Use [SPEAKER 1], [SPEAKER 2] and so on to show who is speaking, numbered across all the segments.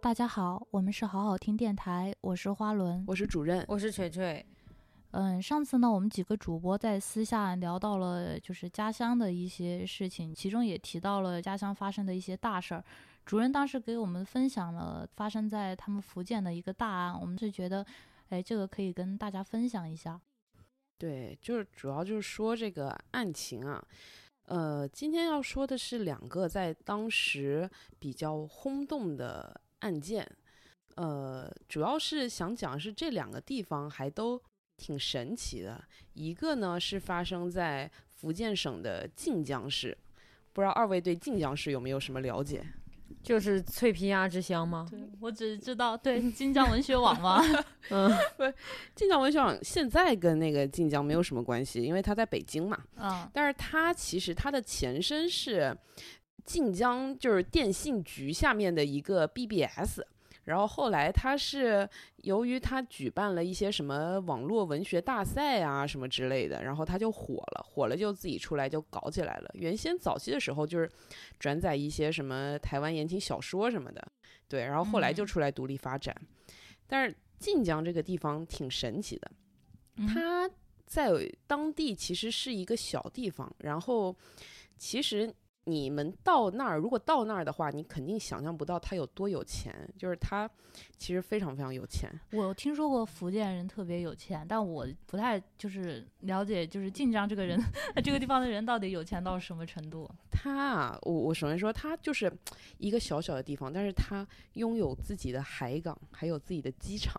[SPEAKER 1] 大家好，我们是好好听电台，我是花轮。
[SPEAKER 2] 我是主任，
[SPEAKER 3] 我是锤锤，
[SPEAKER 1] 嗯，上次呢，我们几个主播在私下聊到了就是家乡的一些事情，其中也提到了家乡发生的一些大事儿。主任当时给我们分享了发生在他们福建的一个大案，我们是觉得，哎，这个可以跟大家分享一下。
[SPEAKER 2] 对，就是主要就是说这个案情啊，呃，今天要说的是两个在当时比较轰动的案件，呃，主要是想讲是这两个地方还都挺神奇的，一个呢是发生在福建省的晋江市，不知道二位对晋江市有没有什么了解？
[SPEAKER 3] 就是脆皮鸭之乡吗？
[SPEAKER 1] 对我只知道，对 晋江文学网嘛，
[SPEAKER 3] 嗯，
[SPEAKER 2] 晋江文学网现在跟那个晋江没有什么关系，因为它在北京嘛，
[SPEAKER 1] 嗯，
[SPEAKER 2] 但是它其实它的前身是晋江就是电信局下面的一个 BBS。然后后来，它是由于它举办了一些什么网络文学大赛啊什么之类的，然后它就火了，火了就自己出来就搞起来了。原先早期的时候就是转载一些什么台湾言情小说什么的，对，然后后来就
[SPEAKER 1] 嗯
[SPEAKER 2] 出来独立发展。但是晋江这个地方挺神奇的，
[SPEAKER 1] 嗯
[SPEAKER 2] 它在当地其实是一个小地方，然后其实你们到那儿，如果到那儿的话，你肯定想象不到他有多有钱，就是他其实非常非常有钱。
[SPEAKER 1] 我听说过福建人特别有钱，但我不太就是了解，就是晋江这个人， 这个地方的人到底有钱到什么程度？
[SPEAKER 2] 他啊，我我首先说，他就是一个小小的地方，但是他拥有自己的海港，还有自己的机场。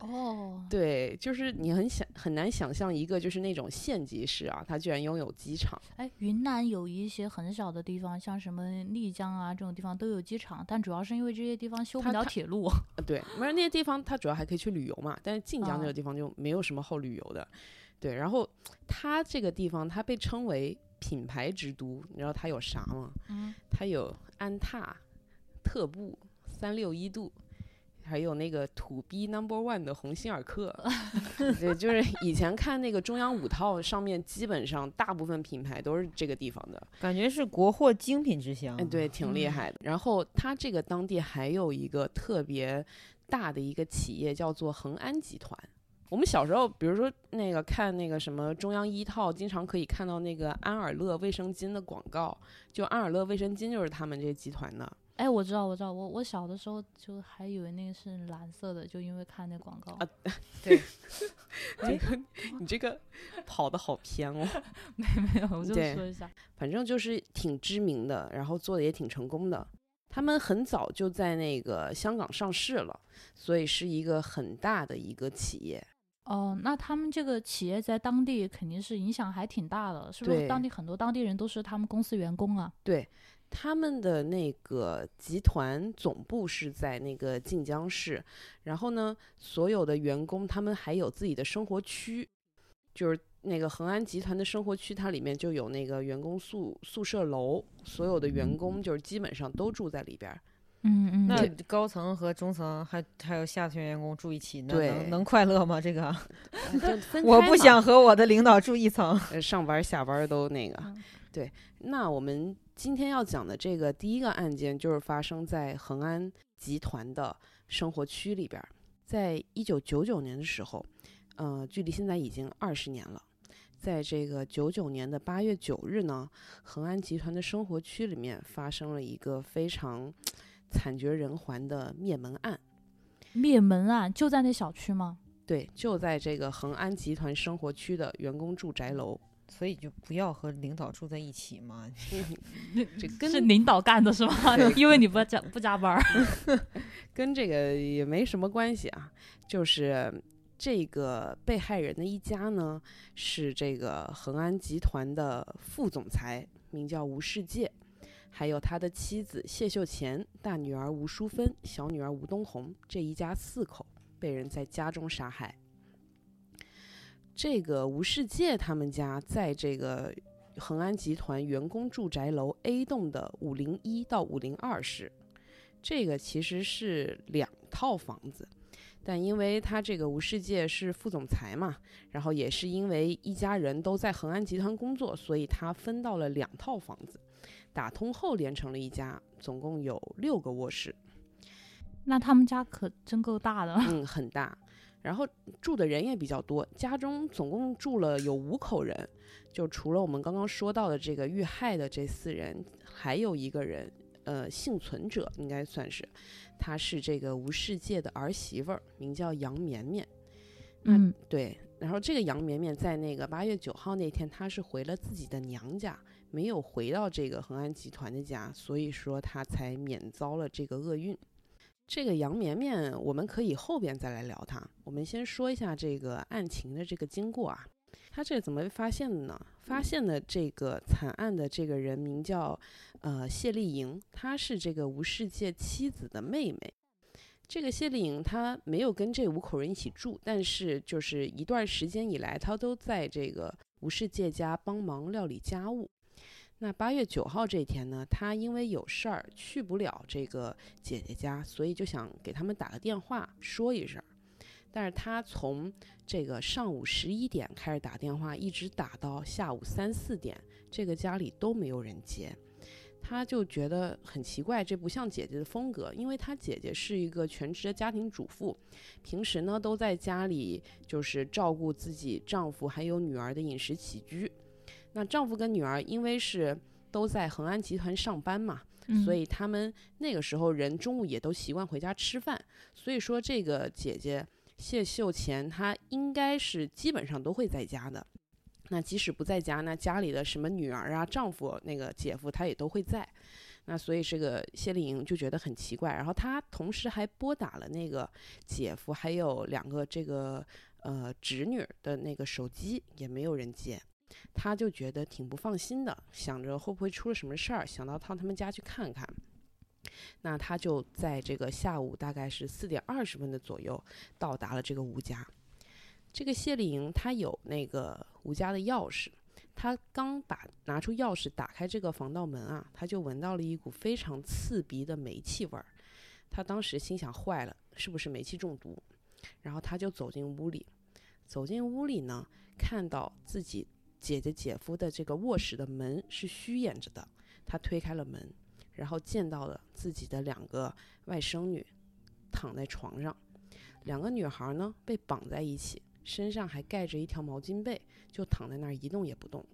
[SPEAKER 1] 哦，
[SPEAKER 2] 对，就是你很想很难想象一个就是那种县级市啊，他居然拥有机场。
[SPEAKER 1] 哎，云南有一些很小的地方，像什么丽江啊这种地方都有机场，但主要是因为这些地方修不
[SPEAKER 2] 它
[SPEAKER 1] 了
[SPEAKER 2] 它
[SPEAKER 1] 铁路。
[SPEAKER 2] 呃，对，没事，那些地方它主要还可以去旅游嘛，但是晋江这
[SPEAKER 1] 啊
[SPEAKER 2] 个地方就没有什么好旅游的。对，然后它这个地方它被称为品牌之都，你知道它有啥吗？
[SPEAKER 1] 嗯，
[SPEAKER 2] 它有安踏、特步、三六一度，还有那个土逼 Number One 的鸿星尔克。对，就是以前看那个中央五套上面，基本上大部分品牌都是这个地方的。
[SPEAKER 3] 感觉是国货精品之乡。
[SPEAKER 2] 嗯，对，，挺厉
[SPEAKER 1] 嗯
[SPEAKER 2] 害的。然后它这个当地还有一个特别大的一个企业叫做恒安集团。我们小时候，比如说那个看那个什么中央一套，经常可以看到那个安尔乐卫生巾的广告，就安尔乐卫生巾就是他们这集团的
[SPEAKER 1] 哎，我知道，我知道，我我小的时候就还以为那个是蓝色的，就因为看那广告。
[SPEAKER 2] 啊。
[SPEAKER 3] 对，
[SPEAKER 2] 这个你这个跑的好偏哦。
[SPEAKER 1] 没没有，我就
[SPEAKER 2] 对
[SPEAKER 1] 说一下。
[SPEAKER 2] 反正就是挺知名的，然后做的也挺成功的。他们很早就在那个香港上市了，所以是一个很大的一个企业。
[SPEAKER 1] 哦，那他们这个企业在当地肯定是影响还挺大的，是不是？
[SPEAKER 2] 对
[SPEAKER 1] 当地很多当地人都是他们公司员工啊。
[SPEAKER 2] 对，他们的那个集团总部是在那个晋江市，然后呢，所有的员工他们还有自己的生活区，就是那个恒安集团的生活区，它里面就有那个员工宿宿舍楼，所有的
[SPEAKER 3] 嗯
[SPEAKER 2] 员工就是基本上都住在里边儿。
[SPEAKER 1] 嗯嗯，
[SPEAKER 3] 那
[SPEAKER 1] 对
[SPEAKER 3] 高层和中层还还有下层员工住一起，那
[SPEAKER 2] 对
[SPEAKER 3] 能能快乐吗？这个
[SPEAKER 2] 就分
[SPEAKER 3] 哎我
[SPEAKER 2] 开
[SPEAKER 3] 不
[SPEAKER 2] 嘛
[SPEAKER 3] 想和我的领导住一层。
[SPEAKER 2] 呃上班儿下班儿都那个。
[SPEAKER 1] 嗯
[SPEAKER 2] 对，那我们今天要讲的这个第一个案件，就是发生在恒安集团的生活区里边儿。在一九九九年的时候，呃，距离现在已经二十年了。在这个九九年的八月九日呢，恒安集团的生活区里面发生了一个非常惨绝人寰的灭门案。
[SPEAKER 1] 灭门案就在那小区吗？
[SPEAKER 2] 对，就在这个恒安集团生活区的员工住宅楼。
[SPEAKER 3] 所以就不要和领导住在一起嘛。
[SPEAKER 2] 这跟
[SPEAKER 1] 是领导干的是吗？
[SPEAKER 2] 对
[SPEAKER 1] 因为你不加不加班儿。
[SPEAKER 2] 跟这个也没什么关系啊，就是这个被害人的一家呢是这个恒安集团的副总裁，名叫吴世界，还有他的妻子谢秀钱、大女儿吴淑芬、小女儿吴东红，这一家四口被人在家中杀害。这个吴世界他们家在这个恒安集团员工住宅楼 A 栋的五零一到五零二室，这个其实是两套房子，但因为他这个吴世界是副总裁嘛，然后也是因为一家人都在恒安集团工作，所以他分到了两套房子，打通后连成了一家，总共有六个卧室。
[SPEAKER 1] 那他们家可真够大的，
[SPEAKER 2] 嗯，很大。然后住的人也比较多，家中总共住了有五口人，就除了我们刚刚说到的这个遇害的这四人，还有一个人，呃，幸存者应该算是，她是这个吴世界的儿媳妇儿，名叫杨绵绵。那
[SPEAKER 1] 嗯
[SPEAKER 2] 对，然后这个杨绵绵在那个八月九号那天，她是回了自己的娘家，没有回到这个恒安集团的家，所以说她才免遭了这个厄运。这个杨绵绵，我们可以后边再来聊她。我们先说一下这个案情的这个经过啊。她这怎么被发现的呢？发现的这个惨案的这个人名叫呃谢丽莹，她是这个吴世界妻子的妹妹。这个谢丽颖她没有跟这五口人一起住，但是就是一段时间以来，她都在这个吴世界家帮忙料理家务。那八月九号这天呢，她因为有事儿去不了这个姐姐家，所以就想给他们打个电话说一声儿。但是她从这个上午十一点开始打电话，一直打到下午三四点，这个家里都没有人接。他就觉得很奇怪，这不像姐姐的风格，因为他姐姐是一个全职的家庭主妇，平时呢都在家里就是照顾自己丈夫还有女儿的饮食起居。那丈夫跟女儿因为是都在恒安集团上班嘛，
[SPEAKER 1] 嗯
[SPEAKER 2] 所以他们那个时候人中午也都习惯回家吃饭，所以说这个姐姐谢秀贤她应该是基本上都会在家的。那即使不在家，那家里的什么女儿啊、丈夫、那个姐夫，她也都会在。那所以这个谢丽颖就觉得很奇怪，然后她同时还拨打了那个姐夫还有两个这个呃侄女的那个手机，也没有人接。她就觉得挺不放心的，想着会不会出了什么事儿，想到到他们家去看看。那她就在这个下午大概是四点二十分的左右到达了这个吴家。这个谢丽莹她有那个吴家的钥匙，她刚把拿出钥匙打开这个防盗门啊，她就闻到了一股非常刺鼻的煤气味儿。她当时心想，坏了，是不是煤气中毒？然后她就走进屋里，走进屋里呢，看到自己姐姐姐夫的这个卧室的门是虚掩着的，她推开了门，然后见到了自己的两个外甥女躺在床上，两个女孩呢被绑在一起，身上还盖着一条毛巾被，就躺在那儿一动也不动。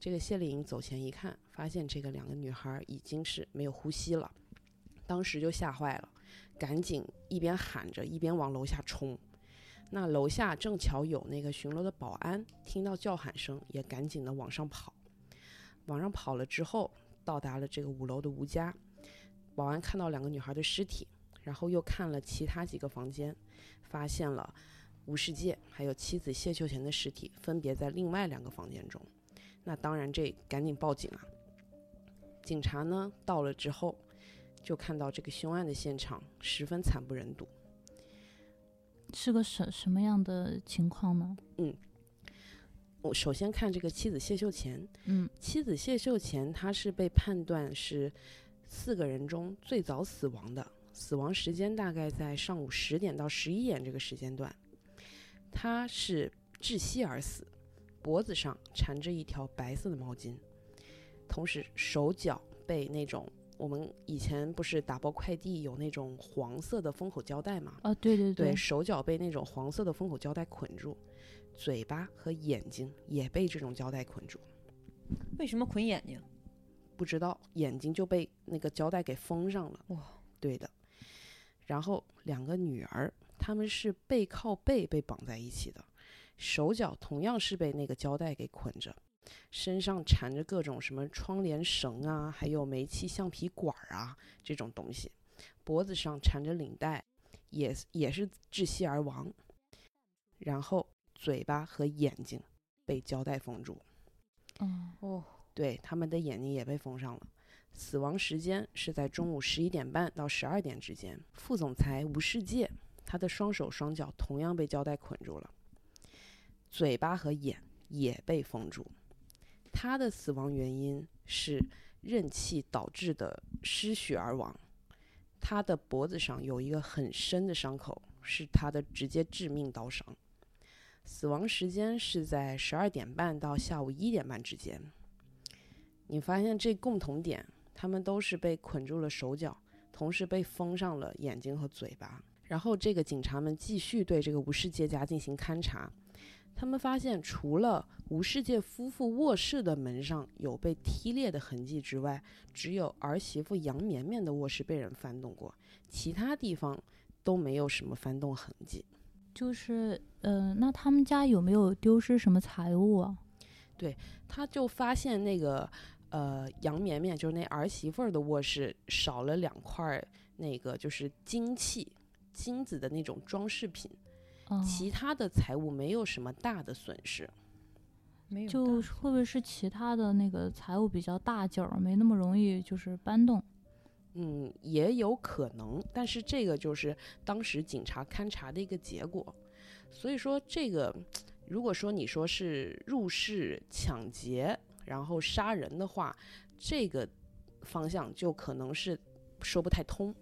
[SPEAKER 2] 这个谢丽颖走前一看，发现这个两个女孩已经是没有呼吸了，当时就吓坏了，赶紧一边喊着一边往楼下冲。那楼下正巧有那个巡逻的保安，听到叫喊声也赶紧的往上跑，往上跑了之后，到达了这个五楼的吴家，保安看到两个女孩的尸体，然后又看了其他几个房间，发现了吴世界还有妻子谢秀贤的尸体分别在另外两个房间中。那当然这赶紧报警啊！警察呢到了之后，就看到这个凶案的现场十分惨不忍睹。
[SPEAKER 1] 是个什什么样的情况呢？
[SPEAKER 2] 我首先看这个妻子谢秀贤，
[SPEAKER 1] 嗯，
[SPEAKER 2] 妻子谢秀贤她是被判断是四个人中最早死亡的，死亡时间大概在上午十点到十一点这个时间段，她是窒息而死，脖子上缠着一条白色的毛巾，同时手脚被那种我们以前不是打包快递有那种黄色的封口胶带吗？
[SPEAKER 1] 啊，对对
[SPEAKER 2] 对，手脚被那种黄色的封口胶带捆住，嘴巴和眼睛也被这种胶带捆住，
[SPEAKER 3] 为什么捆眼睛？
[SPEAKER 2] 不知道眼睛就被那个胶带给封上了。
[SPEAKER 3] 哇，
[SPEAKER 2] 对的。然后两个女儿，她们是背靠背被绑在一起的，手脚同样是被那个胶带给捆着，身上缠着各种什么窗帘绳啊，还有煤气橡皮管儿啊这种东西，脖子上缠着领带，也也是窒息而亡。然后嘴巴和眼睛被胶带封住。
[SPEAKER 1] 嗯，
[SPEAKER 3] 哦，
[SPEAKER 2] 对，他们的眼睛也被封上了。死亡时间是在中午十一点半到十二点之间。副总裁吴世界，他的双手双脚同样被胶带捆住了，嘴巴和眼也被封住。他的死亡原因是任气导致的失血而亡。他的脖子上有一个很深的伤口，是他的直接致命刀伤。死亡时间是在十二点半到下午一点半之间。你发现这共同点，他们都是被捆住了手脚，同时被封上了眼睛和嘴巴。然后这个警察们继续对这个吴世界家进行勘查，他们发现除了吴世界夫妇卧室的门上有被踢裂的痕迹之外，只有儿媳妇杨绵绵的卧室被人翻动过，其他地方都没有什么翻动痕迹。
[SPEAKER 1] 就是，呃，那他们家有没有丢失什么财物啊？
[SPEAKER 2] 他就发现那个呃杨绵绵就是那儿媳妇儿的卧室少了两块儿那个就是金器金子的那种装饰品，
[SPEAKER 1] 嗯、
[SPEAKER 2] 其他的财物没有什么大的损失。
[SPEAKER 3] 没有
[SPEAKER 1] 就
[SPEAKER 3] 的
[SPEAKER 1] 是会不会是其他的那个财务比较大件儿，没那么容易就是搬动？
[SPEAKER 2] 嗯，也有可能，但是这个就是当时警察勘查的一个结果。所以说，这个如果说你说是入室抢劫，然后杀人的话，这个方向就可能是说不太通。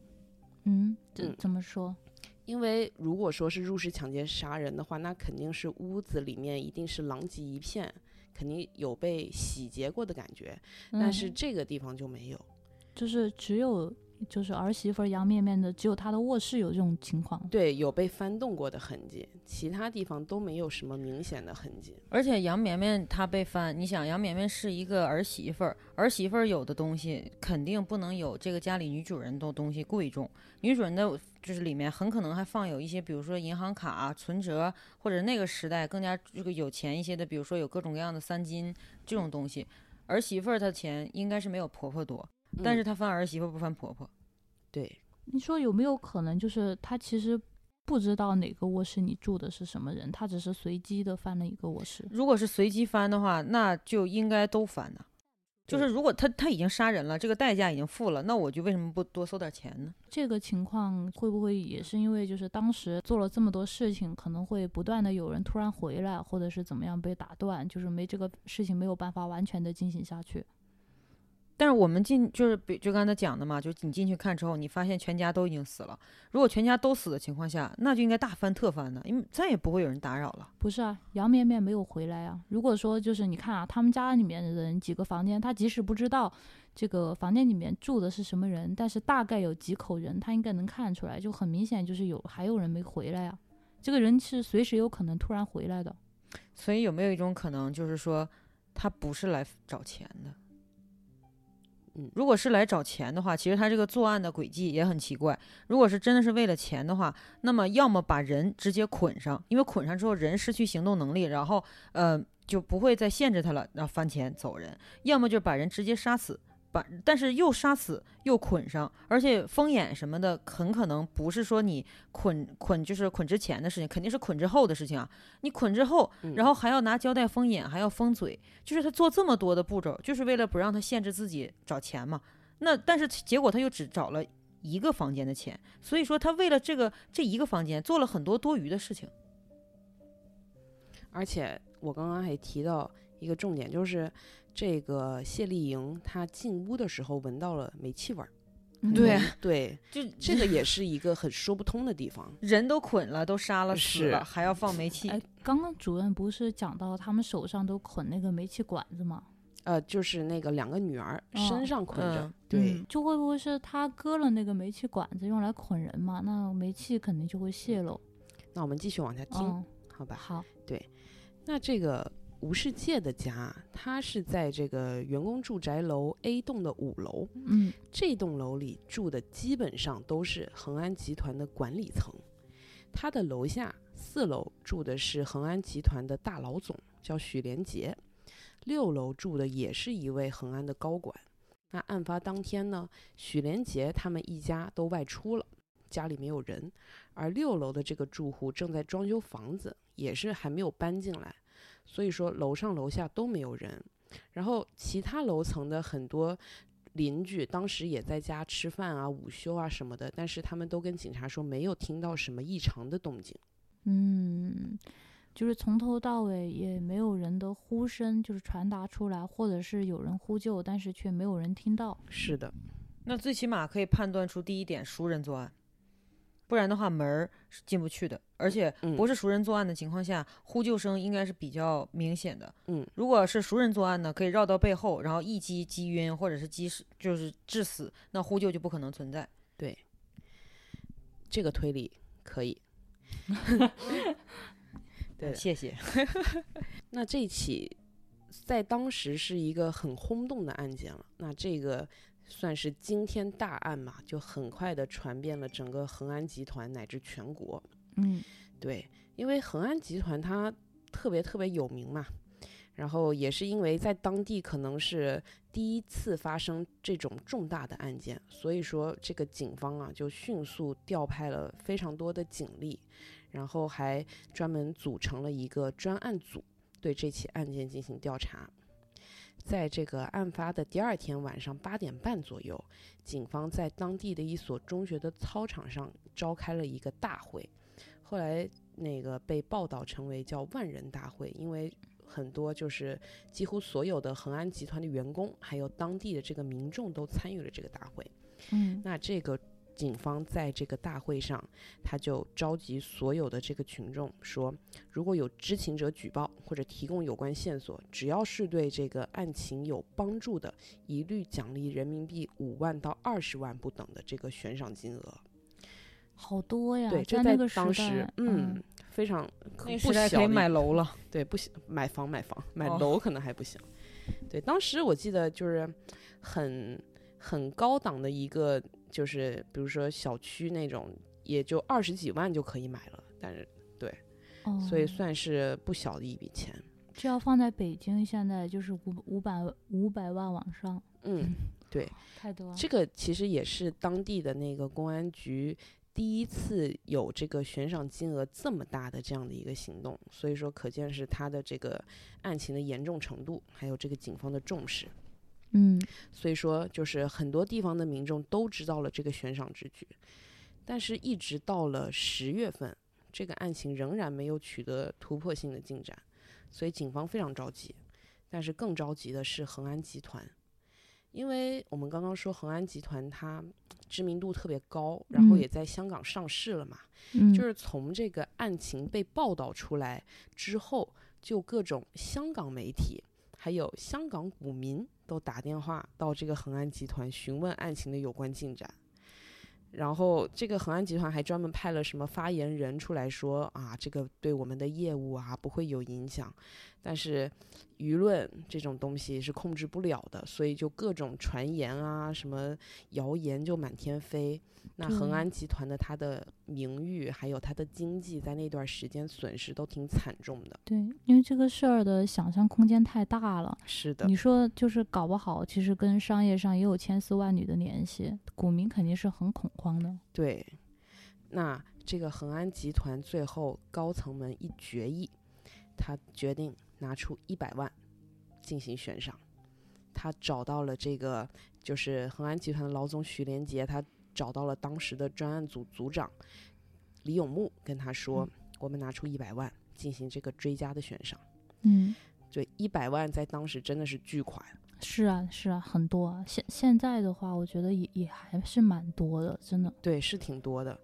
[SPEAKER 1] 嗯，怎、
[SPEAKER 2] 嗯
[SPEAKER 1] 怎么说？
[SPEAKER 2] 因为如果说是入室抢劫杀人的话，那肯定是屋子里面一定是狼藉一片，肯定有被洗劫过的感觉。但
[SPEAKER 1] 嗯
[SPEAKER 2] 是这个地方就没有。
[SPEAKER 1] 就是只有就是儿媳妇儿杨面面的，只有她的卧室有这种情况。
[SPEAKER 2] 对，有被翻动过的痕迹，其他地方都没有什么明显的痕迹。
[SPEAKER 3] 而且杨绵绵她被翻，你想杨绵绵是一个儿媳妇儿，儿媳妇儿有的东西肯定不能有这个家里女主人的东西贵重，女主人的就是里面很可能还放有一些，比如说银行卡、啊存折，或者那个时代更加这个有钱一些的，比如说有各种各样的三金这种东西。儿媳妇儿她钱应该是没有婆婆多，但
[SPEAKER 2] 嗯
[SPEAKER 3] 是她翻儿媳妇儿不翻婆婆，
[SPEAKER 2] 对，
[SPEAKER 1] 你说有没有可能就是她其实不知道哪个卧室你住的是什么人，她只是随机的翻了一个卧室？
[SPEAKER 3] 如果是随机翻的话，那就应该都翻呐。就是
[SPEAKER 2] 对
[SPEAKER 3] 如果他他已经杀人了，这个代价已经付了，那我就为什么不多收点钱呢？
[SPEAKER 1] 这个情况会不会也是因为就是当时做了这么多事情，可能会不断的有人突然回来，或者是怎么样被打断，就是没这个事情没有办法完全的进行下去。
[SPEAKER 3] 但是我们进就是比就刚才讲的嘛，就是你进去看之后，你发现全家都已经死了。如果全家都死的情况下，那就应该大翻特翻的，因为再也不会有人打扰了。
[SPEAKER 1] 不是啊，杨绵绵没有回来啊。如果说就是你看啊，他们家里面的人几个房间，他即使不知道这个房间里面住的是什么人，但是大概有几口人，他应该能看出来，就很明显就是有还有人没回来啊。这个人是随时有可能突然回来的，
[SPEAKER 3] 所以有没有一种可能，就是说他不是来找钱的？
[SPEAKER 2] 嗯
[SPEAKER 3] 如果是来找钱的话，其实他这个作案的轨迹也很奇怪。如果是真的是为了钱的话，那么要么把人直接捆上，因为捆上之后人失去行动能力，然后呃就不会再限制他了，然后翻钱走人；要么就是把人直接杀死，把但是又杀死又捆上，而且风眼什么的很可能不是说你捆捆就是捆之前的事情，肯定是捆之后的事情啊。你捆之后，
[SPEAKER 2] 嗯
[SPEAKER 3] 然后还要拿胶带封眼，还要封嘴，就是他做这么多的步骤，就是为了不让他限制自己找钱嘛。那但是结果他又只找了一个房间的钱，所以说他为了这个这一个房间做了很多多余的事情。
[SPEAKER 2] 而且我刚刚还提到一个重点，就是这个谢丽莹她进屋的时候闻到了煤气味儿。
[SPEAKER 3] 对
[SPEAKER 2] 嗯 对，
[SPEAKER 3] 就
[SPEAKER 2] 这个也是一个很说不通的地方。
[SPEAKER 3] 人都捆了，都杀了，死
[SPEAKER 2] 是
[SPEAKER 3] 了，还要放煤气。
[SPEAKER 1] 哎，刚刚主任不是讲到他们手上都捆那个煤气管子吗？
[SPEAKER 2] 呃，就是那个两个女儿
[SPEAKER 1] 嗯
[SPEAKER 2] 身上捆着，
[SPEAKER 3] 嗯
[SPEAKER 2] 对、
[SPEAKER 1] 嗯就会不会是他割了那个煤气管子用来捆人嘛？那煤气肯定就会泄漏。
[SPEAKER 2] 那我们继续往下听，
[SPEAKER 1] 嗯，
[SPEAKER 2] 好吧？
[SPEAKER 1] 好，
[SPEAKER 2] 那这个吴世界的家，他是在这个员工住宅楼 A 栋的五楼，
[SPEAKER 1] 嗯，
[SPEAKER 2] 这栋楼里住的基本上都是恒安集团的管理层，他的楼下四楼住的是恒安集团的大老总，叫许连杰，六楼住的也是一位恒安的高管。那案发当天呢，许连杰他们一家都外出了，家里没有人，而六楼的这个住户正在装修房子，也是还没有搬进来，所以说楼上楼下都没有人。然后其他楼层的很多邻居当时也在家吃饭啊、午休啊什么的，但是他们都跟警察说没有听到什么异常的动静。
[SPEAKER 1] 嗯，就是从头到尾也没有人的呼声就是传达出来，或者是有人呼救，但是却没有人听到。
[SPEAKER 2] 是的，
[SPEAKER 3] 那最起码可以判断出第一点，熟人作案，不然的话门儿是进不去的。而且
[SPEAKER 2] 嗯
[SPEAKER 3] 不是熟人作案的情况下，呼救声应该是比较明显的。
[SPEAKER 2] 嗯，
[SPEAKER 3] 如果是熟人作案呢，可以绕到背后，然后一击击晕或者是击死，就是致死，那呼救就不可能存在。
[SPEAKER 2] 对，这个推理可以。对的，
[SPEAKER 3] 谢谢。
[SPEAKER 2] 那这起在当时是一个很轰动的案件了，那这个算是惊天大案嘛，就很快的传遍了整个恒安集团乃至全国。
[SPEAKER 1] 嗯
[SPEAKER 2] 对，因为恒安集团它特别特别有名嘛，然后也是因为在当地可能是第一次发生这种重大的案件，所以说这个警方啊就迅速调派了非常多的警力，然后还专门组成了一个专案组对这起案件进行调查。在这个案发的第二天晚上八点半左右，警方在当地的一所中学的操场上召开了一个大会，后来那个被报道成为叫万人大会，因为很多就是几乎所有的恒安集团的员工，还有当地的这个民众都参与了这个大会。
[SPEAKER 1] 嗯
[SPEAKER 2] 那这个警方在这个大会上，他就召集所有的这个群众说，如果有知情者举报或者提供有关线索，只要是对这个案情有帮助的，一律奖励人民币五万到二十万不等的这个悬赏金额。
[SPEAKER 1] 好多呀，
[SPEAKER 2] 对，这
[SPEAKER 1] 啊那
[SPEAKER 2] 在
[SPEAKER 1] 个
[SPEAKER 2] 当时
[SPEAKER 1] 时代，，嗯，
[SPEAKER 2] 非常可
[SPEAKER 3] 那
[SPEAKER 2] 不
[SPEAKER 3] 时代
[SPEAKER 2] 小
[SPEAKER 3] 可以
[SPEAKER 2] 的一
[SPEAKER 3] 买楼了，
[SPEAKER 2] 对，不行，买房买房买
[SPEAKER 3] 哦
[SPEAKER 2] 楼可能还不行。对，当时我记得就是很很高档的一个，就是比如说小区那种，也就二十几万就可以买了，但是
[SPEAKER 1] 哦
[SPEAKER 2] 嗯所以算是不小的一笔钱。
[SPEAKER 1] 这要放在北京，现在就是五五百五百万往上，
[SPEAKER 2] 嗯，对，
[SPEAKER 1] 太多了。
[SPEAKER 2] 这个其实也是当地的那个公安局第一次有这个悬赏金额这么大的这样的一个行动，所以说可见是他的这个案情的严重程度，还有这个警方的重视。
[SPEAKER 1] 嗯，
[SPEAKER 2] 所以说，就是很多地方的民众都知道了这个悬赏之举，但是一直到了十月份，这个案情仍然没有取得突破性的进展，所以警方非常着急。但是更着急的是恒安集团，因为我们刚刚说恒安集团它知名度特别高，然后
[SPEAKER 1] 嗯
[SPEAKER 2] 也在香港上市了嘛，
[SPEAKER 1] 嗯
[SPEAKER 2] 就是从这个案情被报道出来之后，就各种香港媒体还有香港股民都打电话到这个恒安集团询问案情的有关进展。然后，这个恒安集团还专门派了什么发言人出来说啊，这个对我们的业务啊不会有影响。但是，舆论这种东西是控制不了的，所以就各种传言啊，什么谣言就满天飞。那恒
[SPEAKER 1] 对
[SPEAKER 2] 安集团的它的名誉还有它的经济，在那段时间损失都挺惨重的。
[SPEAKER 1] 对，因为这个事儿的想象空间太大了。
[SPEAKER 2] 是的，
[SPEAKER 1] 你说就是搞不好，其实跟商业上也有千丝万缕的联系，股民肯定是很恐慌的。
[SPEAKER 2] 对，那这个恒安集团最后高层们一决议，他决定拿出一百万进行悬赏。他找到了这个，就是恒安集团的老总许连杰，他找到了当时的专案组组长李永木，跟他说：“我们拿出一百万进行这个追加的悬赏。
[SPEAKER 1] 嗯，”
[SPEAKER 2] 对，一百万在当时真的是巨款。
[SPEAKER 1] 是啊，是啊，很多啊。现现在的话，我觉得也也还是蛮多的，真的。
[SPEAKER 2] 对，是挺多的。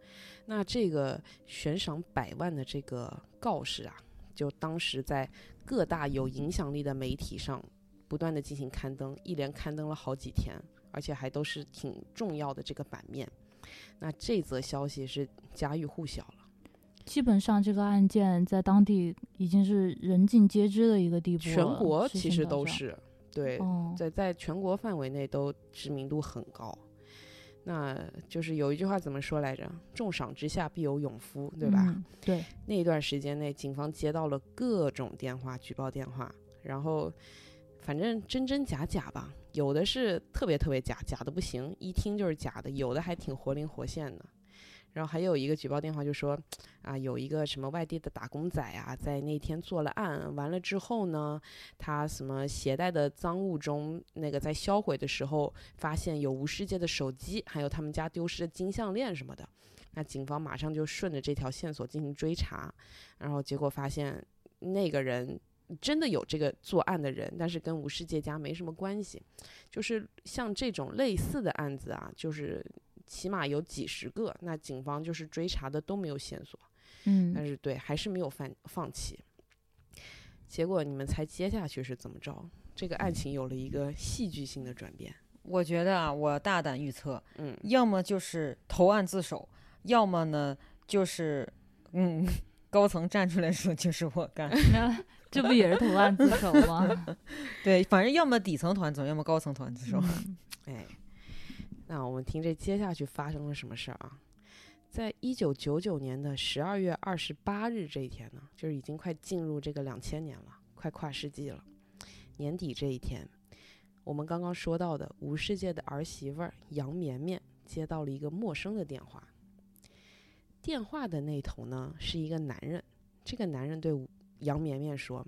[SPEAKER 2] 那这个悬赏百万的这个告示啊，就当时在各大有影响力的媒体上不断的进行刊登，一连刊登了好几天，而且还都是挺重要的这个版面。那这则消息是家喻户晓了，
[SPEAKER 1] 基本上这个案件在当地已经是人尽皆知的一个地步了，
[SPEAKER 2] 全国
[SPEAKER 1] 事
[SPEAKER 2] 其
[SPEAKER 1] 情
[SPEAKER 2] 实
[SPEAKER 1] 导
[SPEAKER 2] 都
[SPEAKER 1] 向。
[SPEAKER 2] 是对，
[SPEAKER 1] 哦，
[SPEAKER 2] 在在全国范围内都知名度很高。那就是有一句话怎么说来着？重赏之下必有勇夫，对吧？
[SPEAKER 1] 嗯对，
[SPEAKER 2] 那一段时间内，警方接到了各种电话、举报电话，然后反正真真假假吧，有的是特别特别假，假的不行，一听就是假的；有的还挺活灵活现的。然后还有一个举报电话就说，啊，有一个什么外地的打工仔啊，在那天做了案，完了之后呢，他什么携带的赃物中，那个在销毁的时候发现有无世界的手机，还有他们家丢失的金项链什么的。那警方马上就顺着这条线索进行追查，然后结果发现那个人真的有这个作案的人，但是跟吴世界家没什么关系。就是像这种类似的案子啊，就是起码有几十个，那警方就是追查的都没有线索，但
[SPEAKER 1] 嗯，
[SPEAKER 2] 是对还是没有放放弃。结果你们猜接下去是怎么着？这个案情有了一个戏剧性的转变。
[SPEAKER 3] 我觉得啊，我大胆预测，
[SPEAKER 2] 嗯，
[SPEAKER 3] 要么就是投案自首，要么呢就是嗯， 高层站出来说就是我干，
[SPEAKER 1] 那 这不也是投案自首 吗？
[SPEAKER 3] 对，反正要么底层团总，要么高层团自首。
[SPEAKER 1] 嗯
[SPEAKER 2] 哎，那我们听这接下去发生了什么事儿啊？在一九九九年的十二月二十八日这一天呢，就是已经快进入这个两千年了，快跨世纪了。年底这一天，我们刚刚说到的吴世界的儿媳妇儿杨绵绵接到了一个陌生的电话。电话的那头呢是一个男人，这个男人对吴杨绵绵说：“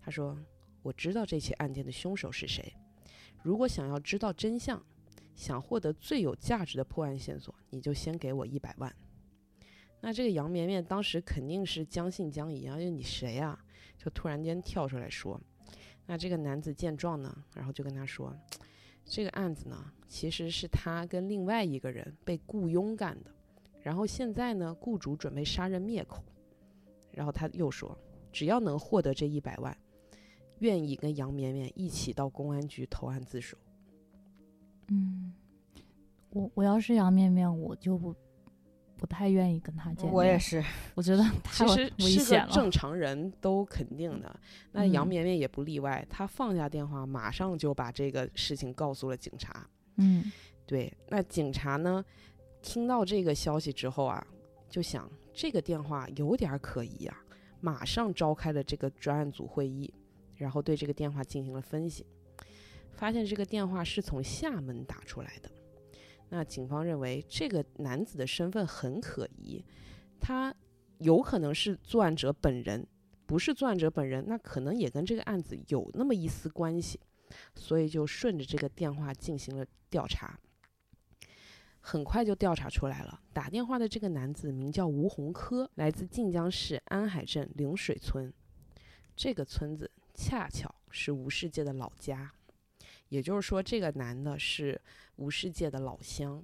[SPEAKER 2] 他说我知道这起案件的凶手是谁，如果想要知道真相，想获得最有价值的破案线索，你就先给我一百万。那这个杨绵绵当时肯定是将信将疑啊，因为你谁呀、就突然间跳出来说。那这个男子见状呢，然后就跟他说，这个案子呢其实是他跟另外一个人被雇佣干的，然后现在呢雇主准备杀人灭口。然后他又说，只要能获得这一百万，愿意跟杨绵绵一起到公安局投案自首。
[SPEAKER 1] 嗯，我我要是杨面面，我就不不太愿意跟他
[SPEAKER 2] 嗯
[SPEAKER 1] 见面。
[SPEAKER 3] 我也，是，
[SPEAKER 1] 我觉得太
[SPEAKER 2] 其实
[SPEAKER 1] 危
[SPEAKER 2] 是
[SPEAKER 1] 险
[SPEAKER 2] 个
[SPEAKER 1] 了。
[SPEAKER 2] 正常人都肯定的，那杨
[SPEAKER 1] 嗯
[SPEAKER 2] 绵绵也不例外。她放下电话，马上就把这个事情告诉了警察。
[SPEAKER 1] 嗯，
[SPEAKER 2] 对，那警察呢，听到这个消息之后啊，就想这个电话有点儿可疑啊，马上召开了这个专案组会议，然后对这个电话进行了分析，发现这个电话是从厦门打出来的。那警方认为这个男子的身份很可疑，他有可能是作案者本人，不是作案者本人，那可能也跟这个案子有那么一丝关系，所以就顺着这个电话进行了调查。很快就调查出来了，打电话的这个男子名叫吴洪科，来自晋江市安海镇陵水村。这个村子恰巧是吴世界的老家，也就是说，这个男的是吴世界的老乡。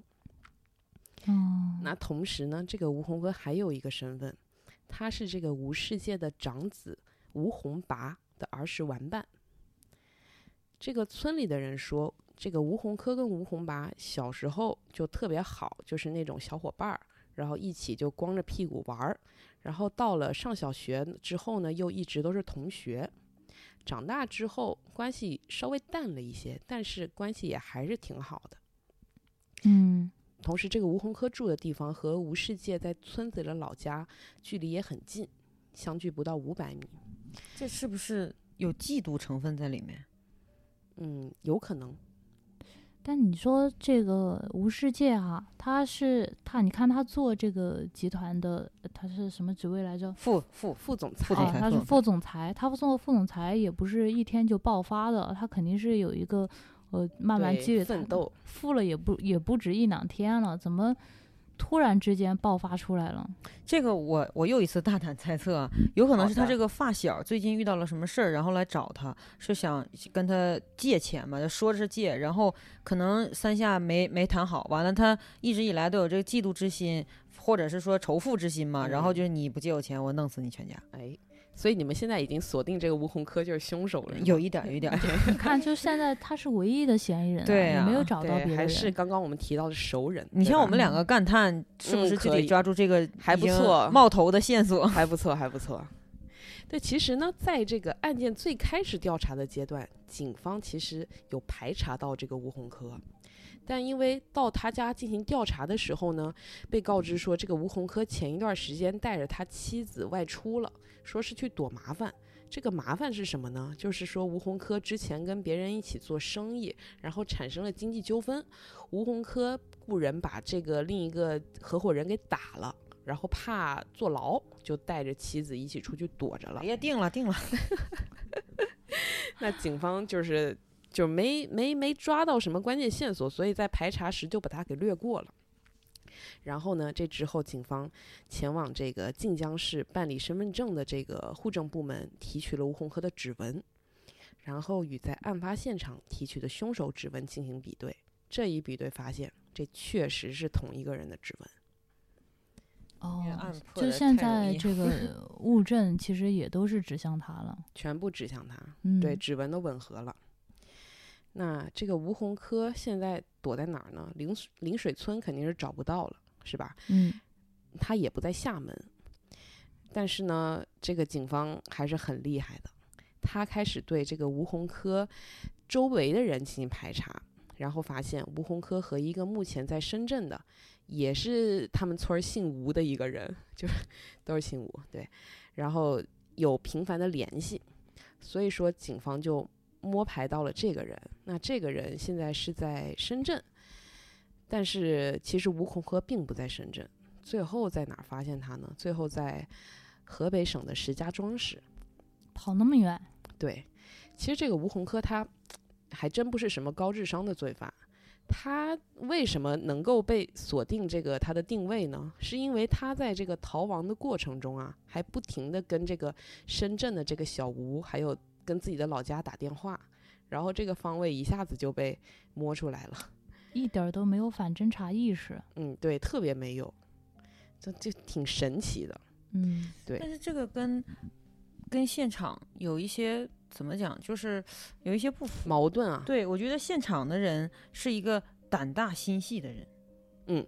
[SPEAKER 1] 哦，
[SPEAKER 2] 那同时呢，这个吴洪哥还有一个身份，他是这个吴世界的长子吴洪拔的儿时玩伴。这个村里的人说，这个吴洪科跟吴洪拔小时候就特别好，就是那种小伙伴儿，然后一起就光着屁股玩儿，然后到了上小学之后呢，又一直都是同学。长大之后关系稍微淡了一些，但是关系也还是挺好的。
[SPEAKER 1] 嗯
[SPEAKER 2] 同时，这个吴洪科住的地方和吴世界在村子里的老家距离也很近，相距不到五百米。
[SPEAKER 3] 这是不是有嫉妒成分在里面？
[SPEAKER 2] 嗯，有可能。
[SPEAKER 1] 但你说这个吴世界啊，他是他，你看他做这个集团的，他是什么职位来着？
[SPEAKER 3] 副副
[SPEAKER 2] 副总
[SPEAKER 3] 副
[SPEAKER 2] 裁，
[SPEAKER 3] 总
[SPEAKER 1] 啊，
[SPEAKER 3] 裁
[SPEAKER 1] 他是
[SPEAKER 3] 副
[SPEAKER 1] 副总裁，他做副总裁也不是一天就爆发的，他肯定是有一个呃慢慢
[SPEAKER 2] 对
[SPEAKER 1] 积累
[SPEAKER 2] 奋
[SPEAKER 1] 他
[SPEAKER 2] 斗。
[SPEAKER 1] 富了也不也不止一两天了，怎么突然之间爆发出来了？
[SPEAKER 3] 这个我我又一次大胆猜测，啊，有可能
[SPEAKER 2] 好
[SPEAKER 3] 是他
[SPEAKER 2] 的
[SPEAKER 3] 这个发小最近遇到了什么事儿，然后来找他，是想跟他借钱嘛，说是借，然后可能三下没没谈好，完了他一直以来都有这个嫉妒之心，或者是说仇富之心嘛，然后
[SPEAKER 2] 嗯
[SPEAKER 3] 就是你不借我钱，我弄死你全家，
[SPEAKER 2] 哎，所以你们现在已经锁定这个吴洪科就是凶手了，是吗
[SPEAKER 3] 有一点儿有一点儿，
[SPEAKER 1] 你看，就现在他是唯一的嫌疑人、啊，
[SPEAKER 3] 对
[SPEAKER 1] 也
[SPEAKER 3] 啊
[SPEAKER 1] 没有找到别
[SPEAKER 2] 对，
[SPEAKER 1] 的
[SPEAKER 2] 还
[SPEAKER 1] 人。
[SPEAKER 2] 是刚刚我们提到的熟人。
[SPEAKER 3] 你
[SPEAKER 2] 对
[SPEAKER 3] 像
[SPEAKER 2] 吧
[SPEAKER 3] 我们两个干探，是不
[SPEAKER 2] 嗯
[SPEAKER 3] 是就
[SPEAKER 2] 可
[SPEAKER 3] 得
[SPEAKER 2] 以
[SPEAKER 3] 抓住这个
[SPEAKER 2] 还
[SPEAKER 3] 已
[SPEAKER 2] 不
[SPEAKER 3] 经
[SPEAKER 2] 错
[SPEAKER 3] 冒头的线索？
[SPEAKER 2] 还不错，还不错。对，其实呢，在这个案件最开始调查的阶段，警方其实有排查到这个吴啊洪科，但因为到他家进行调查的时候呢，被告知说这个吴洪科前一段时间带着他妻子外出了，说是去躲麻烦。这个麻烦是什么呢？就是说吴洪科之前跟别人一起做生意，然后产生了经济纠纷，吴洪科雇人把这个另一个合伙人给打了。然后怕坐牢，就带着妻子一起出去躲着了
[SPEAKER 3] 哎。呀，定了定了，
[SPEAKER 2] 那警方就是就没没没抓到什么关键线索，所以在排查时就把它给略过了。然后呢，这之后警方前往这个晋江市办理身份证的这个户政部门提取了吴洪科的指纹，然后与在案发现场提取的凶手指纹进行比对。这一比对发现，这确实是同一个人的指纹。
[SPEAKER 1] 哦
[SPEAKER 3] 这个案，破
[SPEAKER 1] 就
[SPEAKER 3] 得
[SPEAKER 1] 现
[SPEAKER 3] 太容
[SPEAKER 1] 在
[SPEAKER 3] 易
[SPEAKER 1] 这个 物证其实也都是指向他了。
[SPEAKER 2] 全部指向他，
[SPEAKER 1] 嗯，
[SPEAKER 2] 对，指纹都吻合了。那这个吴洪科现在躲在哪儿呢？陵水陵水村肯定是找不到了，是吧？
[SPEAKER 1] 嗯
[SPEAKER 2] 他也不在厦门，但是呢，这个警方还是很厉害的，他开始对这个吴洪科周围的人进行排查，然后发现吴洪科和一个目前在深圳的，也是他们村儿姓吴的一个人，就是 都是姓吴，对，然后有频繁的联系，所以说警方就摸排到了这个人。那这个人现在是在深圳，但是其实吴洪科并不在深圳。最后在哪儿发现他呢？最后在河北省的石家庄市。
[SPEAKER 1] 跑那么远，
[SPEAKER 2] 对，其实这个吴洪科他还真不是什么高智商的罪犯，他为什么能够被锁定这个他的定位呢？是因为他在这个逃亡的过程中啊，还不停的跟这个深圳的这个小吴，还有跟自己的老家打电话，然后这个方位一下子就被摸出来了。
[SPEAKER 1] 一点儿都没有反侦查意识。
[SPEAKER 2] 嗯，对，特别没有，就就挺神奇的。
[SPEAKER 1] 嗯，
[SPEAKER 2] 对
[SPEAKER 3] 但是这个跟跟现场有一些怎么讲，就是有一些不符。
[SPEAKER 2] 矛盾啊，
[SPEAKER 3] 对，我觉得现场的人是一个胆大心细的人。
[SPEAKER 2] 嗯，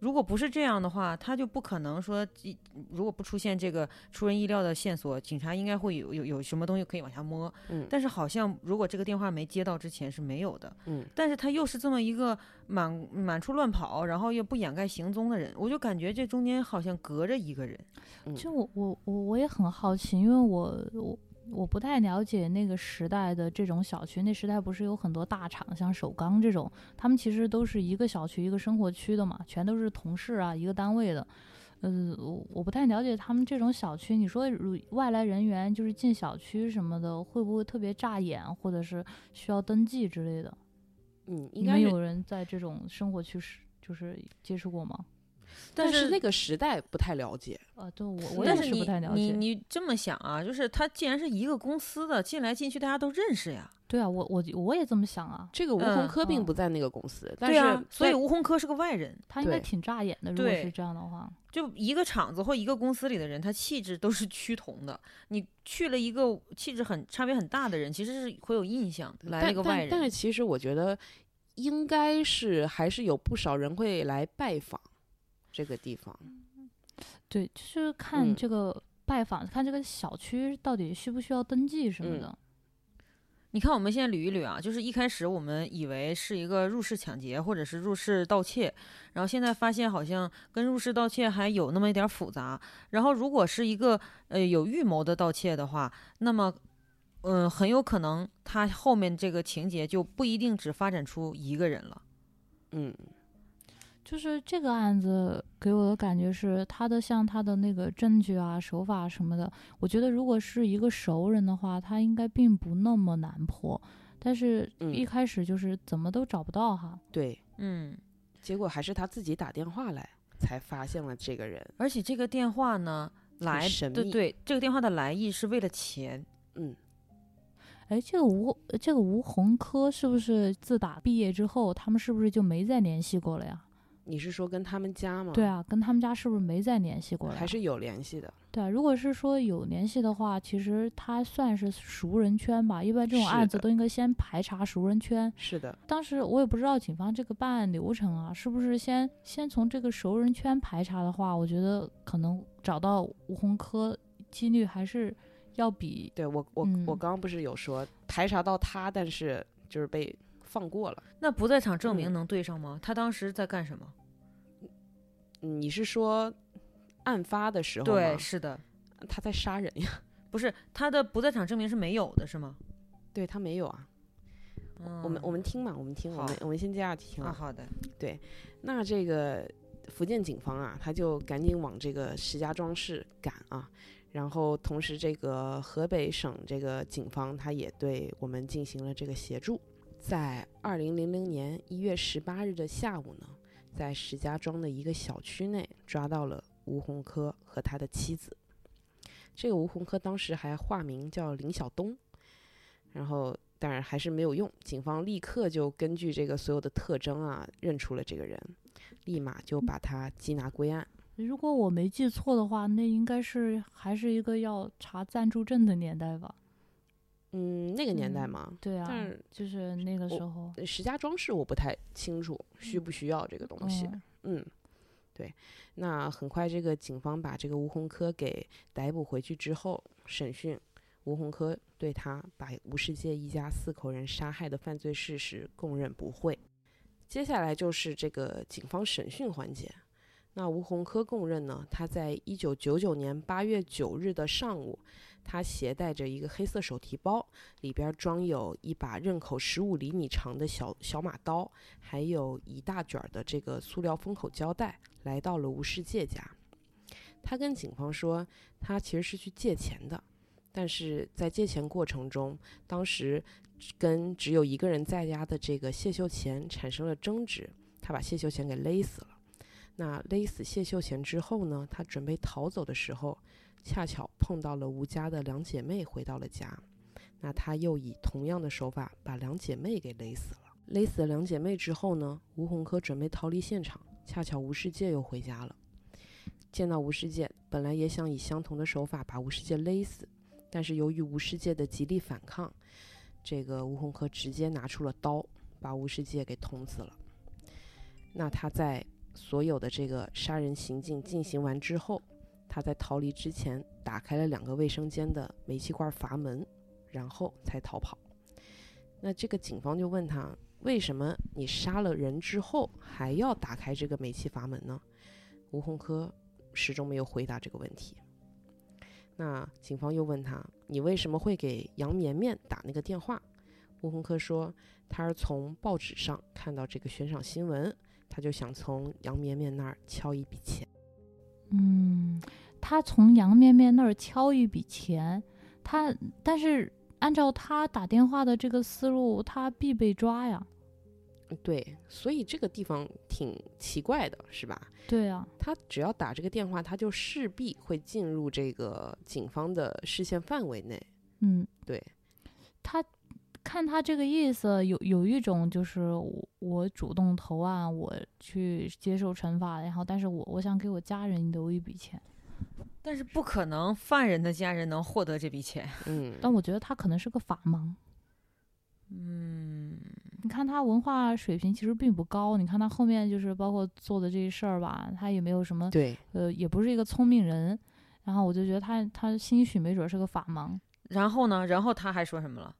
[SPEAKER 3] 如果不是这样的话，他就不可能说，一如果不出现这个出人意料的线索，警察应该会有有有什么东西可以往下摸。
[SPEAKER 2] 嗯
[SPEAKER 3] 但是好像如果这个电话没接到之前是没有的。
[SPEAKER 2] 嗯，
[SPEAKER 3] 但是他又是这么一个满满处乱跑，然后又不掩盖行踪的人，我就感觉这中间好像隔着一个人。
[SPEAKER 2] 嗯
[SPEAKER 1] 就我我我我也很好奇，因为我我我不太了解那个时代的这种小区，那时代不是有很多大厂，像首钢这种，他们其实都是一个小区一个生活区的嘛，全都是同事啊，一个单位的。呃，我我不太了解他们这种小区，你说如外来人员就是进小区什么的，会不会特别扎眼，或者是需要登记之类的？
[SPEAKER 2] 嗯，应
[SPEAKER 1] 你
[SPEAKER 2] 该
[SPEAKER 1] 们
[SPEAKER 2] 是
[SPEAKER 1] 有人在这种生活区是就是接触过吗？
[SPEAKER 2] 但
[SPEAKER 3] 是
[SPEAKER 2] 是那个时代不太了解。
[SPEAKER 1] 呃，对我我
[SPEAKER 3] 但
[SPEAKER 1] 也
[SPEAKER 3] 是
[SPEAKER 1] 是
[SPEAKER 3] 你
[SPEAKER 1] 不太了
[SPEAKER 3] 你
[SPEAKER 1] 解。
[SPEAKER 3] 你这么想啊，就是他既然是一个公司的，进来进去大家都认识呀。
[SPEAKER 1] 对啊，我我我也这么想啊。
[SPEAKER 2] 这个吴洪
[SPEAKER 3] 嗯
[SPEAKER 2] 科并
[SPEAKER 1] 嗯
[SPEAKER 2] 不在那个公司，但
[SPEAKER 3] 对
[SPEAKER 2] 是
[SPEAKER 3] 啊，所以
[SPEAKER 2] 在
[SPEAKER 3] 吴洪科是个外人。
[SPEAKER 1] 他应该
[SPEAKER 2] 对
[SPEAKER 1] 挺扎眼的。如果
[SPEAKER 3] 对
[SPEAKER 1] 是这样的话，
[SPEAKER 3] 就一个厂子或一个公司里的人，他气质都是趋同的。你去了一个气质很差别很大的人，其实是会有印象。来了
[SPEAKER 2] 但
[SPEAKER 3] 一个
[SPEAKER 2] 但
[SPEAKER 3] 外人，
[SPEAKER 2] 但是其实我觉得，应该是还是有不少人会来拜访这个地方。
[SPEAKER 1] 对，就是看
[SPEAKER 2] 嗯
[SPEAKER 1] 这个拜访，看这个小区到底需不需要登记什么
[SPEAKER 2] 嗯
[SPEAKER 1] 的。
[SPEAKER 3] 你看我们现在捋一捋啊，就是一开始我们以为是一个入室抢劫或者是入室盗窃，然后现在发现好像跟入室盗窃还有那么一点复杂。然后如果是一个呃有预谋的盗窃的话，那么。嗯，很有可能他后面这个情节就不一定只发展出一个人了。
[SPEAKER 2] 嗯
[SPEAKER 1] 就是这个案子给我的感觉是，他的像他的那个证据啊、手法什么的，我觉得如果是一个熟人的话，他应该并不那么难破。但是，
[SPEAKER 2] 嗯
[SPEAKER 1] 一开始就是怎么都找不到哈。
[SPEAKER 2] 对，
[SPEAKER 3] 嗯，
[SPEAKER 2] 结果还是他自己打电话来才发现了这个人。
[SPEAKER 3] 而且这个电话呢，来
[SPEAKER 2] 神
[SPEAKER 3] 对
[SPEAKER 2] 秘
[SPEAKER 3] 对，这个电话的来意是为了钱。
[SPEAKER 2] 嗯，
[SPEAKER 1] 哎，这个吴这个吴洪科是不是自打毕业之后，他们是不是就没再联系过了呀？
[SPEAKER 2] 你是说跟他们家吗？
[SPEAKER 1] 对，啊，跟他们家是不是没再联系过了呀？
[SPEAKER 2] 嗯还是有联系的。
[SPEAKER 1] 对啊，如果是说有联系的话，其实他算是熟人圈吧。一般这种
[SPEAKER 2] 是
[SPEAKER 1] 案子
[SPEAKER 2] 的
[SPEAKER 1] 都应该先排查熟人圈。
[SPEAKER 2] 是的，
[SPEAKER 1] 当时我也不知道警方这个办案流程啊，是不是先先从这个熟人圈排查的话，我觉得可能找到吴洪科几率还是要比
[SPEAKER 2] 对我我、我
[SPEAKER 1] 嗯
[SPEAKER 2] 刚刚不是有说排查到他，但是就是被放过了。
[SPEAKER 3] 那不在场证明
[SPEAKER 2] 嗯
[SPEAKER 3] 能对上吗？他当时在干什么？
[SPEAKER 2] 嗯你是说案发的时候
[SPEAKER 3] 对，
[SPEAKER 2] 吗？
[SPEAKER 3] 是的，
[SPEAKER 2] 他在杀人呀？
[SPEAKER 3] 不是他的不在场证明是没有的，是吗？
[SPEAKER 2] 对他没有啊。
[SPEAKER 3] 嗯、
[SPEAKER 2] 我们我们听嘛，我们听，我
[SPEAKER 3] 好
[SPEAKER 2] 们我们先这样听
[SPEAKER 3] 啊，
[SPEAKER 2] 啊。
[SPEAKER 3] 好的，
[SPEAKER 2] 那这个福建警方啊，他就赶紧往这个石家庄市赶啊，然后同时这个河北省这个警方他也对我们进行了这个协助。在二零零零年一月十八日的下午呢，在石家庄的一个小区内抓到了吴洪科和他的妻子。这个吴洪科当时还化名叫林晓东，然后当然还是没有用，警方立刻就根据这个所有的特征啊认出了这个人，立马就把他缉拿归案。
[SPEAKER 1] 如果我没记错的话，那应该是还是一个要查暂住证的年代吧？
[SPEAKER 2] 嗯，那个年代
[SPEAKER 1] 嗯
[SPEAKER 2] 嘛，
[SPEAKER 1] 对啊
[SPEAKER 2] 但是，
[SPEAKER 1] 就是那个
[SPEAKER 2] 我
[SPEAKER 1] 时候。
[SPEAKER 2] 呃石家庄市我不太清楚需不需要这个东西。
[SPEAKER 1] 嗯
[SPEAKER 2] 嗯，对，那很快这个警方把这个吴洪科给逮捕回去之后审讯，吴洪科对他把吴世界一家四口人杀害的犯罪事实供认不讳。接下来就是这个警方审讯环节。那吴洪科供认呢，他在一九九九年八月九日的上午，他携带着一个黑色手提包，里边装有一把刃口十五厘米长的小小马刀，还有一大卷儿的这个塑料封口胶带，来到了吴世界家。他跟警方说，他其实是去借钱的，但是在借钱过程中，当时跟只有一个人在家的这个谢秀贤产生了争执，他把谢秀贤给勒死了。那勒死谢秀贤之后呢，他准备逃走的时候，恰巧碰到了吴家的两姐妹回到了家，那他又以同样的手法把两姐妹给勒死了。勒死了两姐妹之后呢，吴洪科准备逃离现场，恰巧吴世界又回家了。见到吴世界，本来也想以相同的手法把吴世界勒死，但是由于吴世界的极力反抗，这个吴洪科直接拿出了刀，把吴世界给捅死了。那他在所有的这个杀人行径进行完之后，他在逃离之前打开了两个卫生间的煤气罐阀门，然后才逃跑。那这个警方就问他，为什么你杀了人之后还要打开这个煤气阀门呢？吴洪科始终没有回答这个问题。那警方又问他，你为什么会给杨绵绵打那个电话？吴洪科说，他是从报纸上看到这个悬赏新闻。他就想从杨绵绵那儿敲一笔钱。
[SPEAKER 1] 嗯，他从杨面面那儿敲一笔钱，他但是按照他打电话的这个思路，他必被抓呀。
[SPEAKER 2] 对，所以这个地方挺奇怪的，是吧？
[SPEAKER 1] 对啊，
[SPEAKER 2] 他只要打这个电话，他就势必会进入这个警方的视线范围内。
[SPEAKER 1] 嗯，
[SPEAKER 2] 对，
[SPEAKER 1] 他看他这个意思，有有一种就是我我主动投案，我去接受惩罚，然后但是我我想给我家人留一笔钱，
[SPEAKER 3] 但是不可能犯人的家人能获得这笔钱。
[SPEAKER 2] 嗯，
[SPEAKER 1] 但我觉得他可能是个法盲。
[SPEAKER 3] 嗯，
[SPEAKER 1] 你看他文化水平其实并不高，你看他后面就是包括做的这些事儿吧，他也没有什么
[SPEAKER 2] 对，
[SPEAKER 1] 呃，也不是一个聪明人。然后我就觉得他他兴许没准是个法盲，
[SPEAKER 3] 然后呢？然后他还说什么了？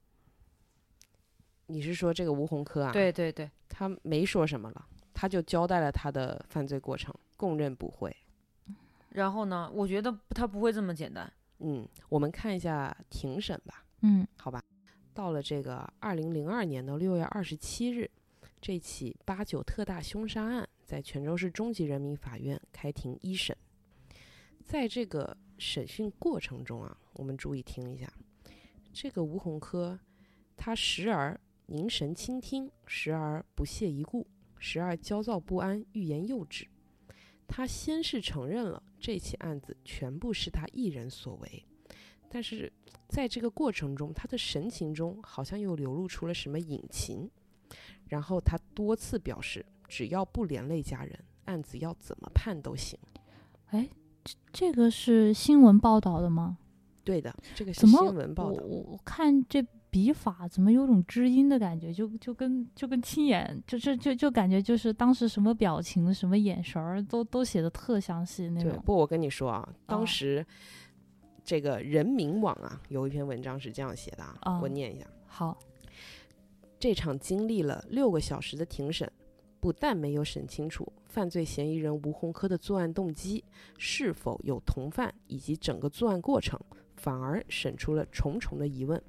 [SPEAKER 2] 你是说这个吴洪科啊？，
[SPEAKER 3] 对对对，
[SPEAKER 2] 他没说什么了，他就交代了他的犯罪过程，供认不讳。
[SPEAKER 3] 然后呢？我觉得他不会这么简单。
[SPEAKER 2] 嗯，我们看一下庭审吧。
[SPEAKER 1] 嗯
[SPEAKER 2] 好吧，到了这个二零零二年的六月二十七日，这起八九特大凶杀案在泉州市中级人民法院开庭一审。在这个审讯过程中啊，我们注意听一下，这个吴洪科，他时而凝神倾听，时而不屑一顾，时而焦躁不安，欲言又止。他先是承认了这起案子全部是他一人所为，但是在这个过程中，他的神情中好像又流露出了什么隐情。然后他多次表示，只要不连累家人，案子要怎么判都行。
[SPEAKER 1] 哎，这这个是新闻报道的吗？
[SPEAKER 2] 对的，这个是
[SPEAKER 1] 怎么
[SPEAKER 2] 新闻报道。
[SPEAKER 1] 我我看这笔法怎么有种知音的感觉，就就跟就跟亲眼，就就就就感觉就是当时什么表情、什么眼神儿都都写的特详细那
[SPEAKER 2] 对，
[SPEAKER 1] 种。
[SPEAKER 2] 不，我跟你说啊，当
[SPEAKER 1] 哦
[SPEAKER 2] 时这个人民网啊有一篇文章是这样写的啊，我
[SPEAKER 1] 哦
[SPEAKER 2] 念一下。
[SPEAKER 1] 好，
[SPEAKER 2] 这场经历了六个小时的庭审，不但没有审清楚犯罪嫌疑人吴洪科的作案动机、是否有同犯以及整个作案过程，反而审出了重重的疑问。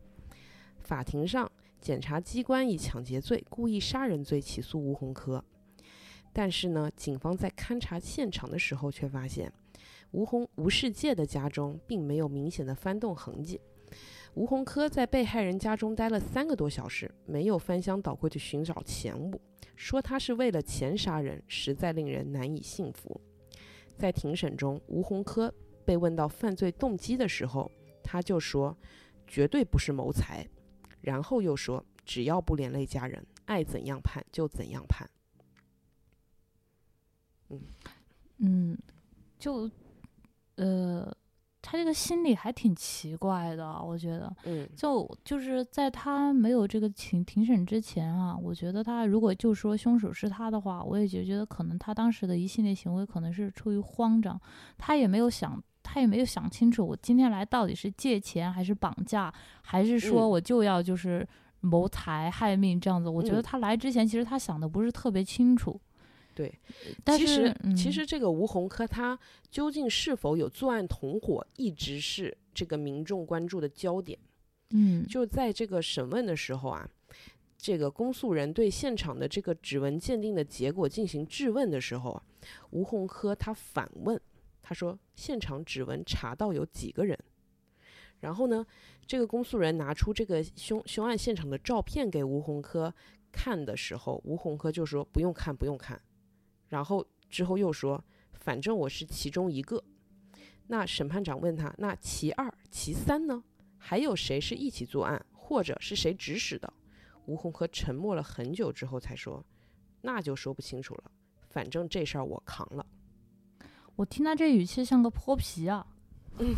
[SPEAKER 2] 法庭上，检察机关以抢劫罪、故意杀人罪起诉吴洪科，但是呢，警方在勘查现场的时候却发现，吴洪吴世界的家中并没有明显的翻动痕迹。吴洪科在被害人家中待了三个多小时，没有翻箱倒柜去寻找钱物，说他是为了钱杀人，实在令人难以信服。在庭审中，吴洪科被问到犯罪动机的时候，他就说绝对不是谋财，然后又说只要不连累家人，爱怎样判就怎样判。
[SPEAKER 1] 嗯，就呃，他这个心理还挺奇怪的，我觉得。
[SPEAKER 2] 嗯
[SPEAKER 1] 就就是在他没有这个庭庭审之前啊，我觉得他如果就说凶手是他的话，我也觉觉得可能他当时的一系列行为可能是出于慌张，他也没有想。他也没有想清楚，我今天来到底是借钱还是绑架，还是说
[SPEAKER 2] 嗯
[SPEAKER 1] 我就要就是谋财害命这样子？我觉得
[SPEAKER 2] 嗯
[SPEAKER 1] 他来之前，其实他想的不是特别清楚。呃
[SPEAKER 2] 对，
[SPEAKER 1] 但
[SPEAKER 2] 其
[SPEAKER 1] 是
[SPEAKER 2] 实、其
[SPEAKER 1] 嗯
[SPEAKER 2] 实这个吴洪科他究竟是否有作案同伙，一直是这个民众关注的焦点。
[SPEAKER 1] 嗯，
[SPEAKER 2] 就在这个审问的时候啊，这个公诉人对现场的这个指纹鉴定的结果进行质问的时候啊，吴洪科他反问，他说现场指纹查到有几个人？然后呢，这个公诉人拿出这个凶凶案现场的照片给吴洪科看的时候，吴洪科就说不用看，不用看。然后之后又说，反正我是其中一个。那审判长问他，那其二、其三呢？还有谁是一起作案，或者是谁指使的？吴洪科沉默了很久之后才说：“那就说不清楚了，反正这事儿我扛了。
[SPEAKER 1] 我听他这语气像个泼皮啊。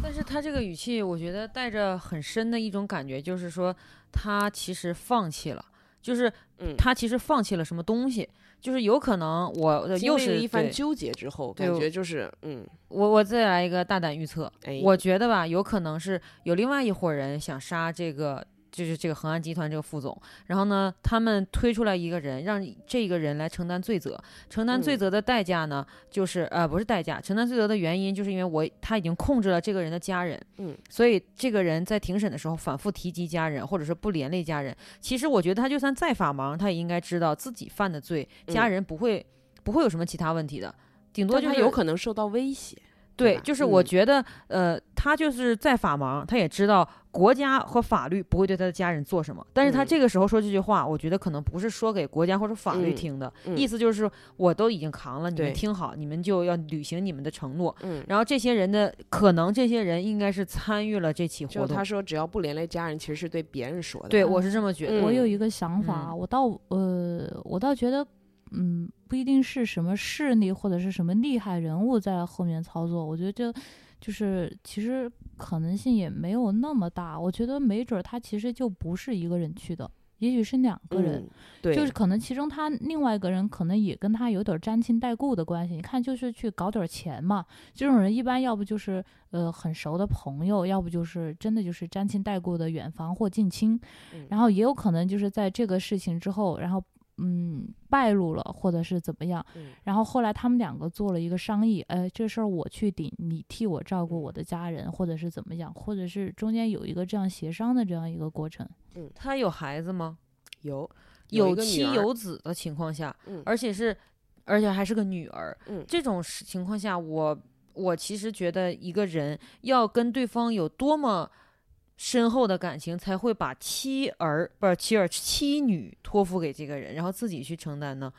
[SPEAKER 3] 但是他这个语气，我觉得带着很深的一种感觉，就是说他其实放弃了，就是”
[SPEAKER 2] 嗯，
[SPEAKER 3] 他其实放弃了什么东西，就是有可能我
[SPEAKER 2] 经
[SPEAKER 3] 又
[SPEAKER 2] 历了
[SPEAKER 3] 是
[SPEAKER 2] 一番
[SPEAKER 3] 对
[SPEAKER 2] 纠结之后，
[SPEAKER 3] 对
[SPEAKER 2] 感
[SPEAKER 3] 我
[SPEAKER 2] 觉就是嗯，
[SPEAKER 3] 我我再来一个大胆预测，
[SPEAKER 2] 哎，
[SPEAKER 3] 我觉得吧，有可能是有另外一伙人想杀这个，就是这个恒安集团这个副总。然后呢，他们推出来一个人，让这个人来承担罪责。承担罪
[SPEAKER 2] 嗯
[SPEAKER 3] 责的代价呢，就是呃，不是代价，承担罪责的原因就是因为我他已经控制了这个人的家人，
[SPEAKER 2] 嗯，
[SPEAKER 3] 所以这个人在庭审的时候反复提及家人，或者是不连累家人。其实我觉得他就算再法盲，他也应该知道自己犯的罪，家
[SPEAKER 2] 嗯
[SPEAKER 3] 人不会、不会有什么其他问题的，顶多
[SPEAKER 2] 但
[SPEAKER 3] 就
[SPEAKER 2] 他
[SPEAKER 3] 是
[SPEAKER 2] 有可能受到威胁，对
[SPEAKER 3] 对，
[SPEAKER 2] 吧
[SPEAKER 3] 就是我
[SPEAKER 2] 嗯
[SPEAKER 3] 觉得，呃，他就是在法盲，他也知道国家和法律不会对他的家人做什么，但是他
[SPEAKER 2] 嗯
[SPEAKER 3] 这个时候说这句话，我觉得可能不是说给国家或者法律
[SPEAKER 2] 嗯
[SPEAKER 3] 听的，
[SPEAKER 2] 嗯
[SPEAKER 3] 意思就是我都已经扛了，你
[SPEAKER 2] 对
[SPEAKER 3] 们听好，你们就要履行你们的承诺。
[SPEAKER 2] 嗯。
[SPEAKER 3] 然后这些人的可能，这些人应该是参与了这起
[SPEAKER 2] 就
[SPEAKER 3] 活动
[SPEAKER 2] 他，说，只要不连累家人，其实是对别人说的。
[SPEAKER 3] 对我是这么觉得。
[SPEAKER 1] 我
[SPEAKER 2] 嗯
[SPEAKER 1] 有一个想法啊，我倒呃，我倒觉得，嗯，不一定是什么势力或者是什么厉害人物在后面操作，我觉得这就是其实可能性也没有那么大。我觉得没准儿他其实就不是一个人去的，也许是两个人，
[SPEAKER 2] 嗯，对，
[SPEAKER 1] 就是可能其中他另外一个人可能也跟他有点儿沾亲带故的关系。你看，就是去搞点儿钱嘛，这种人一般要不就是呃很熟的朋友，要不就是真的就是沾亲带故的远房或近亲，
[SPEAKER 2] 嗯
[SPEAKER 1] 然后也有可能就是在这个事情之后，然后。嗯，败露了，或者是怎么样？
[SPEAKER 2] 嗯
[SPEAKER 1] 然后后来他们两个做了一个商议，哎，这事儿我去顶，你替我照顾我
[SPEAKER 2] 嗯
[SPEAKER 1] 的家人，或者是怎么样，或者是中间有一个这样协商的这样一个过程。
[SPEAKER 3] 他有孩子吗？
[SPEAKER 2] 有一
[SPEAKER 3] 有
[SPEAKER 2] 个女
[SPEAKER 3] 妻
[SPEAKER 2] 儿
[SPEAKER 3] 有子的情况下，
[SPEAKER 2] 嗯
[SPEAKER 3] 而且是，而且还是个女儿，
[SPEAKER 2] 嗯
[SPEAKER 3] 这种事情况下，我我其实觉得一个人要跟对方有多么深厚的感情，才会把妻儿不是妻儿妻女托付给这个人，然后自己去承担呢？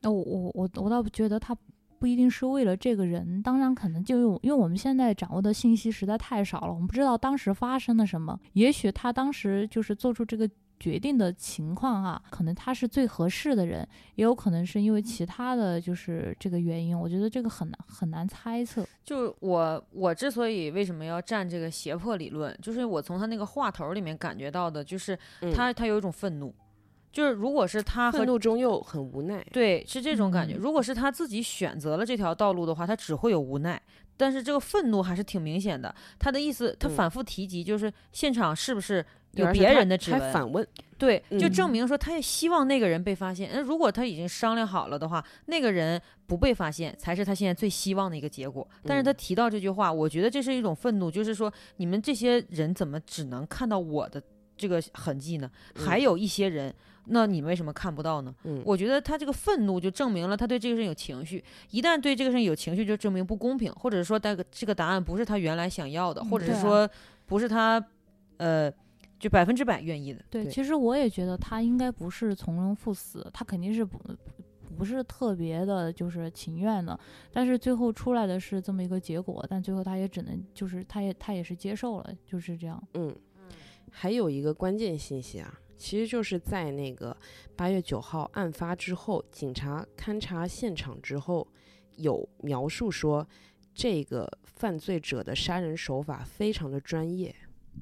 [SPEAKER 1] 那我我我我倒觉得他不一定是为了这个人，当然可能就用，因为我们现在掌握的信息实在太少了，我们不知道当时发生了什么。也许他当时就是做出这个决定的情况啊，可能他是最合适的人，也有可能是因为其他的就是这个原因。我觉得这个很难很难猜测。
[SPEAKER 3] 就我我之所以为什么要站这个胁迫理论，就是我从他那个话头里面感觉到的，就是
[SPEAKER 2] 嗯
[SPEAKER 3] 他、他有一种愤怒，就是如果是他和
[SPEAKER 2] 愤怒中又很无奈。
[SPEAKER 3] 对，是这种感觉。
[SPEAKER 1] 嗯
[SPEAKER 3] 如果是他自己选择了这条道路的话，他只会有无奈。但是这个愤怒还是挺明显的。他的意思，他
[SPEAKER 2] 嗯
[SPEAKER 3] 反复提及，就是现场是不是有
[SPEAKER 2] 而且
[SPEAKER 3] 别
[SPEAKER 2] 他
[SPEAKER 3] 人的指
[SPEAKER 2] 还
[SPEAKER 3] 纹？
[SPEAKER 2] 反问，
[SPEAKER 3] 对，就
[SPEAKER 2] 嗯
[SPEAKER 3] 证明说他也希望那个人被发现。那、如果他已经商量好了的话，那个人不被发现才是他现在最希望的一个结果。但是他
[SPEAKER 2] 嗯
[SPEAKER 3] 提到这句话，我觉得这是一种愤怒，就是说你们这些人怎么只能看到我的这个痕迹呢？还
[SPEAKER 2] 嗯
[SPEAKER 3] 有一些人，那你为什么看不到呢？
[SPEAKER 2] 嗯，
[SPEAKER 3] 我觉得他这个愤怒就证明了他对这个事情有情绪，一旦对这个事情有情绪，就证明不公平，或者说这个这个答案不是他原来想要的，
[SPEAKER 1] 嗯
[SPEAKER 3] 或者
[SPEAKER 1] 对
[SPEAKER 3] 是
[SPEAKER 1] 啊
[SPEAKER 3] 说不是他，呃，就百分之百愿意的。
[SPEAKER 1] 对，
[SPEAKER 2] 对
[SPEAKER 1] 其实我也觉得他应该不是从容赴死，他肯定是不不是特别的，就是情愿的。但是最后出来的是这么一个结果，但最后他也只能就是他也他也是接受了，就是这样。
[SPEAKER 2] 嗯，还有一个关键信息啊，其实就是在那个八月九号案发之后，警察勘察现场之后，有描述说这个犯罪者的杀人手法非常的专业，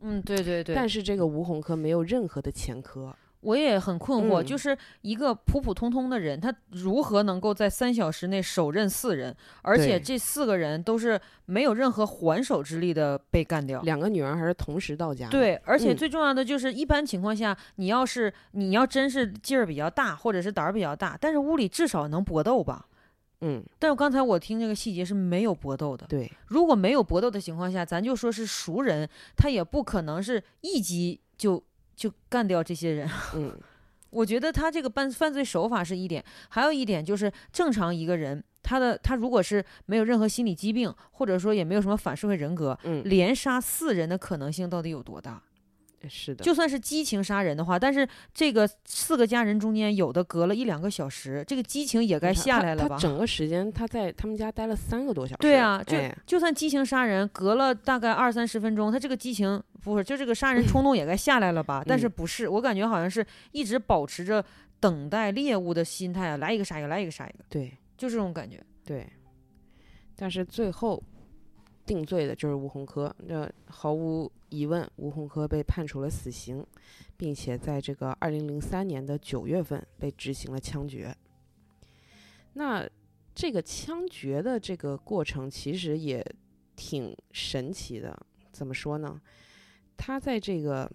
[SPEAKER 3] 嗯，对对哦对，
[SPEAKER 2] 但是这个吴红科没有任何的前科，
[SPEAKER 3] 我也很困惑，
[SPEAKER 2] 嗯
[SPEAKER 3] 就是一个普普通通的人，他如何能够在三小时内手刃四人，而且
[SPEAKER 2] 对
[SPEAKER 3] 这四个人都是没有任何还手之力的被干掉？
[SPEAKER 2] 两个女儿还是同时到家，，
[SPEAKER 3] 对，而且
[SPEAKER 2] 嗯
[SPEAKER 3] 最重要的就是，一般情况下，你要是你要真是劲儿比较大，或者是胆儿比较大，但是屋里至少能搏斗吧。
[SPEAKER 2] 嗯，
[SPEAKER 3] 但是刚才我听这个细节是没有搏斗的，
[SPEAKER 2] 对，
[SPEAKER 3] 如果没有搏斗的情况下，咱就说是熟人，他也不可能是一击就就干掉这些人。
[SPEAKER 2] 嗯，
[SPEAKER 3] 我觉得他这个犯犯罪手法是一点，还有一点就是正常一个人，他的他如果是没有任何心理疾病，或者说也没有什么反社会人格，
[SPEAKER 2] 嗯
[SPEAKER 3] 连杀四人的可能性到底有多大？
[SPEAKER 2] 是的，
[SPEAKER 3] 嗯就算是激情杀人的话，但是这个四个家人中间有的隔了一两个小时，这个激情也该
[SPEAKER 2] 你看
[SPEAKER 3] 下
[SPEAKER 2] 他
[SPEAKER 3] 来了吧
[SPEAKER 2] 他？整个时间他在他们家待了三个多小时，
[SPEAKER 3] 对啊，就、
[SPEAKER 2] 哎
[SPEAKER 3] 就算激情杀人，隔了大概二三十分钟，他这个激情不是，就这个杀人冲动也该下来了吧？但是
[SPEAKER 2] 嗯
[SPEAKER 3] 不是，我感觉好像是一直保持着等待猎物的心态啊，来一个杀一个，来一个杀一个，
[SPEAKER 2] 对
[SPEAKER 3] 就这种感觉。
[SPEAKER 2] 对，但是最后定罪的就是吴红科，这毫无疑问，吴红科被判处了死刑，并且在这个二零零三年的九月份被执行了枪决。那这个枪决的这个过程其实也挺神奇的，怎么说呢？他在这个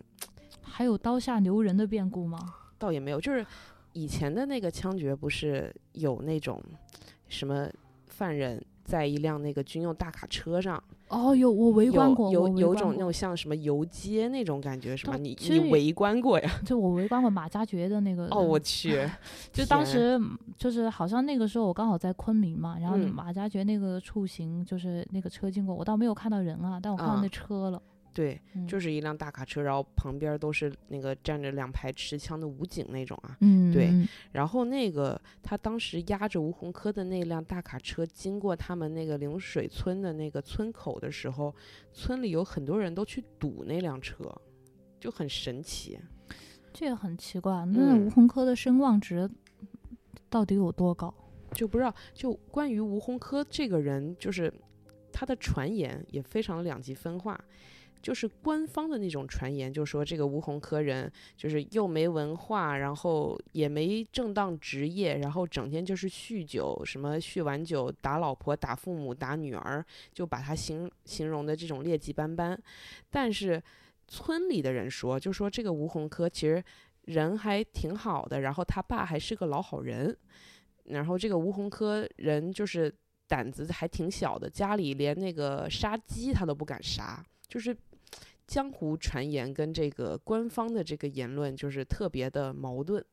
[SPEAKER 1] 还有刀下留人的变故吗？
[SPEAKER 2] 倒也没有，就是以前的那个枪决不是有那种什么犯人在一辆那个军用大卡车上，
[SPEAKER 1] 哦，有我围观过，
[SPEAKER 2] 有
[SPEAKER 1] 我
[SPEAKER 2] 有
[SPEAKER 1] 围
[SPEAKER 2] 有
[SPEAKER 1] 观
[SPEAKER 2] 种那
[SPEAKER 1] 过
[SPEAKER 2] 种像什么游街那种感觉是吗？
[SPEAKER 1] 对
[SPEAKER 2] 你
[SPEAKER 1] 其
[SPEAKER 2] 你
[SPEAKER 1] 实
[SPEAKER 2] 围观过呀？
[SPEAKER 1] 就我围观过马加爵的那个
[SPEAKER 2] 哦， 我去，
[SPEAKER 1] 就当
[SPEAKER 2] 天
[SPEAKER 1] 时嗯就是好像那个时候我刚好在昆明嘛，然后
[SPEAKER 2] 嗯
[SPEAKER 1] 马加爵那个处刑就是那个车经过，我倒没有看到人啊，但我看到
[SPEAKER 2] 啊
[SPEAKER 1] 那车了，
[SPEAKER 2] 对，
[SPEAKER 1] 嗯
[SPEAKER 2] 就是一辆大卡车，然后旁边都是那个站着两排持枪的武警那种啊。
[SPEAKER 1] 嗯，
[SPEAKER 2] 对
[SPEAKER 1] 嗯
[SPEAKER 2] 然后那个他当时压着吴洪科的那辆大卡车经过他们那个陵水村的那个村口的时候，村里有很多人都去堵那辆车，就很神奇。
[SPEAKER 1] 这也很奇怪，那
[SPEAKER 2] 嗯
[SPEAKER 1] 吴洪科的声望值到底有多高？
[SPEAKER 2] 就不知道，就关于吴洪科这个人，就是他的传言也非常两极分化。就是官方的那种传言，就说这个吴洪科人就是又没文化，然后也没正当职业，然后整天就是酗酒，什么酗完酒打老婆、打父母、打女儿，就把他形形容的这种劣迹斑斑。但是村里的人说，就说这个吴洪科其实人还挺好的，然后他爸还是个老好人，然后这个吴洪科人就是胆子还挺小的，家里连那个杀鸡他都不敢杀，就是江湖传言跟这个官方的这个言论就是特别的矛盾，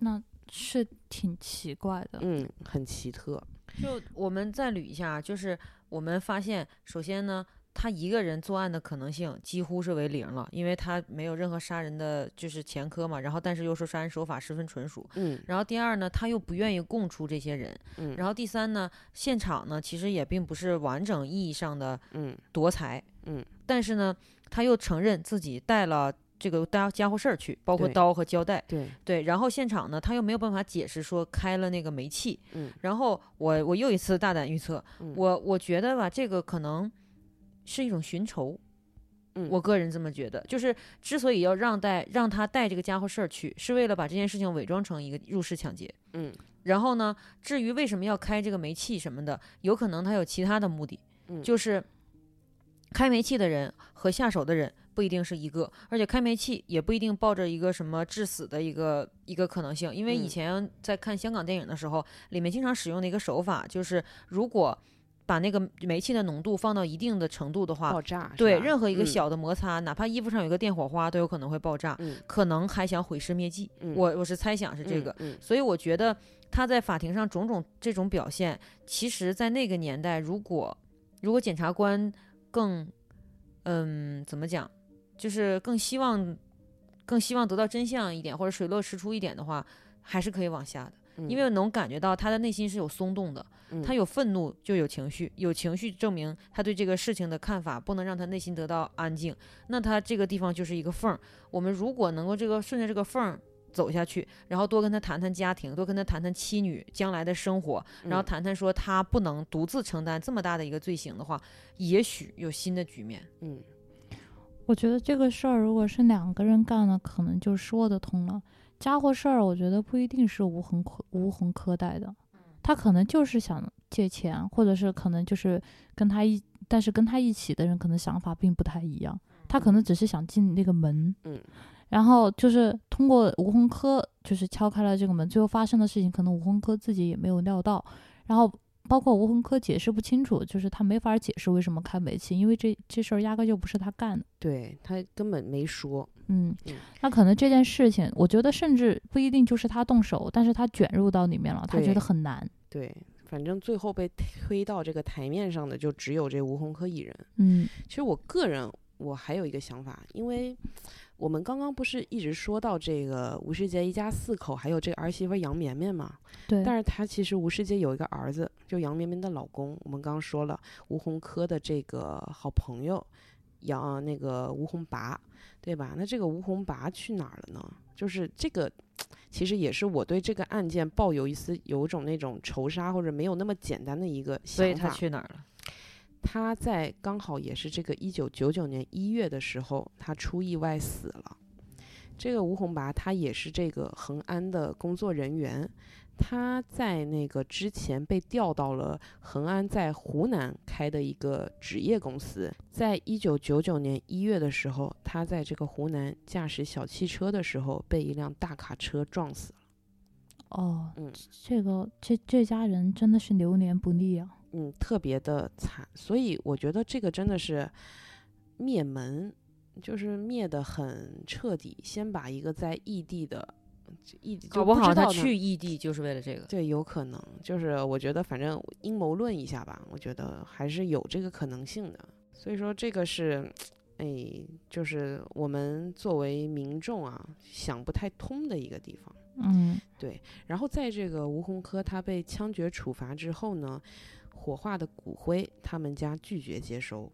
[SPEAKER 1] 那是挺奇怪的，
[SPEAKER 2] 嗯，很奇特，
[SPEAKER 3] 就我们再捋一下啊，就是我们发现，首先呢，他一个人作案的可能性几乎是为零了，因为他没有任何杀人的就是前科嘛。然后，但是又说杀人手法十分纯熟。
[SPEAKER 2] 嗯
[SPEAKER 3] 然后第二呢，他又不愿意供出这些人。
[SPEAKER 2] 嗯，
[SPEAKER 3] 然后第三呢，现场呢其实也并不是完整意义上的
[SPEAKER 2] 嗯
[SPEAKER 3] 夺财，
[SPEAKER 2] 嗯，
[SPEAKER 3] 但是呢，他又承认自己带了这个家家伙事儿去，包括
[SPEAKER 2] 对
[SPEAKER 3] 刀和胶带，
[SPEAKER 2] 对，
[SPEAKER 3] 对，然后现场呢，他又没有办法解释说开了那个煤气，
[SPEAKER 2] 嗯
[SPEAKER 3] 然后我我又一次大胆预测，
[SPEAKER 2] 嗯
[SPEAKER 3] 我我觉得吧，这个可能是一种寻仇，
[SPEAKER 2] 嗯
[SPEAKER 3] 我个人这么觉得，就是之所以要让带让他带这个家伙事儿去，是为了把这件事情伪装成一个入室抢劫，
[SPEAKER 2] 嗯
[SPEAKER 3] 然后呢，至于为什么要开这个煤气什么的，有可能他有其他的目的，
[SPEAKER 2] 嗯
[SPEAKER 3] 就是开煤气的人和下手的人不一定是一个，而且开煤气也不一定抱着一个什么致死的一个一个可能性，因为以
[SPEAKER 2] 嗯
[SPEAKER 3] 前在看香港电影的时候，里面经常使用的一个手法就是，如果把那个煤气的浓度放到一定的程度的话，
[SPEAKER 2] 爆炸是
[SPEAKER 3] 对
[SPEAKER 2] 吧
[SPEAKER 3] 任何一个
[SPEAKER 2] 嗯
[SPEAKER 3] 小的摩擦，哪怕衣服上有个电火花，都有可能会爆炸，
[SPEAKER 2] 嗯
[SPEAKER 3] 可能还想毁尸灭迹。
[SPEAKER 2] 嗯
[SPEAKER 3] 我我是猜想是这
[SPEAKER 2] 嗯
[SPEAKER 3] 个，
[SPEAKER 2] 嗯
[SPEAKER 3] 所以我觉得他在法庭上种种这种表现，其实，在那个年代，如果如果检察官更，嗯，怎么讲，就是更希望更希望得到真相一点，或者水落石出一点的话，还是可以往下的，
[SPEAKER 2] 嗯
[SPEAKER 3] 因为能感觉到他的内心是有松动的，他
[SPEAKER 2] 嗯
[SPEAKER 3] 有愤怒就有情绪，有情绪证明他对这个事情的看法不能让他内心得到安静，那他这个地方就是一个缝儿。我们如果能够这个顺着这个缝儿走下去，然后多跟他谈谈家庭，多跟他谈谈妻女将来的生活，然后
[SPEAKER 2] 嗯
[SPEAKER 3] 谈谈说他不能独自承担这么大的一个罪行的话，也许有新的局面。
[SPEAKER 2] 嗯
[SPEAKER 1] 我觉得这个事儿如果是两个人干了，可能就说得通了。家伙事儿，我觉得不一定是无痕可无痕苛待的，他可能就是想借钱，或者是可能就是跟他一，但是跟他一起的人可能想法并不太一样，他可能只是想进那个门，
[SPEAKER 2] 嗯，
[SPEAKER 1] 然后就是通过无痕科就是敲开了这个门，最后发生的事情可能无痕科自己也没有料到，然后。包括无痕科解释不清楚，就是他没法解释为什么开煤气，因为这这事儿压根就不是他干的。
[SPEAKER 2] 对他根本没说，
[SPEAKER 1] 嗯
[SPEAKER 2] 嗯，
[SPEAKER 1] 那可能这件事情，我觉得甚至不一定就是他动手，但是他卷入到里面了，他觉
[SPEAKER 2] 对
[SPEAKER 1] 得很难。
[SPEAKER 2] 对，反正最后被推到这个台面上的就只有这吴红科一人。
[SPEAKER 1] 嗯
[SPEAKER 2] 其实我个人我还有一个想法，因为我们刚刚不是一直说到这个吴世杰一家四口，还有这个儿媳妇杨绵绵嘛？
[SPEAKER 1] 对，
[SPEAKER 2] 但是他其实吴世杰有一个儿子，就杨绵绵的老公，我们刚刚说了吴洪科的这个好朋友杨、呃那个吴洪拔，对吧？那这个吴洪拔去哪儿了呢？就是这个，其实也是我对这个案件抱有一丝有一种那种仇杀或者没有那么简单的一个想法。
[SPEAKER 3] 所以他去哪儿了？
[SPEAKER 2] 他在刚好也是这个一九九九年一月的时候，他出意外死了。这个吴红拔他也是这个恒安的工作人员，他在那个之前被调到了恒安在湖南开的一个纸业公司。在一九九九年一月的时候，他在这个湖南驾驶小汽车的时候被一辆大卡车撞死了。
[SPEAKER 1] 哦，
[SPEAKER 2] 嗯
[SPEAKER 1] 这个这这家人真的是流年不利啊。
[SPEAKER 2] 嗯，特别的惨，所以我觉得这个真的是灭门，就是灭的很彻底，先把一个在异地的异地就
[SPEAKER 3] 搞不
[SPEAKER 2] 哦知
[SPEAKER 3] 好他
[SPEAKER 2] 道呢
[SPEAKER 3] 去异地就是为了这个。
[SPEAKER 2] 对，有可能，就是我觉得反正阴谋论一下吧，我觉得还是有这个可能性的。所以说这个是，哎，就是我们作为民众啊，想不太通的一个地方。
[SPEAKER 1] 嗯，
[SPEAKER 2] 然后在这个吴洪科他被枪决处罚之后呢，火化的骨灰他们家拒绝接收，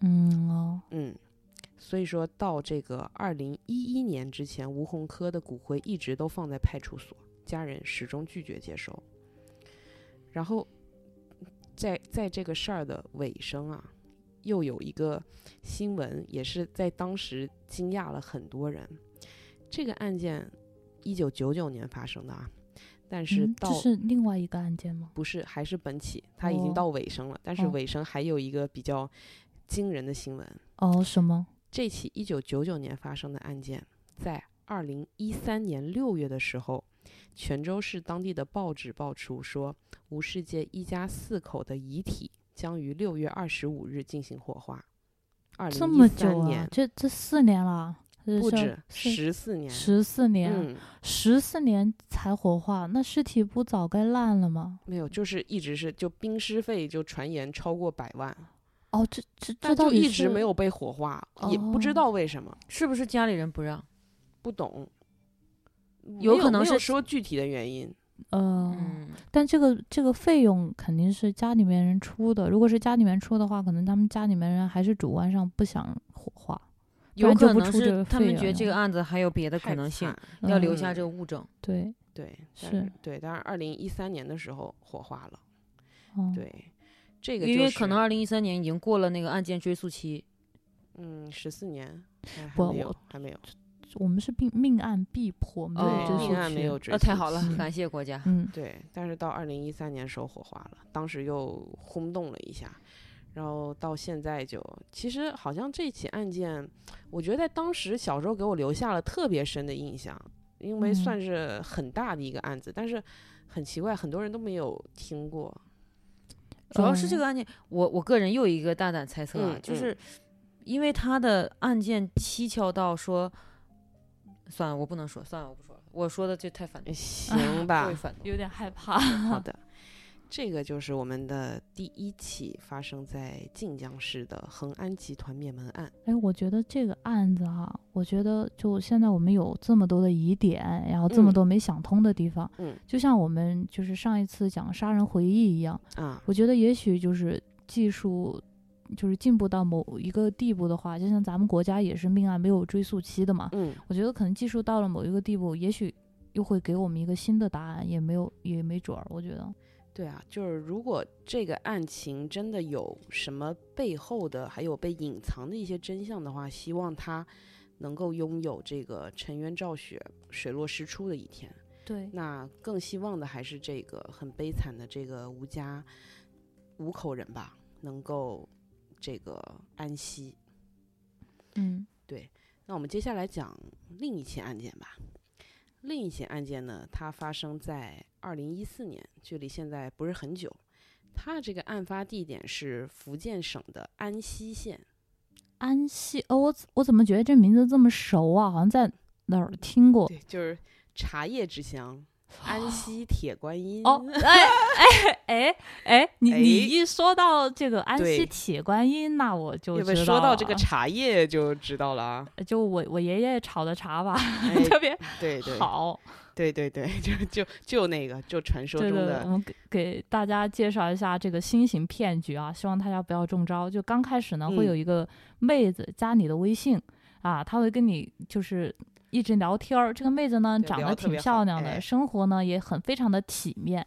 [SPEAKER 1] 嗯哦，
[SPEAKER 2] 嗯，所以说到这个二零一一年之前，吴洪科的骨灰一直都放在派出所，家人始终拒绝接收。然后在在这个事儿的尾声啊，又有一个新闻，也是在当时惊讶了很多人。这个案件一九九九年发生的啊，但是
[SPEAKER 1] 嗯
[SPEAKER 2] 到、
[SPEAKER 1] 这是另外一个案件吗？
[SPEAKER 2] 不是，还是本起，它已经
[SPEAKER 1] 哦
[SPEAKER 2] 到尾声了。但是
[SPEAKER 1] 哦
[SPEAKER 2] 尾声还有一个比较惊人的新闻，
[SPEAKER 1] 哦，什么？
[SPEAKER 2] 这起一九九九年发生的案件，在二零一三年六月的时候，泉州市当地的报纸爆出说，吴世界一家四口的遗体将于六月二十五日进行火化。二
[SPEAKER 1] 这
[SPEAKER 2] 零
[SPEAKER 1] 么
[SPEAKER 2] 一
[SPEAKER 1] 久
[SPEAKER 2] 三
[SPEAKER 1] 啊
[SPEAKER 2] 年？
[SPEAKER 1] 这这四年了，这
[SPEAKER 2] 不
[SPEAKER 1] 事
[SPEAKER 2] 止
[SPEAKER 1] 儿是
[SPEAKER 2] 十四年，
[SPEAKER 1] 十四年，
[SPEAKER 2] 嗯，
[SPEAKER 1] 十四年才火化，那尸体不早该烂了吗？
[SPEAKER 2] 没有，就是一直是就冰尸费就传言超过百万，
[SPEAKER 1] 哦，这这这
[SPEAKER 2] 但
[SPEAKER 1] 到
[SPEAKER 2] 就
[SPEAKER 1] 底
[SPEAKER 2] 一直
[SPEAKER 1] 是
[SPEAKER 2] 没有被火化，也不知
[SPEAKER 1] 哦
[SPEAKER 2] 道为什么。
[SPEAKER 3] 是不是家里人不让？
[SPEAKER 2] 不懂，没
[SPEAKER 3] 有
[SPEAKER 2] 有
[SPEAKER 3] 可能
[SPEAKER 2] 没有
[SPEAKER 3] 是
[SPEAKER 2] 说具体的原因。
[SPEAKER 1] 呃，
[SPEAKER 2] 嗯
[SPEAKER 1] 但这个这个费用肯定是家里面人出的。如果是家里面出的话，可能他们家里面人还是主观上不想火化。不
[SPEAKER 3] 有
[SPEAKER 1] 然就
[SPEAKER 3] 可
[SPEAKER 1] 不
[SPEAKER 3] 能
[SPEAKER 1] 出这
[SPEAKER 3] 是
[SPEAKER 1] 个
[SPEAKER 3] 他
[SPEAKER 1] 费
[SPEAKER 3] 们
[SPEAKER 1] 用
[SPEAKER 3] 觉得这
[SPEAKER 1] 了
[SPEAKER 3] 个案子还有别的可
[SPEAKER 2] 太
[SPEAKER 3] 能性
[SPEAKER 2] 惨，
[SPEAKER 3] 要
[SPEAKER 1] 嗯
[SPEAKER 3] 留下这个物证。
[SPEAKER 1] 对，
[SPEAKER 2] 对，但
[SPEAKER 1] 是
[SPEAKER 2] 对，当然二零一三年的时候火化了，
[SPEAKER 1] 嗯，
[SPEAKER 2] 对，这个
[SPEAKER 3] 因
[SPEAKER 2] 就
[SPEAKER 3] 为
[SPEAKER 2] 是
[SPEAKER 3] 可能二零一三年已经过了那个案件追诉期，
[SPEAKER 2] 嗯十四年，哎还
[SPEAKER 1] 不
[SPEAKER 2] 没
[SPEAKER 1] 我
[SPEAKER 2] 有还没有，
[SPEAKER 1] 我们是命命案必破，没有
[SPEAKER 3] 哦
[SPEAKER 1] 追
[SPEAKER 2] 对，
[SPEAKER 1] 溯
[SPEAKER 2] 命案
[SPEAKER 1] 期
[SPEAKER 2] 没有。追
[SPEAKER 3] 那太
[SPEAKER 2] 溯
[SPEAKER 3] 好了
[SPEAKER 2] 期，
[SPEAKER 3] 感谢国家。
[SPEAKER 1] 嗯，
[SPEAKER 2] 对，但是到二零一三年时候火化了，当时又轰动了一下，然后到现在就，其实好像这起案件，我觉得在当时小时候给我留下了特别深的印象，因为
[SPEAKER 1] 嗯
[SPEAKER 2] 算是很大的一个案子，但是很奇怪，很多人都没有听过。
[SPEAKER 3] 主要是
[SPEAKER 1] 嗯
[SPEAKER 3] 这个案件，我我个人又有一个大胆猜测啊
[SPEAKER 2] 嗯，
[SPEAKER 3] 就是因为他的案件蹊跷到说，算了，我不能说，算了，我不说了，我说的就太反，
[SPEAKER 2] 哎行
[SPEAKER 3] 过
[SPEAKER 2] 吧
[SPEAKER 3] 于，反动。
[SPEAKER 1] 有点害怕。
[SPEAKER 2] 好的，这个就是我们的第一起发生在晋江市的恒安集团灭门案。
[SPEAKER 1] 哎，我觉得这个案子哈、我觉得就现在我们有这么多的疑点，然后这么
[SPEAKER 2] 嗯
[SPEAKER 1] 多没想通的地方，
[SPEAKER 2] 嗯
[SPEAKER 1] 就像我们就是上一次讲《杀人回忆》一样，
[SPEAKER 2] 啊，
[SPEAKER 1] 我觉得也许就是技术就是进步到某一个地步的话，就像咱们国家也是命案没有追诉期的嘛，
[SPEAKER 2] 嗯，
[SPEAKER 1] 我觉得可能技术到了某一个地步，也许又会给我们一个新的答案，也没有也没准儿。我觉得，
[SPEAKER 2] 对啊，就是如果这个案情真的有什么背后的，还有被隐藏的一些真相的话，希望他能够拥有这个沉冤昭雪、水落石出的一天。
[SPEAKER 1] 对
[SPEAKER 2] 那更希望的还是这个很悲惨的这个吴家五口人吧，能够这个安息。
[SPEAKER 1] 嗯，
[SPEAKER 2] 那我们接下来讲另一起案件吧。另一起案件呢，它发生在二零一四年，距离现在不是很久。它这个案发地点是福建省的安溪县，
[SPEAKER 1] 安溪，哦，我我怎么觉得这名字这么熟啊？好像在哪儿听过。
[SPEAKER 2] 对，就是茶叶之乡安溪铁观音。
[SPEAKER 1] 哦，哎 哎哎哎，你
[SPEAKER 2] 哎
[SPEAKER 1] 你一说到这个安
[SPEAKER 2] 对
[SPEAKER 1] 溪铁观音，那我就
[SPEAKER 2] 因
[SPEAKER 1] 知道
[SPEAKER 2] 为说到这
[SPEAKER 1] 了
[SPEAKER 2] 个茶叶就知道了 啊，
[SPEAKER 1] 就我我爷爷炒的茶吧，
[SPEAKER 2] 哎
[SPEAKER 1] 特别
[SPEAKER 2] 对对
[SPEAKER 1] 好。
[SPEAKER 2] 对对对，就就就那个就传说
[SPEAKER 1] 对
[SPEAKER 2] 中
[SPEAKER 1] 对，
[SPEAKER 2] 的
[SPEAKER 1] 我们给给大家介绍一下这个新型骗局啊，希望大家不要中招。就刚开始呢，会
[SPEAKER 2] 嗯
[SPEAKER 1] 有一个妹子加你的微信、啊，她会跟你就是一直聊天儿。这个妹子呢，
[SPEAKER 2] 对
[SPEAKER 1] 长
[SPEAKER 2] 聊
[SPEAKER 1] 得
[SPEAKER 2] 得特
[SPEAKER 1] 挺
[SPEAKER 2] 别好
[SPEAKER 1] 漂亮的，
[SPEAKER 2] 哎
[SPEAKER 1] 生活呢也很非常的体面。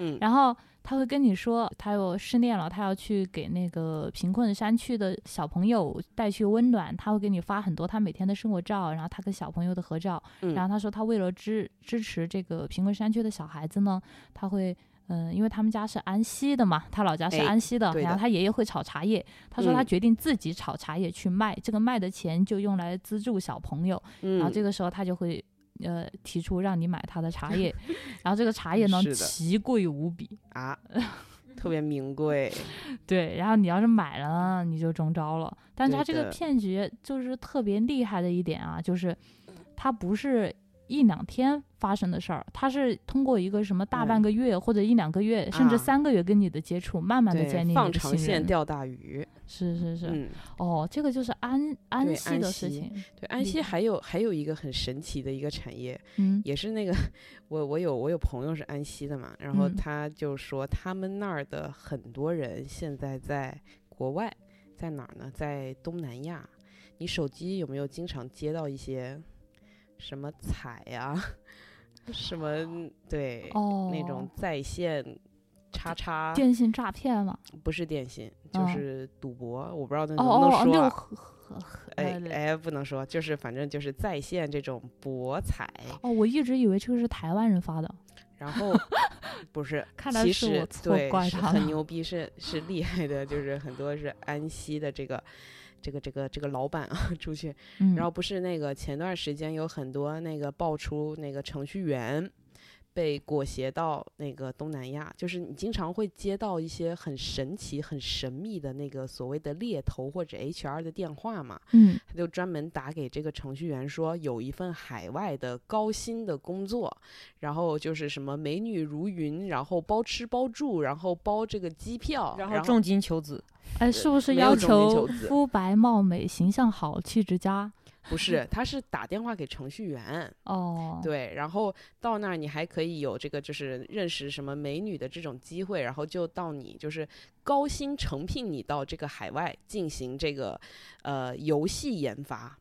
[SPEAKER 2] 嗯
[SPEAKER 1] 然后她会跟你说，她有失恋了，她要去给那个贫困山区的小朋友带去温暖。她会给你发很多她每天的生活照，然后她跟小朋友的合照。
[SPEAKER 2] 嗯
[SPEAKER 1] 然后他说，他为了支支持这个贫困山区的小孩子呢，他会，嗯、因为他们家是安溪的嘛，他老家是
[SPEAKER 2] 哎
[SPEAKER 1] 安溪的，
[SPEAKER 2] 对
[SPEAKER 1] 然
[SPEAKER 2] 的
[SPEAKER 1] 后他爷爷会炒茶叶，他说他
[SPEAKER 2] 嗯
[SPEAKER 1] 决定自己炒茶叶去卖，这个卖的钱就用来资助小朋友，
[SPEAKER 2] 嗯，
[SPEAKER 1] 然后这个时候他就会。呃，提出让你买他的茶 叶，然后这个茶叶呢
[SPEAKER 2] 嗯是的
[SPEAKER 1] 奇贵无比，
[SPEAKER 2] 啊，特别 名贵，
[SPEAKER 1] 对，然后你要是买了呢，你就中招了。但是
[SPEAKER 2] 对
[SPEAKER 1] 他这个
[SPEAKER 2] 的
[SPEAKER 1] 骗局就是特别厉害的一点啊，就是它不是一两天发生的事儿，它是通过一个什么大
[SPEAKER 2] 嗯
[SPEAKER 1] 半个月或者一两个月，甚至
[SPEAKER 2] 啊
[SPEAKER 1] 三个月跟你的接触，慢慢的
[SPEAKER 2] 对，
[SPEAKER 1] 建立你
[SPEAKER 2] 放
[SPEAKER 1] 的
[SPEAKER 2] 长
[SPEAKER 1] 信
[SPEAKER 2] 线
[SPEAKER 1] 任。
[SPEAKER 2] 钓大鱼，
[SPEAKER 1] 是是是，
[SPEAKER 2] 嗯，
[SPEAKER 1] 哦，这个就是安
[SPEAKER 2] 对
[SPEAKER 1] 安息
[SPEAKER 2] 安
[SPEAKER 1] 的事
[SPEAKER 2] 息
[SPEAKER 1] 情。
[SPEAKER 2] 对，安
[SPEAKER 1] 厉
[SPEAKER 2] 溪
[SPEAKER 1] 害
[SPEAKER 2] 还有还有一个很神奇的一个产业，
[SPEAKER 1] 嗯
[SPEAKER 2] 也是那个我我有我有朋友是安溪的嘛，然后
[SPEAKER 1] 嗯
[SPEAKER 2] 他就说他们那儿的很多人现在在国外，在哪儿呢？在东南亚。你手机有没有经常接到一些什么彩呀、 什么对、
[SPEAKER 1] 哦，
[SPEAKER 2] 那种在线叉叉？
[SPEAKER 1] 电信诈骗嘛。
[SPEAKER 2] 不是电信，就
[SPEAKER 1] 嗯
[SPEAKER 2] 是赌博，我不知道那
[SPEAKER 1] 哦
[SPEAKER 2] 能不能
[SPEAKER 1] 哦，
[SPEAKER 2] 说、
[SPEAKER 1] 六
[SPEAKER 2] 啊。
[SPEAKER 1] 合合合
[SPEAKER 2] 哎
[SPEAKER 1] 对
[SPEAKER 2] 哎，不能说，就是反正就是在线这种博彩，
[SPEAKER 1] 哦，我一直以为这个是台湾人发的。
[SPEAKER 2] 然 后不是，
[SPEAKER 1] 看来
[SPEAKER 2] 其
[SPEAKER 1] 是
[SPEAKER 2] 实
[SPEAKER 1] 我错
[SPEAKER 2] 对
[SPEAKER 1] 怪
[SPEAKER 2] 是
[SPEAKER 1] 他
[SPEAKER 2] 很
[SPEAKER 1] 了
[SPEAKER 2] 牛逼， 是是厉害的，就是很多是安溪的这个这个这个这个老板啊 出去，
[SPEAKER 1] 嗯，
[SPEAKER 2] 然后不是那个前段时间有很多那个爆出那个程序员。被裹挟到那个东南亚，就是你经常会接到一些很神奇、很神秘的那个所谓的猎头或者 HR 的电话嘛，
[SPEAKER 1] 嗯
[SPEAKER 2] 他就专门打给这个程序员说，有一份海外的高薪的工作，然后就是什么美女如云，然后包吃包住，然后包这个机票，然
[SPEAKER 3] 然后重金求子，
[SPEAKER 1] 哎，是不是
[SPEAKER 2] 没有
[SPEAKER 1] 要
[SPEAKER 2] 种民
[SPEAKER 1] 求
[SPEAKER 2] 求子
[SPEAKER 1] 肤白貌美、形象好、气质佳？
[SPEAKER 2] 不是，他是打电话给程序员，
[SPEAKER 1] 哦，
[SPEAKER 2] 对，然后到那儿你还可以有这个就是认识什么美女的这种机会，然后就到你就是高薪诚聘你到这个海外进行这个呃游戏研发，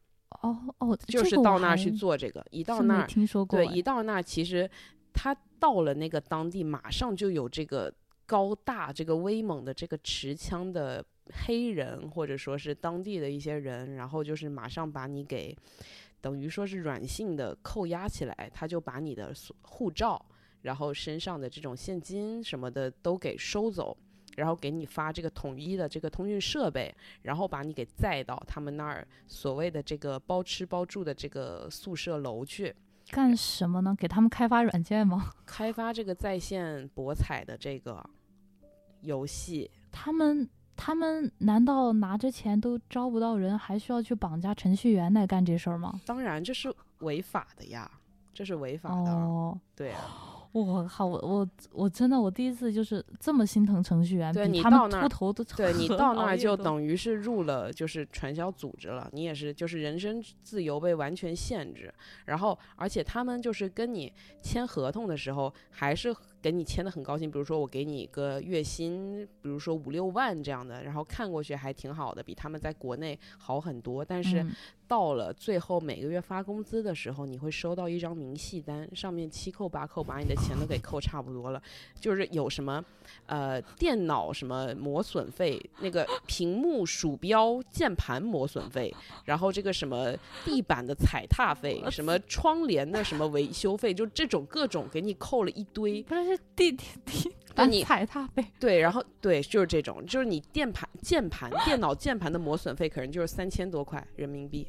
[SPEAKER 1] 哦哦，
[SPEAKER 2] 就是
[SPEAKER 1] 这个我
[SPEAKER 2] 到那儿去
[SPEAKER 1] 还
[SPEAKER 2] 做这个，一到
[SPEAKER 1] 是
[SPEAKER 2] 那
[SPEAKER 1] 没
[SPEAKER 2] 儿
[SPEAKER 1] 听说过
[SPEAKER 2] 对，
[SPEAKER 1] 哎，
[SPEAKER 2] 一到那儿其实他到了那个当地，马上就有这个高大、这个威猛的这个持枪的黑人，或者说是当地的一些人，然后就是马上把你给等于说是软性的扣押起来，他就把你的所护照，然后身上的这种现金什么的都给收走。然后给你发这个统一的这个通讯设备，然后把你给载到他们那儿所谓的这个包吃包住的这个宿舍楼去，
[SPEAKER 1] 干什么呢？给他们开发软件吗？
[SPEAKER 2] 开发这个在线博彩的这个游戏，
[SPEAKER 1] 他们他们难道拿着钱都招不到人，还需要去绑架程序员来干这事儿吗？
[SPEAKER 2] 当然这是违法的呀，这是违法的啊，
[SPEAKER 1] 哦，
[SPEAKER 2] 对啊，
[SPEAKER 1] 我靠，我我我真的我第一次就是这么心疼程序员，
[SPEAKER 2] 对
[SPEAKER 1] 比
[SPEAKER 2] 你
[SPEAKER 1] 他
[SPEAKER 2] 到
[SPEAKER 1] 们
[SPEAKER 2] 那
[SPEAKER 1] 秃
[SPEAKER 2] 儿
[SPEAKER 1] 头都
[SPEAKER 2] 对你
[SPEAKER 1] 和
[SPEAKER 2] 到那
[SPEAKER 1] 熬
[SPEAKER 2] 儿
[SPEAKER 1] 夜
[SPEAKER 2] 就
[SPEAKER 1] 都
[SPEAKER 2] 等于是入了就是传销组织了，你也是就是人身自由被完全限制，然后而且他们就是跟你签合同的时候还是给你签的很高兴，比如说我给你一个月薪，比如说五六万这样的，然后看过去还挺好的，比他们在国内好很多。但是
[SPEAKER 1] 嗯
[SPEAKER 2] 到了最后每个月发工资的时候，你会收到一张明细单，上面七扣八扣把你的钱都给扣差不多了，就是有什么呃电脑什么磨损费，那个屏幕、鼠标、键盘磨损费，然后这个什么地板的踩踏费，什么窗帘的什么维修费，就这种各种给你扣了一 堆。
[SPEAKER 1] 不是是地地地
[SPEAKER 2] 把
[SPEAKER 1] 把
[SPEAKER 2] 你
[SPEAKER 1] 踩踏呗，
[SPEAKER 2] 对，然后对，就是这种，就是你键盘、键盘、电脑键盘的磨损费，可能就是三千多块人民币，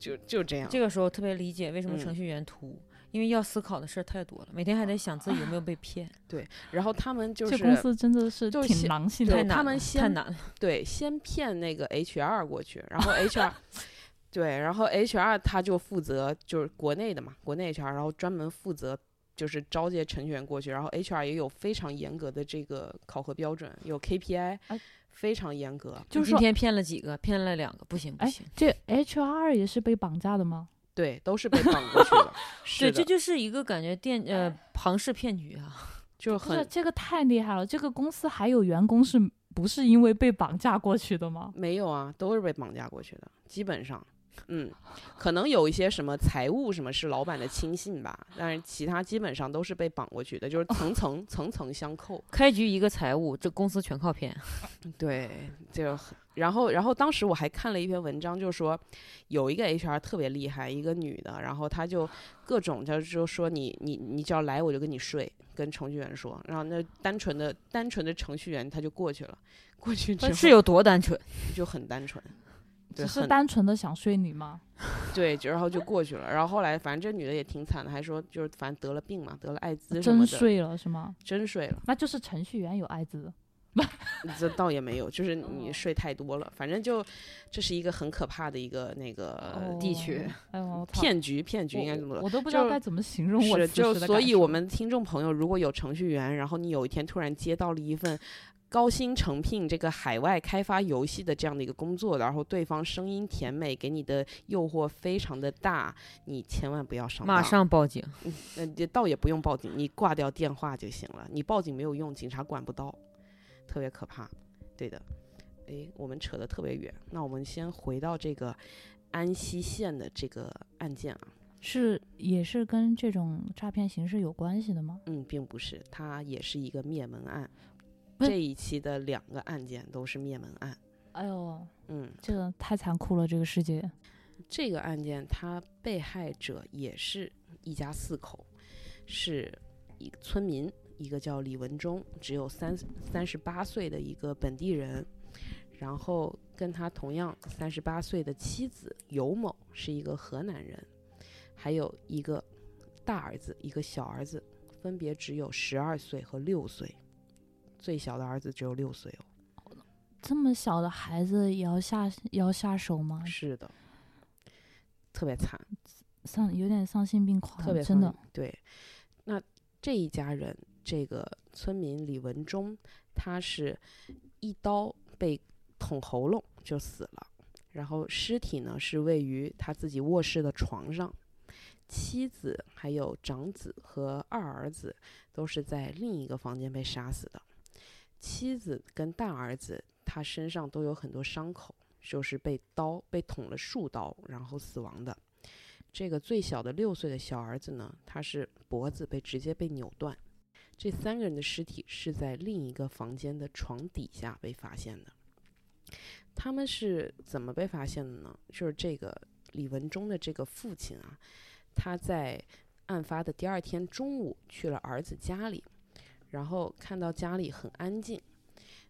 [SPEAKER 2] 就就这样。
[SPEAKER 3] 这个时候特别理解为什么
[SPEAKER 2] 嗯
[SPEAKER 3] 程序员秃，因为要思考的事儿太多了，每天还得想自己有没有被骗，
[SPEAKER 2] 然后他们就是
[SPEAKER 1] 这公司真的是
[SPEAKER 2] 就是
[SPEAKER 1] 挺
[SPEAKER 2] 先
[SPEAKER 1] 狼性
[SPEAKER 2] 对
[SPEAKER 3] 太
[SPEAKER 1] 的。
[SPEAKER 3] 难
[SPEAKER 2] 他们
[SPEAKER 3] 了太
[SPEAKER 2] 先
[SPEAKER 3] 难了。
[SPEAKER 2] 对先骗那个 HR 过去，然后 HR 对，然后 HR 他就负责就是国内的嘛，国内 HR，然后专门负责。就是招这些程序员过去，然后 HR 也有非常严格的这个考核标准，有 KPI，、
[SPEAKER 1] 哎
[SPEAKER 2] 非常严格。
[SPEAKER 1] 就是
[SPEAKER 3] 今
[SPEAKER 1] 说，
[SPEAKER 3] 天骗了几个？骗了两个，不行不
[SPEAKER 1] 哎
[SPEAKER 3] 行。，
[SPEAKER 1] 这 HR 也是被绑架的吗？
[SPEAKER 2] 对，都是被绑过去的。是
[SPEAKER 3] 对，
[SPEAKER 2] 的哎
[SPEAKER 3] 这就是一个感觉电呃庞氏骗局啊，
[SPEAKER 2] 就
[SPEAKER 1] 不是，
[SPEAKER 2] 很
[SPEAKER 1] 这个太厉害了。这个公司还有员工是不是因为被绑架过去的吗？
[SPEAKER 2] 没有啊，都是被绑架过去的，基本上。嗯，可能有一些什么财务什么是老板的亲信吧，但是其他基本上都是被绑过去的，就是层层 层层相扣。
[SPEAKER 3] 开局一个财务，这公司全靠 骗。
[SPEAKER 2] 对，就很然后然后当时我还看了一篇文章，就说有一个 HR 特别厉害，一个女的，然后她就各种就就说你你你只要来我就跟你睡，跟程序员说，然后那单纯的单纯的程序员他就过去了，过去之后
[SPEAKER 3] 是有多单纯？
[SPEAKER 2] 就很单纯，对，
[SPEAKER 1] 只是
[SPEAKER 2] 很
[SPEAKER 1] 单纯的想睡你吗？
[SPEAKER 2] 对，就然后就过去了。然后后来，反正这女的也挺惨的，还说就是反正得了病嘛，得了艾滋什么
[SPEAKER 1] 真
[SPEAKER 2] 的，
[SPEAKER 1] 睡了是吗？
[SPEAKER 2] 真睡了。
[SPEAKER 1] 那就是程序员有艾滋。
[SPEAKER 2] 这倒也没有，就是你
[SPEAKER 1] 哦
[SPEAKER 2] 睡太多了。反正就这是一个很可怕的一个那个
[SPEAKER 3] 地区
[SPEAKER 1] 哦，哎呦，我操
[SPEAKER 2] 骗局，骗局
[SPEAKER 1] 我
[SPEAKER 2] 应该怎么
[SPEAKER 1] 我
[SPEAKER 2] 说？
[SPEAKER 1] 我都不知道
[SPEAKER 2] 就
[SPEAKER 1] 该怎么形容我
[SPEAKER 2] 是，
[SPEAKER 1] 此
[SPEAKER 2] 就
[SPEAKER 1] 时的
[SPEAKER 2] 所
[SPEAKER 1] 感
[SPEAKER 2] 以
[SPEAKER 1] 受
[SPEAKER 2] 我们听众朋友，如果有程序员，然后你有一天突然接到了一份高薪诚聘这个海外开发游戏的这样的一个工作，然后对方声音甜美，给你的诱惑非常的大，你千万不要上当。
[SPEAKER 3] 马上报警，
[SPEAKER 2] 那呃也倒也不用报警，你挂掉电话就行了。你报警没有用，警察管不到，特别可怕。对的，诶，我们扯得特别远，那我们先回到这个安溪县的这个案件啊，
[SPEAKER 1] 是也是跟这种诈骗形式有关系的吗？
[SPEAKER 2] 嗯，并不是，它也是一个灭门案。
[SPEAKER 1] 不是
[SPEAKER 2] 这一期的两个案件都是灭门案，
[SPEAKER 1] 哎呦，
[SPEAKER 2] 嗯，
[SPEAKER 1] 这个太残酷了，这个世界。
[SPEAKER 2] 这个案件，它被害者也是一家四口，是一个村民，一个叫李文忠，只有三三十八岁的一个本地人，然后跟他同样三十八岁的妻子尤某是一个河南人，还有一个大儿子，一个小儿子，分别只有十二岁和六岁，最小的儿子只有六岁哦。
[SPEAKER 1] 这么小的孩子也要下也要下手吗？
[SPEAKER 2] 是的，特别惨。
[SPEAKER 1] 丧有点丧心病狂，
[SPEAKER 2] 特别
[SPEAKER 1] 真的。
[SPEAKER 2] 方便对。那这一家人，这个村民李文忠，他是一刀被捅喉咙就死了，然后尸体呢是位于他自己卧室的床上。妻子、还有长子和二儿子都是在另一个房间被杀死的。妻子跟大儿子，他身上都有很多伤口，就是被刀被捅了数刀，然后死亡的。这个最小的六岁的小儿子呢，他是脖子被直接被扭断。这三个人的尸体是在另一个房间的床底下被发现的。他们是怎么被发现的呢？就是这个李文忠的这个父亲啊，他在案发的第二天中午去了儿子家里，然后看到家里很安静。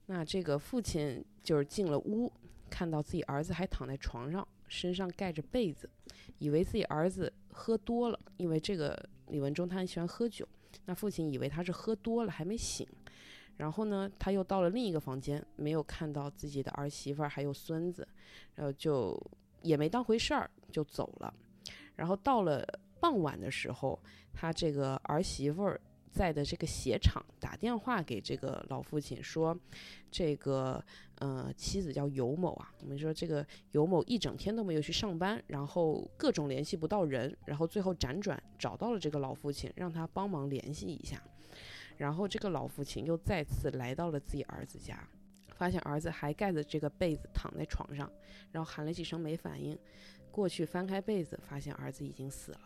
[SPEAKER 2] 那这个父亲就是进了屋，看到自己儿子还躺在床上，身上盖着被子，以为自己儿子喝多了，因为这个李文忠他很喜欢喝酒，那父亲以为他是喝多了还没醒，然后呢，他又到了另一个房间，没有看到自己的儿媳妇儿还有孙子，然后就也没当回事儿就走了。然后到了傍晚的时候，他这个儿媳妇儿在的这个鞋厂打电话给这个老父亲说，这个呃妻子叫尤某啊，我们说这个尤某一整天都没有去上班，然后各种联系不到人，然后最后辗转找到了这个老父亲，让他帮忙联系一下。然后这个老父亲又再次来到了自己儿子家，发现儿子还盖着这个被子躺在床上，然后喊了几声没反应，过去翻开被子，发现儿子已经死了，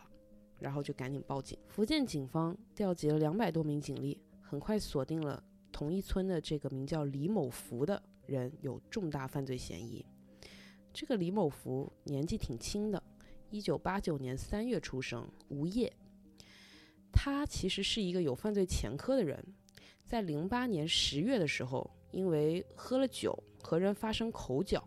[SPEAKER 2] 然后就赶紧报警。福建警方调集了两百多名警力，很快锁定了同一村的这个名叫李某福的人有重大犯罪嫌疑。这个李某福年纪挺轻的，一九八九年三月出生，无业。他其实是一个有犯罪前科的人，在零八年十月的时候，因为喝了酒和人发生口角，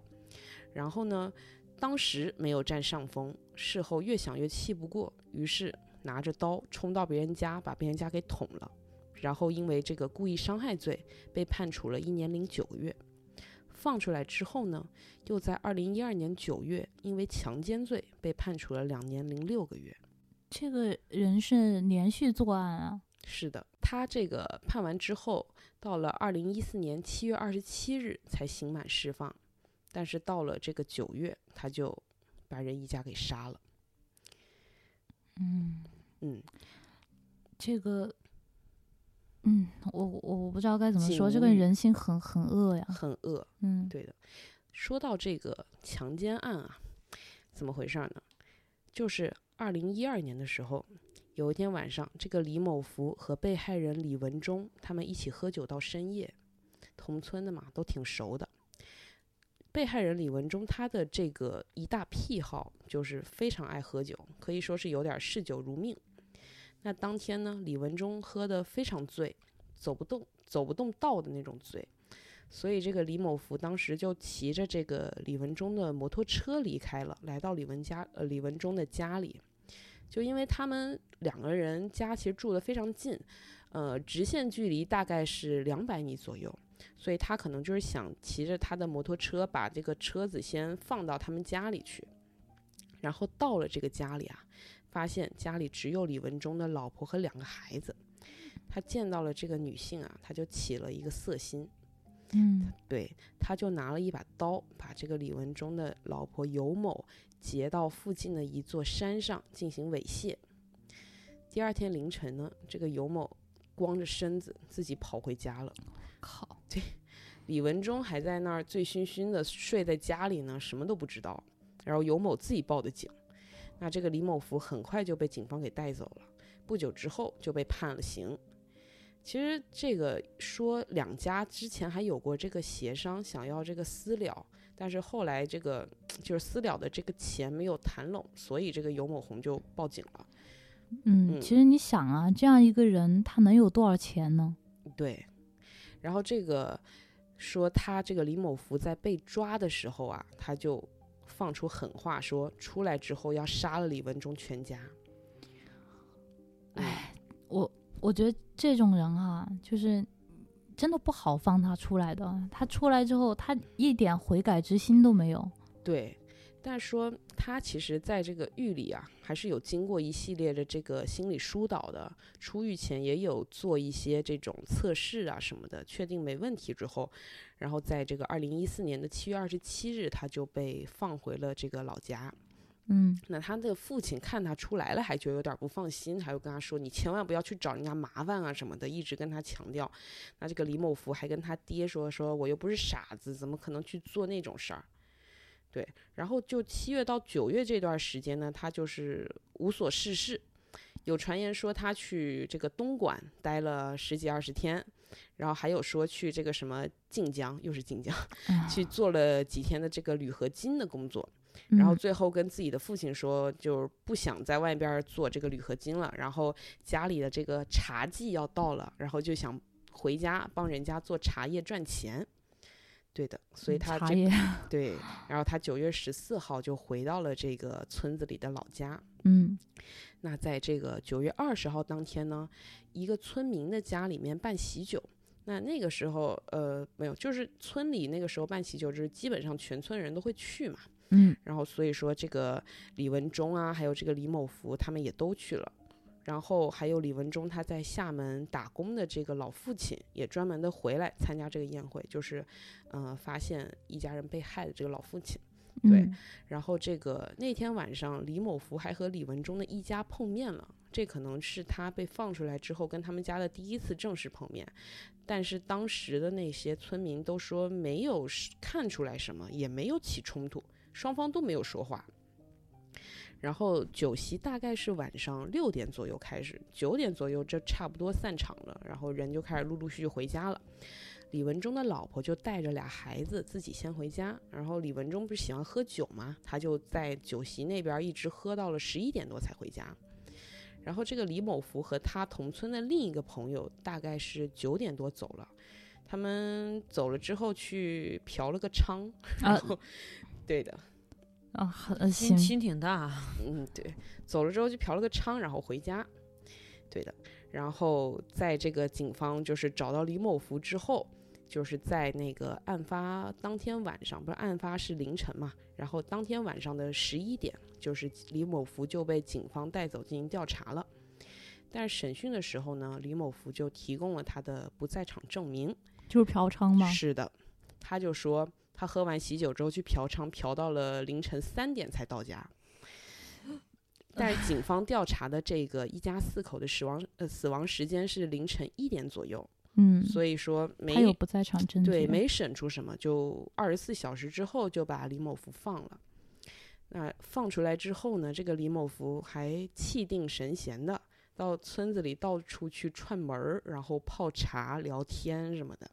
[SPEAKER 2] 然后呢，当时没有占上风，事后越想越气不过，于是拿着刀冲到别人家，把别人家给捅了，然后因为这个故意伤害罪被判处了一年零九个月。放出来之后呢，又在二零一二年九月因为强奸罪被判处了两年零六个月。
[SPEAKER 1] 这个人是连续作案啊，
[SPEAKER 2] 是的，他这个判完之后，到了二零一四年七月二十七日才刑满释放，但是到了这个九月，他就把人一家给杀了。
[SPEAKER 1] 嗯，
[SPEAKER 2] 嗯，
[SPEAKER 1] 这个，嗯，我我我不知道该怎么说，这个
[SPEAKER 2] 警
[SPEAKER 1] 人性很很恶呀，
[SPEAKER 2] 很恶，
[SPEAKER 1] 嗯，
[SPEAKER 2] 对的。说到这个强奸案啊，怎么回事儿呢？就是二零一二年的时候，有一天晚上，这个李某福和被害人李文忠他们一起喝酒到深夜，同村的嘛，都挺熟的。被害人李文忠他的这个一大癖好就是非常爱喝酒，可以说是有点嗜酒如命。那当天呢，李文忠喝得非常醉，走不动走不动道的那种醉。所以这个李某福当时就骑着这个李文忠的摩托车离开了，来到李文家呃李文忠的家里。就因为他们两个人家其实住得非常近，呃，直线距离大概是两百米左右，所以他可能就是想骑着他的摩托车把这个车子先放到他们家里去。然后到了这个家里啊，发现家里只有李文忠的老婆和两个孩子。他见到了这个女性啊，他就起了一个色心，
[SPEAKER 1] 嗯，
[SPEAKER 2] 对，他就拿了一把刀，把这个李文忠的老婆尤某劫到附近的一座山上进行猥亵。第二天凌晨呢，这个尤某光着身子自己跑回家了。
[SPEAKER 1] 靠，
[SPEAKER 2] 李文忠还在那儿醉醺醺的睡在家里呢，什么都不知道。然后尤某自己报的警，那这个李某福很快就被警方给带走了，不久之后就被判了刑。其实这个说两家之前还有过这个协商，想要这个私了，但是后来这个就是私了的这个钱没有谈拢，所以这个尤某红就报警了。
[SPEAKER 1] 嗯，
[SPEAKER 2] 嗯
[SPEAKER 1] 其实你想啊，这样一个人他能有多少钱呢？
[SPEAKER 2] 对，然后这个说他这个李某福在被抓的时候啊，他就放出狠话说，出来之后要杀了李文忠全家。
[SPEAKER 1] 哎，我我觉得这种人啊，就是真的不好放他出来的。他出来之后，他一点悔改之心都没有。
[SPEAKER 2] 对，但是说他其实在这个狱里啊，还是有经过一系列的这个心理疏导的。出狱前也有做一些这种测试啊什么的，确定没问题之后，然后在这个二零一四年的七月二十七日，他就被放回了这个老家。
[SPEAKER 1] 嗯，
[SPEAKER 2] 那他的父亲看他出来了，还觉得有点不放心，还有跟他说：“你千万不要去找人家麻烦啊什么的。”一直跟他强调。那这个李某福还跟他爹说：“说我又不是傻子，怎么可能去做那种事儿？”对，然后就七月到九月这段时间呢，他就是无所事事。有传言说他去这个东莞待了十几二十天，然后还有说去这个什么晋江，又是晋江，
[SPEAKER 1] 哎
[SPEAKER 2] 去做了几天的这个铝合金的工作。然后
[SPEAKER 1] 嗯
[SPEAKER 2] 最后跟自己的父亲说，就是不想在外边儿做这个铝合金了，然后家里的这个茶季要到了，然后就想回家帮人家做茶叶赚钱。对的，所以他
[SPEAKER 1] 嗯茶
[SPEAKER 2] 这
[SPEAKER 1] 叶，
[SPEAKER 2] 对，然后他九月十四号就回到了这个村子里的老家。
[SPEAKER 1] 嗯
[SPEAKER 2] 那在这个九月二十号当天呢，一个村民的家里面办喜酒。那那个时候，呃，没有，就是村里那个时候办喜酒，就是基本上全村人都会去嘛。
[SPEAKER 1] 嗯
[SPEAKER 2] 然后所以说这个李文忠啊，还有这个李某福，他们也都去了。然后还有李文忠他在厦门打工的这个老父亲，也专门的回来参加这个宴会，就是，呃，发现一家人被害的这个老父亲，对
[SPEAKER 1] 嗯
[SPEAKER 2] 然后这个那天晚上，李某福还和李文忠的一家碰面了，这可能是他被放出来之后跟他们家的第一次正式碰面。但是当时的那些村民都说没有是看出来什么，也没有起冲突，双方都没有说话。然后酒席大概是晚上六点左右开始，九点左右这差不多散场了，然后人就开始陆陆续续回家了。李文忠的老婆就带着俩孩子自己先回家，然后李文忠不是喜欢喝酒嘛，他就在酒席那边一直喝到了十一点多才回家。然后这个李某福和他同村的另一个朋友大概是九点多走了，他们走了之后去嫖了个娼，然
[SPEAKER 1] 啊
[SPEAKER 2] 后、对的，
[SPEAKER 1] 啊，很
[SPEAKER 3] 心
[SPEAKER 1] 行，
[SPEAKER 3] 心挺大，啊
[SPEAKER 2] 嗯，对，走了之后就嫖了个娼，然后回家。对的，然后在这个警方就是找到李某福之后，就是在那个案发当天晚上，不是案发是凌晨嘛，然后当天晚上的十一点，就是李某福就被警方带走进行调查了。但是审讯的时候呢，李某福就提供了他的不在场证明，
[SPEAKER 1] 就是嫖娼吗？
[SPEAKER 2] 是的，他就说他喝完喜酒之后去嫖娼，嫖到了凌晨三点才到 家。但是警方调查的这个一家四口的死亡呃死亡时间是凌晨一点左右，
[SPEAKER 1] 嗯，
[SPEAKER 2] 所以说没
[SPEAKER 1] 他有不在场证据，
[SPEAKER 2] 对，没审出什么，就二十四小时之后就把李某福放了。那放出来之后呢，这个李某福还气定神闲的到村子里到处去串门儿，然后泡茶、聊天什么的。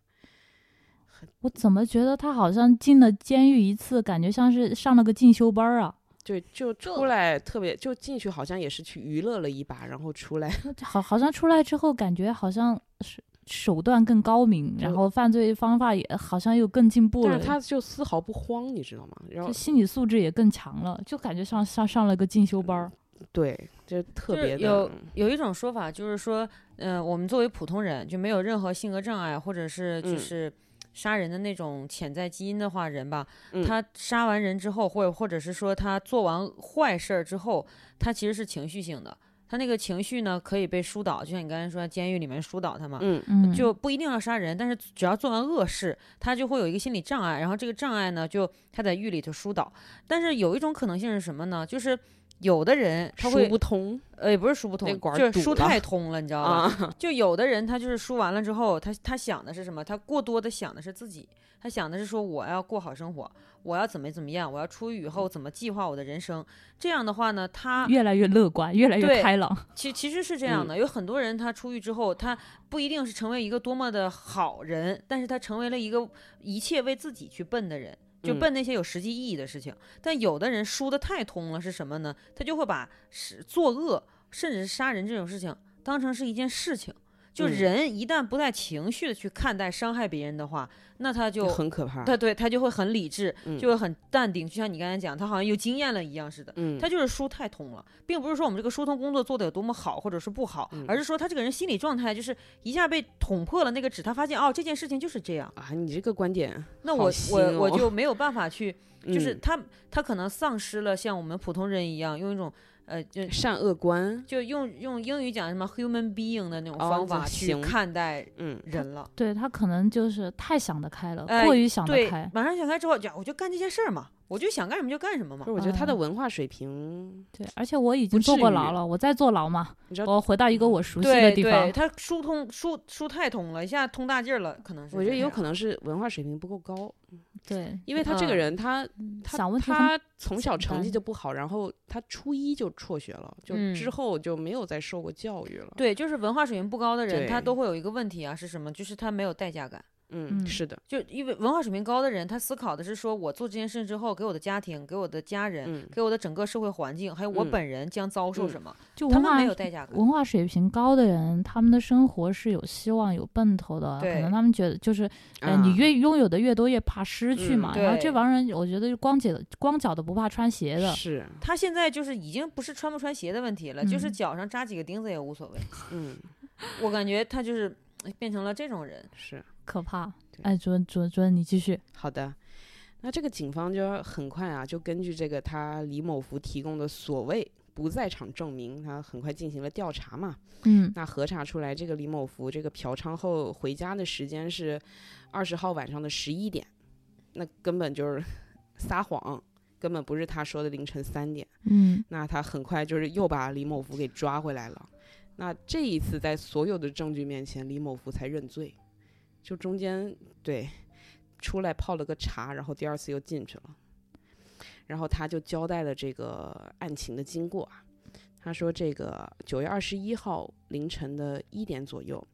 [SPEAKER 1] 我怎么觉得他好像进了监狱一次，感觉像是上了个进修班儿啊？
[SPEAKER 2] 对，就出来特别，就进去好像也是去娱乐了一把，然后出来，
[SPEAKER 1] 好，好像出来之后感觉好像是手段更高明，然
[SPEAKER 2] 就
[SPEAKER 1] 后犯罪方法也好像又更进步
[SPEAKER 2] 但
[SPEAKER 1] 了，
[SPEAKER 2] 是他就丝毫不慌，你知道吗？然后
[SPEAKER 1] 就心理素质也更强了，就感觉像像上了个进修班儿。
[SPEAKER 2] 对，就特
[SPEAKER 3] 就是
[SPEAKER 2] 别的嗯
[SPEAKER 3] 有，嗯有一种说法就是说，呃，我们作为普通人就没有任何性格障碍，或者是就
[SPEAKER 2] 嗯
[SPEAKER 3] 是杀人的那种潜在基因的话，人吧，
[SPEAKER 2] 嗯
[SPEAKER 3] 他杀完人之后，或者或者是说他做完坏事儿之后，他其实是情绪性的，他那个情绪呢可以被疏导，就像你刚才说监狱里面疏导他嘛。
[SPEAKER 2] 嗯，
[SPEAKER 1] 嗯，
[SPEAKER 3] 就不一定要杀人，但是只要做完恶事，他就会有一个心理障碍，然后这个障碍呢，就他在狱里头疏导。但是有一种可能性是什么呢？就是有的人他
[SPEAKER 2] 说
[SPEAKER 3] 会
[SPEAKER 2] 不通
[SPEAKER 3] 呃，也不是疏不通，
[SPEAKER 2] 那管儿
[SPEAKER 3] 就是
[SPEAKER 2] 堵
[SPEAKER 3] 疏
[SPEAKER 2] 了
[SPEAKER 3] 太通了，你知道吧？
[SPEAKER 2] 啊，
[SPEAKER 3] 就有的人他就是疏完了之后，他他想的是什么？他过多的想的是自己，他想的是说我要过好生活，我要怎么怎么样，我要出狱以
[SPEAKER 2] 嗯
[SPEAKER 3] 后怎么计划我的人生。这样的话呢，他
[SPEAKER 1] 嗯越来越乐观，越来越
[SPEAKER 3] 对
[SPEAKER 1] 开朗。
[SPEAKER 3] 其其实是这样
[SPEAKER 2] 嗯
[SPEAKER 3] 的，有很多人他出狱之后，他不一定是成为一个多么的好人，但是他成为了一个一切为自己去奔的人，就
[SPEAKER 2] 嗯
[SPEAKER 3] 奔那些有实际意义的事情。但有的人输的太通了，是什么呢？他就会把是作恶甚至是杀人这种事情当成是一件事情。就
[SPEAKER 2] 嗯
[SPEAKER 3] 人一旦不带情绪的去看待伤害别人的话，那他就
[SPEAKER 2] 很可怕，
[SPEAKER 3] 他对他就会很理智，
[SPEAKER 2] 啊嗯
[SPEAKER 3] 就会很淡定，就像你刚才讲，他好像有经验了一样似的。
[SPEAKER 2] 嗯，
[SPEAKER 3] 他就是疏太通了，并不是说我们这个疏通工作做得有多么好或者是不好，
[SPEAKER 2] 嗯
[SPEAKER 3] 而是说他这个人心理状态就是一下被捅破了那个纸，他发现哦这件事情就是这样，
[SPEAKER 2] 啊，你这个观点，
[SPEAKER 3] 那
[SPEAKER 2] 好
[SPEAKER 3] 我、
[SPEAKER 2] 新
[SPEAKER 3] 我我
[SPEAKER 2] 哦
[SPEAKER 3] 就没有办法去，就是
[SPEAKER 2] 嗯
[SPEAKER 3] 他、他可能丧失了像我们普通人一样用一种呃就
[SPEAKER 2] 嗯善恶观，
[SPEAKER 3] 就用用英语讲什么 human being 的那种
[SPEAKER 2] 哦
[SPEAKER 3] 方
[SPEAKER 2] 就
[SPEAKER 3] 法去
[SPEAKER 2] 行
[SPEAKER 3] 看待
[SPEAKER 2] 嗯，
[SPEAKER 3] 人了。
[SPEAKER 1] 对他可能就是太想得开了，
[SPEAKER 2] 呃
[SPEAKER 3] 哎
[SPEAKER 1] 过于想得
[SPEAKER 3] 对
[SPEAKER 1] 开，。
[SPEAKER 3] 马上想开之后，呀我就干这件事儿嘛，我就想干什么就干什么嘛
[SPEAKER 2] 就是。我觉得他的
[SPEAKER 1] 嗯
[SPEAKER 2] 文化水平，
[SPEAKER 1] 对，而且我已
[SPEAKER 2] 不
[SPEAKER 1] 经坐
[SPEAKER 2] 至
[SPEAKER 1] 过
[SPEAKER 2] 于
[SPEAKER 1] 牢了，我再坐牢嘛，
[SPEAKER 2] 你知道，
[SPEAKER 1] 我回到一个我熟悉的
[SPEAKER 3] 对
[SPEAKER 1] 地
[SPEAKER 3] 对，
[SPEAKER 1] 方。
[SPEAKER 3] 他疏通疏疏太通了，一下通大劲儿了，可能是
[SPEAKER 2] 我觉得
[SPEAKER 3] 这
[SPEAKER 2] 有
[SPEAKER 3] 样
[SPEAKER 2] 可能是文化水平不够高，
[SPEAKER 1] 对，
[SPEAKER 2] 因为他这个
[SPEAKER 3] 嗯
[SPEAKER 2] 人他
[SPEAKER 1] 嗯
[SPEAKER 2] 他
[SPEAKER 1] 想问题很
[SPEAKER 2] 他从小
[SPEAKER 1] 简
[SPEAKER 2] 成绩
[SPEAKER 1] 单
[SPEAKER 2] 就不好，然后他初一就辍学了，就
[SPEAKER 3] 嗯
[SPEAKER 2] 之后就没有再受过教育了。
[SPEAKER 3] 对，就是文化水平不高的人，他
[SPEAKER 2] 对
[SPEAKER 3] 都会有一个问题啊，是什么？就是他没有代价感。
[SPEAKER 2] 嗯，
[SPEAKER 1] 嗯
[SPEAKER 2] 是的，
[SPEAKER 3] 就因为文化水平高的人，他思考的是说，我做这件事之后，给我的家庭、给我的家人、
[SPEAKER 2] 嗯，
[SPEAKER 3] 给我的整个社会环境，还有我
[SPEAKER 2] 嗯
[SPEAKER 3] 本人将遭受
[SPEAKER 2] 嗯
[SPEAKER 3] 什么，
[SPEAKER 1] 就
[SPEAKER 3] 他
[SPEAKER 1] 文
[SPEAKER 3] 们
[SPEAKER 1] 化
[SPEAKER 3] 没有代价感。
[SPEAKER 1] 文化水平高的人，他们的生活是有希望、有奔头的。可
[SPEAKER 3] 对
[SPEAKER 1] 能他们觉得就是，呃，你
[SPEAKER 2] 啊
[SPEAKER 1] 越拥有的越多，越怕失去
[SPEAKER 2] 嗯
[SPEAKER 1] 嘛。然后
[SPEAKER 3] 对
[SPEAKER 1] 这帮人，我觉得光脚光脚的不怕穿鞋的。
[SPEAKER 2] 是，嗯
[SPEAKER 3] 他现在就是已经不是穿不穿鞋的问题了，就是
[SPEAKER 1] 嗯
[SPEAKER 3] 脚上扎几个钉子也无所谓。
[SPEAKER 2] 嗯，
[SPEAKER 3] 我感觉他就是哎变成了这种人。
[SPEAKER 2] 是
[SPEAKER 1] 可怕
[SPEAKER 2] 对。
[SPEAKER 1] 哎，主任，主任，主任，你继续。
[SPEAKER 2] 好的。那这个警方就很快啊，就根据这个他李某福提供的所谓不在场证明，他很快进行了调查嘛。
[SPEAKER 1] 嗯
[SPEAKER 2] 那核查出来，这个李某福这个嫖娼后回家的时间是二十号晚上的十一点，那根本就是撒谎，根本不是他说的凌晨三点。
[SPEAKER 1] 嗯
[SPEAKER 2] 那他很快就是又把李某福给抓回来了。那这一次在所有的证据面前，李某福才认罪，就中间对出来泡了个茶，然后第二次又进去了。然后他就交代了这个案情的经过啊，他说这个九月二十一号凌晨的一点左右，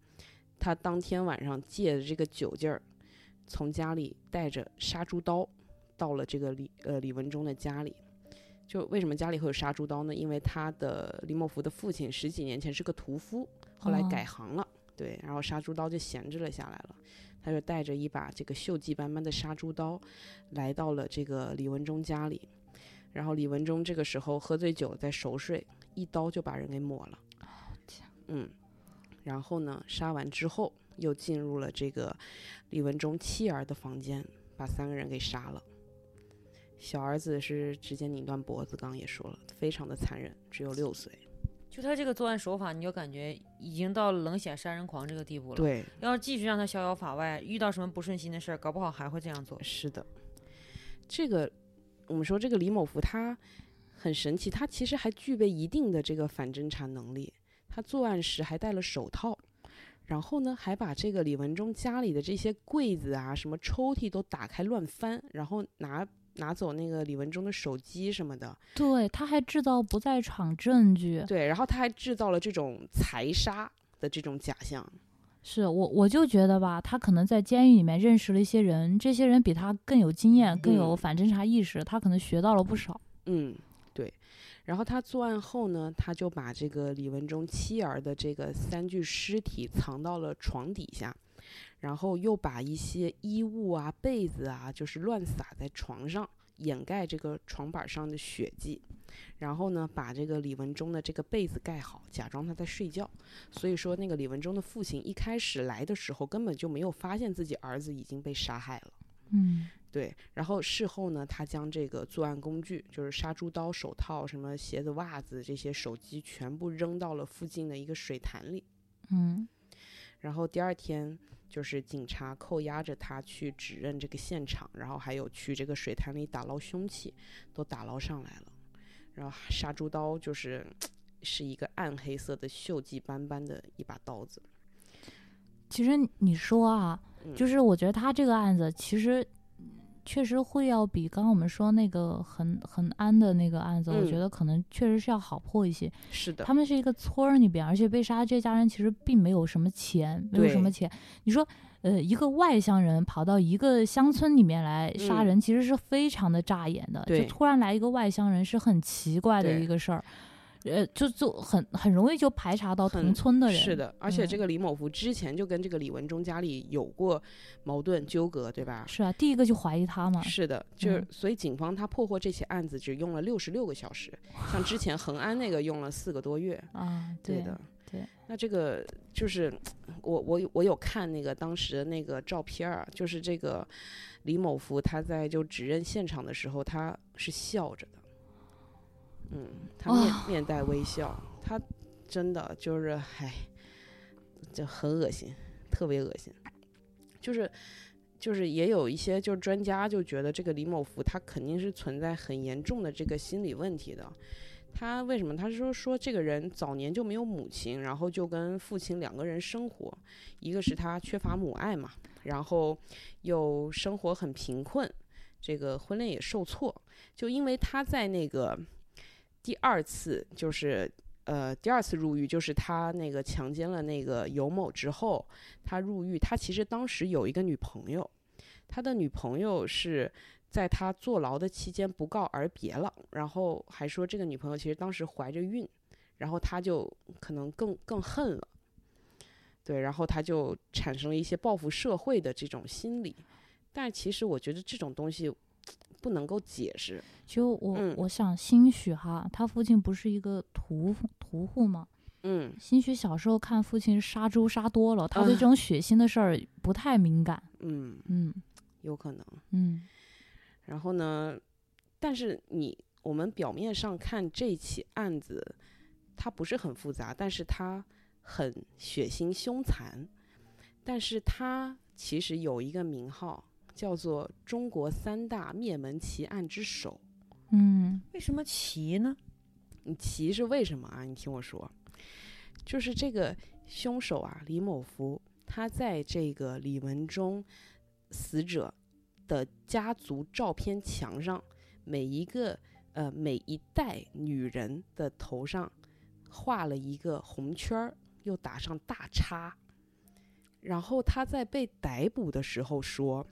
[SPEAKER 2] 他当天晚上借着这个酒劲儿，从家里带着杀猪刀到了这个李呃李文忠的家里。就为什么家里会有杀猪刀呢？因为他的李某福的父亲十几年前是个屠夫，后来
[SPEAKER 1] 哦
[SPEAKER 2] 改行了，对，然后杀猪刀就闲置了下来了。他就带着一把这个锈迹斑斑的杀猪刀，来到了这个李文忠家里。然后李文忠这个时候喝醉酒在熟睡，一刀就把人给抹了。嗯，然后呢，杀完之后又进入了这个李文忠妻儿的房间，把三个人给杀了。小儿子是直接拧断脖子，刚刚也说了，非常的残忍，只有六岁。
[SPEAKER 3] 就他这个作案手法，你就感觉已经到冷血杀人狂这个地步了。，
[SPEAKER 2] 对，
[SPEAKER 3] 要是继续让他逍遥法外，遇到什么不顺心的事儿，搞不好还会这样做。
[SPEAKER 2] 是的，这个我们说这个李某福他很神奇，他其实还具备一定的这个反侦查能力。他作案时还戴了手套，然后呢还把这个李文忠家里的这些柜子啊、什么抽屉都打开乱翻，然后拿拿走那个李文忠的手机什么的。
[SPEAKER 1] 对，他还制造不在场证据。
[SPEAKER 2] 对，然后他还制造了这种财杀的这种假象。
[SPEAKER 1] 是我我就觉得吧，他可能在监狱里面认识了一些人，这些人比他更有经验，更有
[SPEAKER 2] 嗯
[SPEAKER 1] 反侦查意识，他可能学到了不少。
[SPEAKER 2] 嗯，对。然后他作案后呢，他就把这个李文忠妻儿的这个三具尸体藏到了床底下，然后又把一些衣物啊、被子啊，就是乱撒在床上，掩盖这个床板上的血迹。然后呢，把这个李文忠的这个被子盖好，假装他在睡觉。所以说，那个李文忠的父亲一开始来的时候，根本就没有发现自己儿子已经被杀害了。
[SPEAKER 1] 嗯，
[SPEAKER 2] 对，然后事后呢，他将这个作案工具，就是杀猪刀、手套、什么鞋子、袜子这些手机，全部扔到了附近的一个水潭里。
[SPEAKER 1] 嗯，
[SPEAKER 2] 然后第二天，就是警察扣押着他去指认这个现场，然后还有去这个水潭里打捞凶器，都打捞上来了。然后杀猪刀就是是一个暗黑色的锈迹斑斑的一把刀子。
[SPEAKER 1] 其实你说啊，
[SPEAKER 2] 嗯
[SPEAKER 1] 就是我觉得他这个案子其实确实会要比刚刚我们说那个恒恒安的那个案子，我
[SPEAKER 2] 嗯
[SPEAKER 1] 觉得可能确实是要好破一些。
[SPEAKER 2] 是的，
[SPEAKER 1] 他们是一个村儿里边，而且被杀的这家人其实并没有什么钱，没有什么
[SPEAKER 2] 对
[SPEAKER 1] 钱。你说，呃，一个外乡人跑到一个乡村里面来杀
[SPEAKER 2] 嗯
[SPEAKER 1] 人，其实是非常的扎眼的。
[SPEAKER 2] 对
[SPEAKER 1] 就突然来一个外乡人，是很奇怪的
[SPEAKER 2] 对
[SPEAKER 1] 一个事儿。呃，就就很很容易就排查到同
[SPEAKER 2] 很
[SPEAKER 1] 村的人。
[SPEAKER 2] 是的，而且这
[SPEAKER 1] 嗯
[SPEAKER 2] 个李某福之前就跟这个李文忠家里有过矛盾纠葛，对吧？
[SPEAKER 1] 是啊，第一个就怀疑他嘛。
[SPEAKER 2] 是的，就是
[SPEAKER 1] 嗯
[SPEAKER 2] 所以警方他破获这起案子只用了六十六个小时，像之前恒安那个用了四个多月。
[SPEAKER 1] 啊，
[SPEAKER 2] 对的，
[SPEAKER 1] 对。
[SPEAKER 2] 那这个就是我我有我有看那个当时的那个照片儿，啊就是这个李某福他在就指认现场的时候，他是笑着的，嗯，他面、
[SPEAKER 1] 哇
[SPEAKER 2] 面带微笑，他真的就是唉，就很恶心，特别恶心，就是。就是也有一些就是专家就觉得这个李某福他肯定是存在很严重的这个心理问题的，他为什么？他是说说这个人早年就没有母亲，然后就跟父亲两个人生活，一个是他缺乏母爱嘛，然后又生活很贫困，这个婚恋也受挫，就因为他在那个第二次就是。呃，第二次入狱就是他那个强奸了那个尤某之后，他入狱。他其实当时有一个女朋友，他的女朋友是在他坐牢的期间不告而别了，然后还说这个女朋友其实当时怀着孕，然后他就可能更更恨了，对，然后他就产生了一些报复社会的这种心理，但其实我觉得这种东西不能够解释，
[SPEAKER 1] 就我、
[SPEAKER 2] 嗯
[SPEAKER 1] 我想兴许哈，他父亲不是一个屠户屠户吗？
[SPEAKER 2] 嗯，
[SPEAKER 1] 兴许小时候看父亲杀猪杀多了，他对
[SPEAKER 2] 啊
[SPEAKER 1] 这种血腥的事儿不太敏感。
[SPEAKER 2] 嗯，
[SPEAKER 1] 嗯
[SPEAKER 2] 有可能。
[SPEAKER 1] 嗯
[SPEAKER 2] 然后呢，但是你我们表面上看这起案子，它不是很复杂，但是它很血腥凶残，但是它其实有一个名号叫做中国三大灭门奇案之首，
[SPEAKER 1] 嗯
[SPEAKER 3] 为什么奇呢？
[SPEAKER 2] 你奇是为什么啊？你听我说，就是这个凶手啊，李某福，他在这个李文忠死者的家族照片墙上，每一个呃每一代女人的头上画了一个红圈儿，又打上大叉。然后他在被逮捕的时候说：“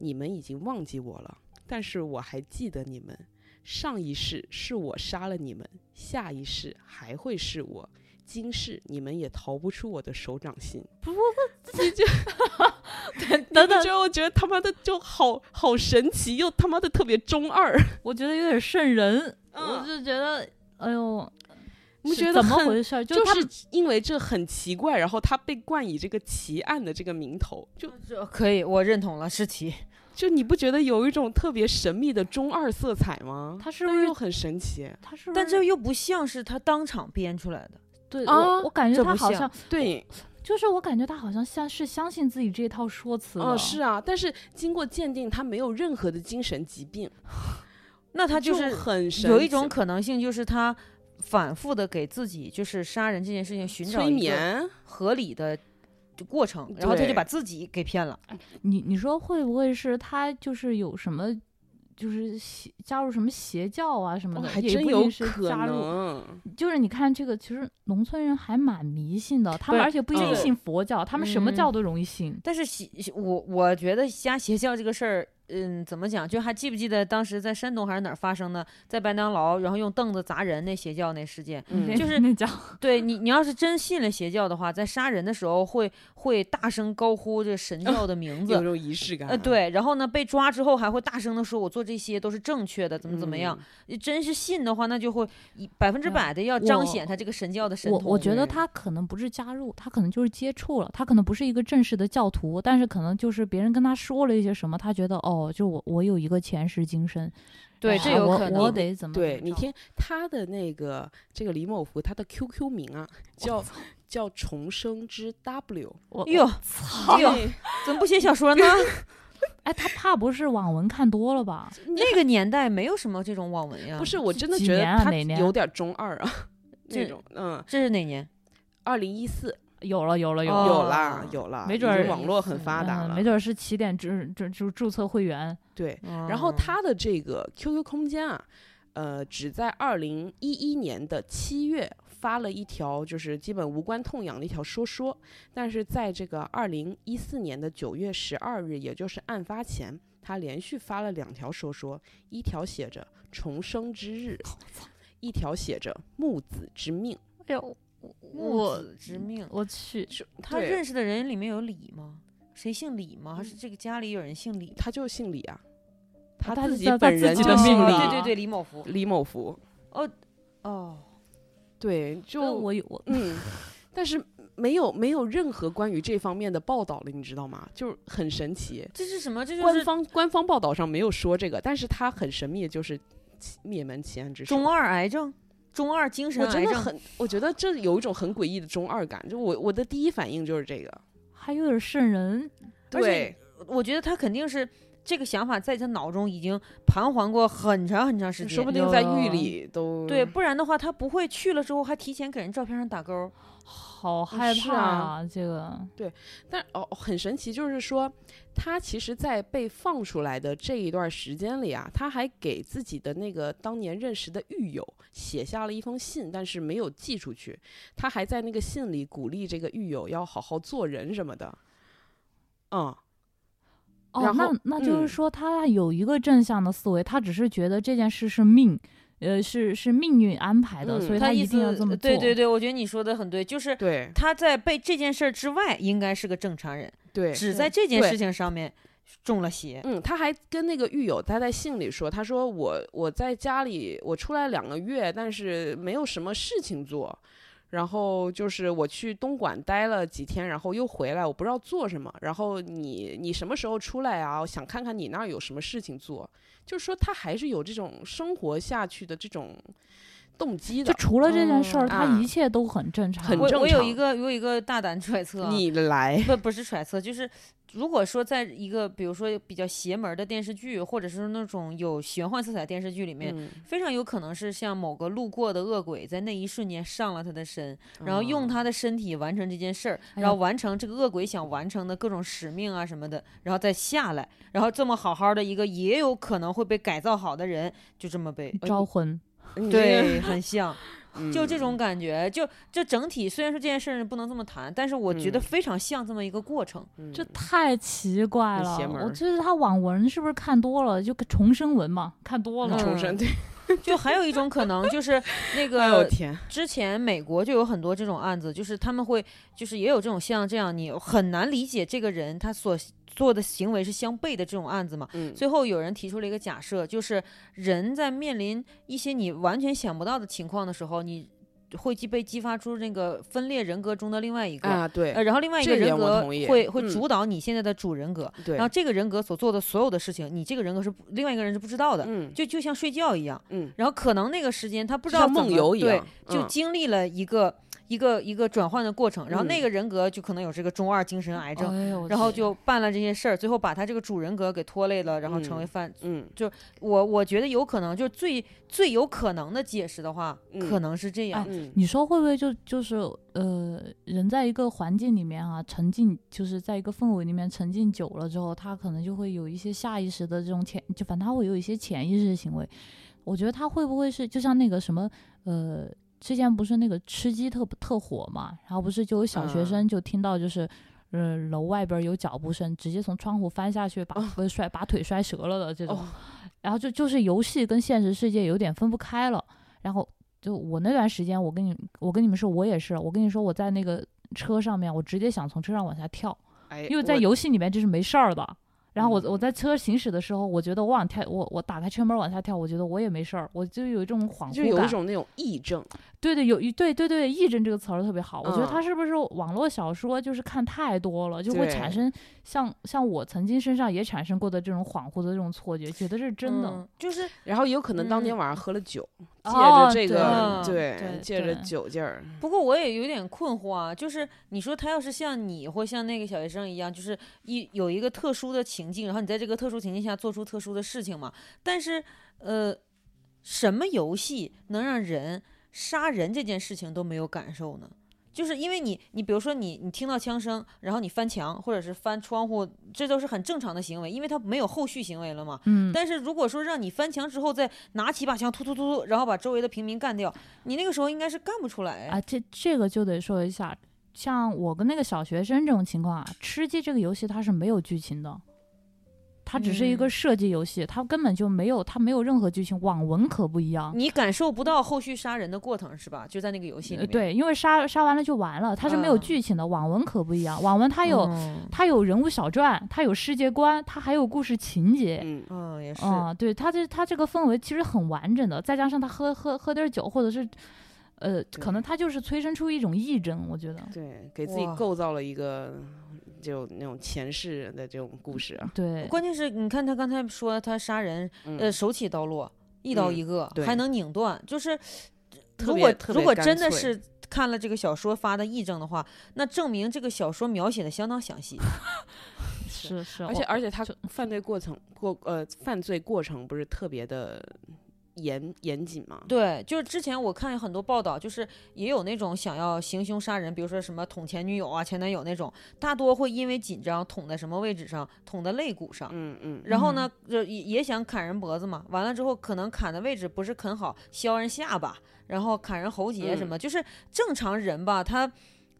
[SPEAKER 2] 你们已经忘记我了，但是我还记得你们。上一世是我杀了你们，下一世还会是我，今世你们也逃不出我的手掌心。
[SPEAKER 1] 不
[SPEAKER 2] 你就
[SPEAKER 1] 等
[SPEAKER 2] 你不
[SPEAKER 1] 等
[SPEAKER 2] 觉得我觉得他妈的就好好神奇，又他妈的特别中二，
[SPEAKER 1] 我觉得有点瘆人，
[SPEAKER 2] 嗯
[SPEAKER 1] 我就觉得，哎呦，
[SPEAKER 2] 你不
[SPEAKER 1] 是
[SPEAKER 2] 觉得
[SPEAKER 1] 怎么
[SPEAKER 2] 很
[SPEAKER 1] 回事儿？
[SPEAKER 2] 就
[SPEAKER 1] 他们
[SPEAKER 2] 是因为这很奇怪，然后他被冠以这个奇案的这个名头，就
[SPEAKER 3] 这可以，我认同了，是奇。
[SPEAKER 2] 就你不觉得有一种特别神秘的中二色彩吗？
[SPEAKER 1] 他是不
[SPEAKER 2] 但
[SPEAKER 1] 是
[SPEAKER 2] 又很神奇，
[SPEAKER 1] 他是不
[SPEAKER 3] 但
[SPEAKER 1] 是
[SPEAKER 3] 这又不像是他当场编出来的。
[SPEAKER 1] 对
[SPEAKER 2] 啊
[SPEAKER 1] 我我感觉
[SPEAKER 3] 这
[SPEAKER 1] 他
[SPEAKER 3] 不
[SPEAKER 1] 好
[SPEAKER 3] 像
[SPEAKER 1] 像
[SPEAKER 2] 对，
[SPEAKER 1] 就是我感觉他好像像是相信自己这套说辞
[SPEAKER 2] 嗯、
[SPEAKER 1] 了
[SPEAKER 2] 是啊，但是经过鉴定，他没有任何的精神疾病，
[SPEAKER 3] 那他
[SPEAKER 2] 就是很神
[SPEAKER 3] 有
[SPEAKER 2] 奇
[SPEAKER 3] 一种可能性，就是他反复的给自己就是杀人这件事情寻找
[SPEAKER 2] 催
[SPEAKER 3] 一个
[SPEAKER 2] 眠，
[SPEAKER 3] 合理的就过程，然后他
[SPEAKER 2] 对
[SPEAKER 3] 就把自己给骗了。
[SPEAKER 1] 你你说会不会是他就是有什么，就是邪加入什么邪教啊什么
[SPEAKER 2] 哦
[SPEAKER 1] 的？
[SPEAKER 2] 还
[SPEAKER 1] 也
[SPEAKER 2] 真
[SPEAKER 1] 不一
[SPEAKER 2] 有
[SPEAKER 1] 定是
[SPEAKER 2] 可
[SPEAKER 1] 加入，
[SPEAKER 2] 能。
[SPEAKER 1] 就是你看这个，其实农村人还蛮迷信的，他
[SPEAKER 2] 不
[SPEAKER 1] 们
[SPEAKER 2] 是
[SPEAKER 1] 而且不一
[SPEAKER 2] 这
[SPEAKER 1] 定
[SPEAKER 2] 个
[SPEAKER 1] 信佛教，他们什么教都容易信。
[SPEAKER 3] 但是邪，我我觉得加邪教这个事儿，嗯，怎么讲？就还记不记得当时在山东还是哪儿发生的，在麦当劳然后用凳子砸人那邪教那事件？
[SPEAKER 2] 嗯
[SPEAKER 1] 那
[SPEAKER 3] 就是
[SPEAKER 1] 那叫
[SPEAKER 3] 对你，你要是真信了邪教的话，在杀人的时候会会大声高呼这神教的名字
[SPEAKER 2] 有，啊种仪式感，
[SPEAKER 3] 呃，，对，然后呢，被抓之后还会大声的说，我做这些都是正确的，怎么怎么
[SPEAKER 2] 嗯
[SPEAKER 3] 样。真是信的话，那就会一百分之百的要彰显他这个神教的神
[SPEAKER 1] 嗯我
[SPEAKER 3] 通。
[SPEAKER 1] 我觉得
[SPEAKER 2] 对
[SPEAKER 1] 他可能不是加入，他可能就是接触了，他可能不是一个正式的教徒，但是可能就是别人跟他说了一些什么，他觉得哦，就我我有一个前世今生，
[SPEAKER 3] 对，
[SPEAKER 1] 然
[SPEAKER 3] 这
[SPEAKER 1] 后
[SPEAKER 3] 有
[SPEAKER 1] 我
[SPEAKER 3] 可
[SPEAKER 1] 我
[SPEAKER 3] 能。
[SPEAKER 1] 得怎么
[SPEAKER 2] 对
[SPEAKER 1] 怎么
[SPEAKER 2] 你
[SPEAKER 1] 着
[SPEAKER 2] 听他的那个这个李某福，他的 QQ 名啊叫叫重生之 W，
[SPEAKER 1] 我
[SPEAKER 3] 哟，
[SPEAKER 1] 操
[SPEAKER 3] 哎呦
[SPEAKER 2] 对
[SPEAKER 3] 怎么不写小 说呢？
[SPEAKER 1] 哎，他怕不是网文看多了吧？
[SPEAKER 3] 那个年代没有什么这种网文呀。
[SPEAKER 2] 不，是我真的
[SPEAKER 1] 几
[SPEAKER 2] 觉得
[SPEAKER 1] 年啊
[SPEAKER 2] 他
[SPEAKER 1] 哪年
[SPEAKER 2] 有点中二啊，那
[SPEAKER 3] 这
[SPEAKER 2] 种嗯，
[SPEAKER 3] 这是哪年？
[SPEAKER 2] 二零一四
[SPEAKER 1] 有了，有了，有了。
[SPEAKER 3] 哦
[SPEAKER 2] 有啦有啦，
[SPEAKER 1] 没
[SPEAKER 2] 已
[SPEAKER 1] 准
[SPEAKER 2] 经
[SPEAKER 1] 儿
[SPEAKER 2] 网络很发达
[SPEAKER 1] 嗯
[SPEAKER 2] 了
[SPEAKER 1] 没，准儿是起点注注注注册会员，
[SPEAKER 2] 对。
[SPEAKER 3] 然
[SPEAKER 2] 然后他的这个 QQ 空间啊，呃，只在二零一一年的七月发了一条就是基本无关痛痒的一条说说，但是在这个二零一四年的九月十二日，也就是案发前，他连续发了两条说说，一条写着“重生之日”，一条写着“木子之命
[SPEAKER 1] 哎呦，
[SPEAKER 3] 木
[SPEAKER 1] 我
[SPEAKER 3] 子之命，
[SPEAKER 1] 我去”，，
[SPEAKER 2] 是
[SPEAKER 3] 他
[SPEAKER 2] 对
[SPEAKER 3] 认识的人里面有李吗？谁姓李吗？还是
[SPEAKER 2] 嗯
[SPEAKER 3] 这个家里有人姓李？
[SPEAKER 2] 他就姓李啊，他
[SPEAKER 1] 哦他
[SPEAKER 2] 自
[SPEAKER 1] 是
[SPEAKER 2] 己
[SPEAKER 1] 他他
[SPEAKER 2] 本
[SPEAKER 1] 自
[SPEAKER 2] 人
[SPEAKER 1] 己
[SPEAKER 2] 就
[SPEAKER 1] 的
[SPEAKER 2] 姓
[SPEAKER 1] 命
[SPEAKER 2] 李，
[SPEAKER 1] 啊
[SPEAKER 3] 对对对，李某福。
[SPEAKER 2] 李某福，
[SPEAKER 3] 哦，
[SPEAKER 2] 对，就
[SPEAKER 1] 就我有我
[SPEAKER 2] 嗯，但是没有没有任何关于这方面的报道了，你知道吗？就是很神奇，
[SPEAKER 3] 这是什么？这就
[SPEAKER 2] 官
[SPEAKER 3] 是
[SPEAKER 2] 方官方报道上没有说这个，但是它很神秘，就是其灭门奇案之首。
[SPEAKER 3] 中二癌症，中二精神
[SPEAKER 2] 我
[SPEAKER 3] 癌
[SPEAKER 2] 真的
[SPEAKER 3] 症。
[SPEAKER 2] 很，我觉得这有一种很诡异的中二感，就我我的第一反应就是这个，
[SPEAKER 1] 还有点瘆人，
[SPEAKER 3] 而且
[SPEAKER 2] 对，
[SPEAKER 3] 我觉得他肯定是这个想法在他脑中已经盘桓过很长很长时间，
[SPEAKER 2] 说不定在狱
[SPEAKER 1] 有
[SPEAKER 2] 里都
[SPEAKER 3] 对，不然的话他不会去了之后还提前给人照片上打勾。
[SPEAKER 1] 好害
[SPEAKER 2] 是
[SPEAKER 1] 怕
[SPEAKER 2] 啊！
[SPEAKER 1] 这个
[SPEAKER 2] 但哦，很神奇，就是说，他其实，在被放出来的这一段时间里啊，他还给自己的那个当年认识的狱友写下了一封信，但是没有寄出去。他还在那个信里鼓励这个狱友要好好做人什么的。嗯，
[SPEAKER 1] 哦，
[SPEAKER 2] 然
[SPEAKER 1] 那
[SPEAKER 2] 后
[SPEAKER 1] 那就是
[SPEAKER 2] 嗯
[SPEAKER 1] 说他有一个正向的思维，他只是觉得这件事是命，呃，是是命运安排的，
[SPEAKER 2] 嗯
[SPEAKER 1] 所以
[SPEAKER 3] 他
[SPEAKER 1] 一
[SPEAKER 3] 意
[SPEAKER 1] 定要
[SPEAKER 3] 思
[SPEAKER 1] 这么做。
[SPEAKER 3] 对对对，我觉得你说的很对，就是
[SPEAKER 2] 对
[SPEAKER 3] 他在被这件事儿之外应该是个正常人，
[SPEAKER 2] 对，
[SPEAKER 3] 只在这件
[SPEAKER 2] 对
[SPEAKER 3] 事情上面中了邪。
[SPEAKER 2] 嗯，他还跟那个狱友，他在信里说，他说我我在家里我出来两个月，但是没有什么事情做，然后就是我去东莞待了几天，然后又回来，我不知道做什么。然后你你什么时候出来啊？我想看看你那儿有什么事情做。就是说他还是有这种生活下去的这种动机
[SPEAKER 1] 就
[SPEAKER 2] 的。
[SPEAKER 1] 除了这件事儿，
[SPEAKER 3] 嗯
[SPEAKER 1] 他
[SPEAKER 2] 啊
[SPEAKER 1] 一切都很正常。
[SPEAKER 2] 很
[SPEAKER 3] 我
[SPEAKER 2] 正
[SPEAKER 3] 我有
[SPEAKER 2] 常
[SPEAKER 3] 一个我有一个大胆揣测啊，
[SPEAKER 2] 你来，
[SPEAKER 3] 不不是揣测，就是如果说在一个比如说比较邪门儿的电视剧，或者是那种有玄幻色彩的电视剧里面，
[SPEAKER 2] 嗯
[SPEAKER 3] 非常有可能是像某个路过的恶鬼在那一瞬间上了他的身，然
[SPEAKER 2] 嗯
[SPEAKER 3] 后
[SPEAKER 2] 哦
[SPEAKER 3] 用他的身体完成这件事儿，
[SPEAKER 1] 哎
[SPEAKER 3] 然后
[SPEAKER 1] 呀
[SPEAKER 3] 完成这个恶鬼想完成的各种使命啊什么的，然后再下来，然后这么好好的一个也有可能会被改造好的人，就这么被。呃
[SPEAKER 1] 招魂，
[SPEAKER 2] 你这个，
[SPEAKER 3] 对，很像，就这 种
[SPEAKER 2] 嗯
[SPEAKER 3] 感觉，就这整体虽然说这件事儿不能这么谈，但是我觉得
[SPEAKER 2] 嗯
[SPEAKER 3] 非常像这么一个过程。
[SPEAKER 1] 这
[SPEAKER 2] 嗯
[SPEAKER 1] 太奇怪
[SPEAKER 2] 很
[SPEAKER 1] 了
[SPEAKER 2] 邪。门
[SPEAKER 1] 我
[SPEAKER 2] 儿
[SPEAKER 1] 觉得他网文是不是看多了，就重生文嘛，看多了。
[SPEAKER 2] 嗯重生，对，
[SPEAKER 3] 就还有一种可能就是那
[SPEAKER 2] 哎呦
[SPEAKER 3] 嗯个
[SPEAKER 2] 天，
[SPEAKER 3] 之前美国就有很多这种案子，就是他们会就是也有这种像这样你很难理解这个人他所做的行为是相悖的这种案子嘛。
[SPEAKER 2] 嗯，
[SPEAKER 3] 最后有人提出了一个假设，就是人在面临一些你完全想不到的情况的时候，你会激被激发出那个分裂人格中的另外一个。
[SPEAKER 2] 啊，对
[SPEAKER 3] 呃，然后另外一
[SPEAKER 2] 这
[SPEAKER 3] 个
[SPEAKER 2] 点
[SPEAKER 3] 人
[SPEAKER 2] 我
[SPEAKER 3] 格
[SPEAKER 2] 同意
[SPEAKER 3] 会会
[SPEAKER 2] 嗯
[SPEAKER 3] 主导你现在的主人格，
[SPEAKER 2] 对，
[SPEAKER 3] 然后这个人格所做的所有的事情，你这个人格是不另外一个人是不知道的，
[SPEAKER 2] 嗯
[SPEAKER 3] 就就像睡觉一样，
[SPEAKER 2] 嗯，
[SPEAKER 3] 然后可能那个时间他不
[SPEAKER 2] 不
[SPEAKER 3] 知道怎么
[SPEAKER 2] 梦游一样，
[SPEAKER 3] 对，就
[SPEAKER 2] 嗯
[SPEAKER 3] 经历了一个、一个一个转换的过程，然后那
[SPEAKER 2] 嗯哦
[SPEAKER 3] 个人格就可能有这个中二精神癌症，
[SPEAKER 1] 哎呦我
[SPEAKER 3] 然后
[SPEAKER 1] 去
[SPEAKER 3] 就办了这些事儿，最后把他这个主人格给拖累了，然后成为
[SPEAKER 2] 嗯
[SPEAKER 3] 犯。
[SPEAKER 2] 嗯，
[SPEAKER 3] 我我觉得有可能，就是最最有可能的解释的话，可
[SPEAKER 2] 嗯
[SPEAKER 3] 能是这样。
[SPEAKER 2] 嗯
[SPEAKER 1] 你说会不会就就是呃，人在一个环境里面啊，沉浸就是在一个氛围里面沉浸久了之后，他可能就会有一些下意识的这种潜，就反正他会有一些潜意识行为。我觉得他会不会是就像那个什么呃，之前不是那个吃鸡特特火嘛，然后不是就有小学
[SPEAKER 2] 嗯
[SPEAKER 1] 生就听到就是。呃，楼外边有脚步声，直接从窗户翻下去，把
[SPEAKER 2] 哦
[SPEAKER 1] 不是摔把腿摔折了的这种，
[SPEAKER 2] 哦，
[SPEAKER 1] 然后就就是游戏跟现实世界有点分不开了。然后就我那段时间，我跟你我跟你们说，我也是，我跟你说我在那个车上面，我直接想从车上往下跳，
[SPEAKER 2] 哎，
[SPEAKER 1] 因为在
[SPEAKER 2] 我
[SPEAKER 1] 游戏里面这是没事儿的。然后我我
[SPEAKER 2] 嗯
[SPEAKER 1] 在车行驶的时候，我觉得我往跳，我我打开车门往下跳，我觉得我也没事儿，我就有一种恍惚感。
[SPEAKER 2] 就有一种那种癔症，
[SPEAKER 1] 对对有一对对对，癔症这个词儿特别好，我觉得
[SPEAKER 2] 嗯
[SPEAKER 1] 它是不是网络小说就是看太多了，就会产
[SPEAKER 2] 对
[SPEAKER 1] 生像像我曾经身上也产生过的这种恍惚的这种错觉，觉得这是真的。
[SPEAKER 3] 嗯就是
[SPEAKER 2] 然后有可能当天
[SPEAKER 3] 嗯
[SPEAKER 2] 晚上喝了酒，借
[SPEAKER 1] 哦
[SPEAKER 2] 着这个
[SPEAKER 3] 对
[SPEAKER 1] 对
[SPEAKER 2] 借着
[SPEAKER 1] 对
[SPEAKER 2] 酒劲儿，
[SPEAKER 3] 不过我也有点困惑啊，就是你说他要是像你或像那个小学生一样，就是一有一个特殊的情境，然后你在这个特殊情境下做出特殊的事情嘛。但是，呃，什么游戏能让人杀人这件事情都没有感受呢？就是因为你，你比如说你，你听到枪声，然后你翻墙或者是翻窗户，这都是很正常的行为，因为他没有后续行为了嘛。
[SPEAKER 1] 嗯，
[SPEAKER 3] 但是如果说让你翻墙之后再拿起一把枪突突突突，然后把周围的平民干掉，你那个时候应该是干不出来
[SPEAKER 2] 哎
[SPEAKER 1] 啊，这这个就得说一下，像我跟那个小学生这种情况啊，吃鸡这个游戏它是没有剧情的，它只是一个
[SPEAKER 3] 嗯
[SPEAKER 1] 射击游戏，它根本就没有它没有任何剧情。网文可不一样，
[SPEAKER 2] 嗯
[SPEAKER 3] 你感受不到后续杀人的过程是吧？就在那个游戏里
[SPEAKER 1] 呃
[SPEAKER 3] 面。，
[SPEAKER 1] 对，因为杀杀完了就完了，它是没有
[SPEAKER 3] 嗯
[SPEAKER 1] 剧情的。网文可不一样，网文它
[SPEAKER 3] 还
[SPEAKER 1] 有、
[SPEAKER 3] 嗯，
[SPEAKER 1] 它有人物小传，它有世界观，它还有故事情节。
[SPEAKER 2] 嗯，
[SPEAKER 3] 嗯也是。
[SPEAKER 1] 啊、对他这他这个氛围其实很完整的，再加上他喝喝喝点儿酒，或者是，呃，可能他就是催生出一种癔症，我觉得。
[SPEAKER 2] 对，给自己
[SPEAKER 3] 哇
[SPEAKER 2] 构造了一个就那种前世的这种故事啊，
[SPEAKER 1] 对，
[SPEAKER 3] 关键是你看他刚才说他杀人，呃，
[SPEAKER 2] 嗯，
[SPEAKER 3] 手起刀落，一刀一个，
[SPEAKER 2] 对
[SPEAKER 3] 还能拧断，就是
[SPEAKER 2] 特
[SPEAKER 3] 如
[SPEAKER 2] 别
[SPEAKER 3] 果
[SPEAKER 2] 特别
[SPEAKER 3] 如果
[SPEAKER 2] 干
[SPEAKER 3] 真的
[SPEAKER 2] 脆
[SPEAKER 3] 是。看了这个小说发的癔症的话，那证明这个小说描写的相当 详细。
[SPEAKER 1] 是是，
[SPEAKER 2] 而且
[SPEAKER 1] 我
[SPEAKER 2] 而且他
[SPEAKER 1] 就
[SPEAKER 2] 犯罪过程过呃犯罪过程不是特别的严严谨嘛，
[SPEAKER 3] 对，就是之前我看很多报道，就是也有那种想要行凶杀人，比如说什么捅前女友啊、前男友那种，大多会因为紧张捅在什么位置上，捅在肋骨上。
[SPEAKER 2] 嗯嗯，
[SPEAKER 3] 然后呢，就也也想砍人脖子嘛，完了之后可能砍的位置不是很好，削人下巴，然后砍人喉结什么，就是正常人吧，他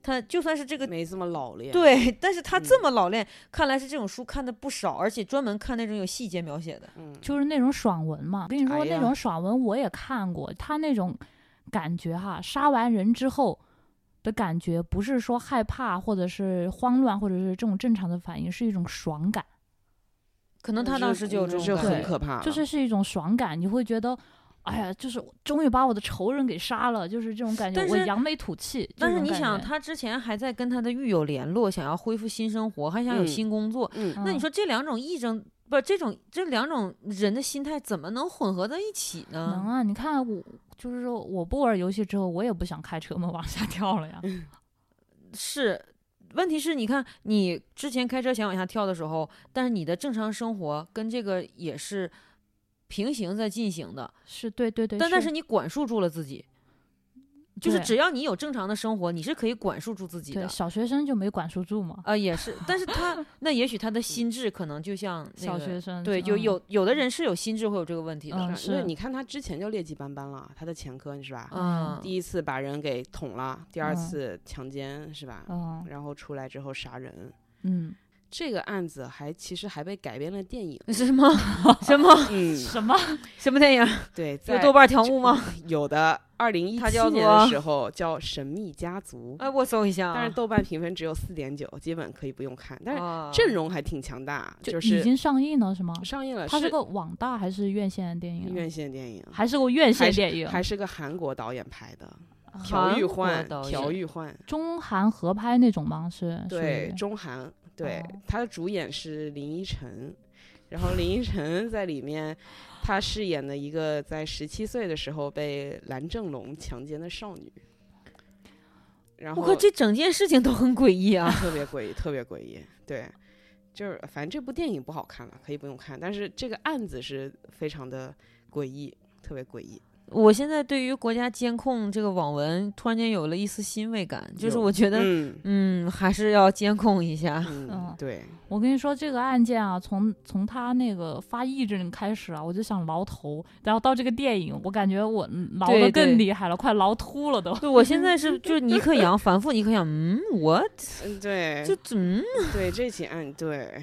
[SPEAKER 3] 他就算是这个
[SPEAKER 2] 没这么老练，，
[SPEAKER 3] 对，但是他这
[SPEAKER 2] 嗯
[SPEAKER 3] 么老练，看来是这种书看的不少，而且专门看那种有细节描写的。
[SPEAKER 2] 嗯，
[SPEAKER 1] 就是那种爽文嘛。我跟你说，
[SPEAKER 2] 哎
[SPEAKER 1] 那
[SPEAKER 2] 呀
[SPEAKER 1] 种爽文我也看过，他那种感觉哈，杀完人之后的感觉，不是说害怕或者是慌乱，或者是这种正常的反应，是一种爽感，
[SPEAKER 3] 可能
[SPEAKER 2] 那
[SPEAKER 3] 他
[SPEAKER 2] 嗯就
[SPEAKER 3] 当时就有
[SPEAKER 2] 那
[SPEAKER 3] 这种
[SPEAKER 2] 就
[SPEAKER 3] 感
[SPEAKER 2] 很
[SPEAKER 3] 觉
[SPEAKER 2] 可怕了，
[SPEAKER 1] 就是是一种爽感，你会觉得。哎呀，就是我终于把我的仇人给杀了，就是这种感觉，
[SPEAKER 3] 但
[SPEAKER 1] 我
[SPEAKER 3] 是
[SPEAKER 1] 扬眉吐气。
[SPEAKER 3] 但
[SPEAKER 1] 这
[SPEAKER 3] 是
[SPEAKER 1] 种
[SPEAKER 3] 你
[SPEAKER 1] 感
[SPEAKER 3] 想，
[SPEAKER 1] 觉，
[SPEAKER 3] 他之前还在跟他的狱友联络，想要恢复新生活，还想有
[SPEAKER 2] 嗯
[SPEAKER 3] 新工作。
[SPEAKER 2] 嗯
[SPEAKER 3] 那你
[SPEAKER 1] 嗯
[SPEAKER 3] 说这两种癔症不，这种这两种人的心态怎么能混合在一起
[SPEAKER 1] 能
[SPEAKER 3] 呢？
[SPEAKER 1] 啊，你看我就是说我不玩游戏之后，我也不想开车嘛，往下 跳了呀。
[SPEAKER 3] 嗯是，问题是你看你之前开车想往下跳的时候，但是你的正常生活跟这个也是平行在进行的，
[SPEAKER 1] 是对对对，
[SPEAKER 3] 但但是你管束住了自己，就是
[SPEAKER 1] 对
[SPEAKER 3] 只要你有正常的生活，你是可以管束住自己的
[SPEAKER 1] 对。小学生就没管束住嘛，
[SPEAKER 3] 啊、也是，但是他那也许他的心智可能就像、呃那
[SPEAKER 1] 小
[SPEAKER 3] 个、
[SPEAKER 1] 学生
[SPEAKER 3] 对，就
[SPEAKER 1] 嗯
[SPEAKER 3] 有有的人是有心智会有这个问题的，
[SPEAKER 1] 嗯
[SPEAKER 2] 因为
[SPEAKER 1] 是
[SPEAKER 2] 你看他之前就劣迹斑斑了，他的前科你是吧？
[SPEAKER 3] 嗯，
[SPEAKER 2] 第一次把人给捅了，第二
[SPEAKER 1] 嗯
[SPEAKER 2] 次强奸是吧？
[SPEAKER 1] 嗯
[SPEAKER 2] 然后出来之后杀人，
[SPEAKER 1] 嗯，
[SPEAKER 2] 这个案子还其实还被改编了电影。
[SPEAKER 3] 什么什么
[SPEAKER 2] 嗯，
[SPEAKER 1] 什么
[SPEAKER 3] 什么电影？
[SPEAKER 2] 对，
[SPEAKER 3] 有
[SPEAKER 2] 在
[SPEAKER 3] 豆瓣条目吗？
[SPEAKER 2] 有的二零一
[SPEAKER 3] 它
[SPEAKER 2] 七
[SPEAKER 3] 叫
[SPEAKER 2] 年
[SPEAKER 3] 做
[SPEAKER 2] 的时候叫《神秘家族》
[SPEAKER 3] 哎，我搜一下啊。
[SPEAKER 2] 但是豆瓣评分只有四点九，基本可以不用看。但是
[SPEAKER 3] 啊
[SPEAKER 2] 阵容还挺强大，就
[SPEAKER 1] 已
[SPEAKER 2] 是
[SPEAKER 1] 经上映了是吗？
[SPEAKER 2] 上映了，
[SPEAKER 1] 它
[SPEAKER 2] 是
[SPEAKER 1] 是个网大还是院线的电影啊？
[SPEAKER 2] 院线电影，
[SPEAKER 1] 还是个院线
[SPEAKER 2] 还是
[SPEAKER 1] 电影，
[SPEAKER 2] 还是个韩国导演拍的，
[SPEAKER 1] 啊
[SPEAKER 2] 朴
[SPEAKER 3] 韩
[SPEAKER 2] 玉
[SPEAKER 3] 国
[SPEAKER 2] 焕，
[SPEAKER 3] 导
[SPEAKER 2] 朴
[SPEAKER 3] 演
[SPEAKER 2] 玉焕，
[SPEAKER 1] 中韩合拍那种吗？是属
[SPEAKER 2] 对
[SPEAKER 1] 于，
[SPEAKER 2] 中韩，对
[SPEAKER 1] 哦，
[SPEAKER 2] 他的主演是林依晨。然后林依晨在里面，她饰演的一个在十七岁的时候被蓝正龙强奸的少女。然
[SPEAKER 3] 我
[SPEAKER 2] 后
[SPEAKER 3] 靠，这整件事情都很诡异啊！
[SPEAKER 2] 特别诡异，特别诡异。对，就是反正这部电影不好看了，可以不用看。但是这个案子是非常的诡异，特别诡异。
[SPEAKER 3] 我现在对于国家监控这个网文，突然间有了一丝欣慰感，就是
[SPEAKER 2] 有
[SPEAKER 3] 我觉得，
[SPEAKER 2] 嗯
[SPEAKER 3] 嗯，还是要监控一下。
[SPEAKER 2] 嗯
[SPEAKER 1] 嗯，
[SPEAKER 2] 对，
[SPEAKER 1] 我跟你说，这个案件啊，从从他那个发癔症开始啊，我就想挠头，然后到这个电影，我感觉我挠
[SPEAKER 3] 对
[SPEAKER 1] 的
[SPEAKER 3] 对
[SPEAKER 1] 更厉害了，快挠秃了都。
[SPEAKER 3] 对，我现在是就是尼克杨反复尼克杨，嗯，我
[SPEAKER 2] 嗯对，
[SPEAKER 3] 就嗯，
[SPEAKER 2] 对这起案，对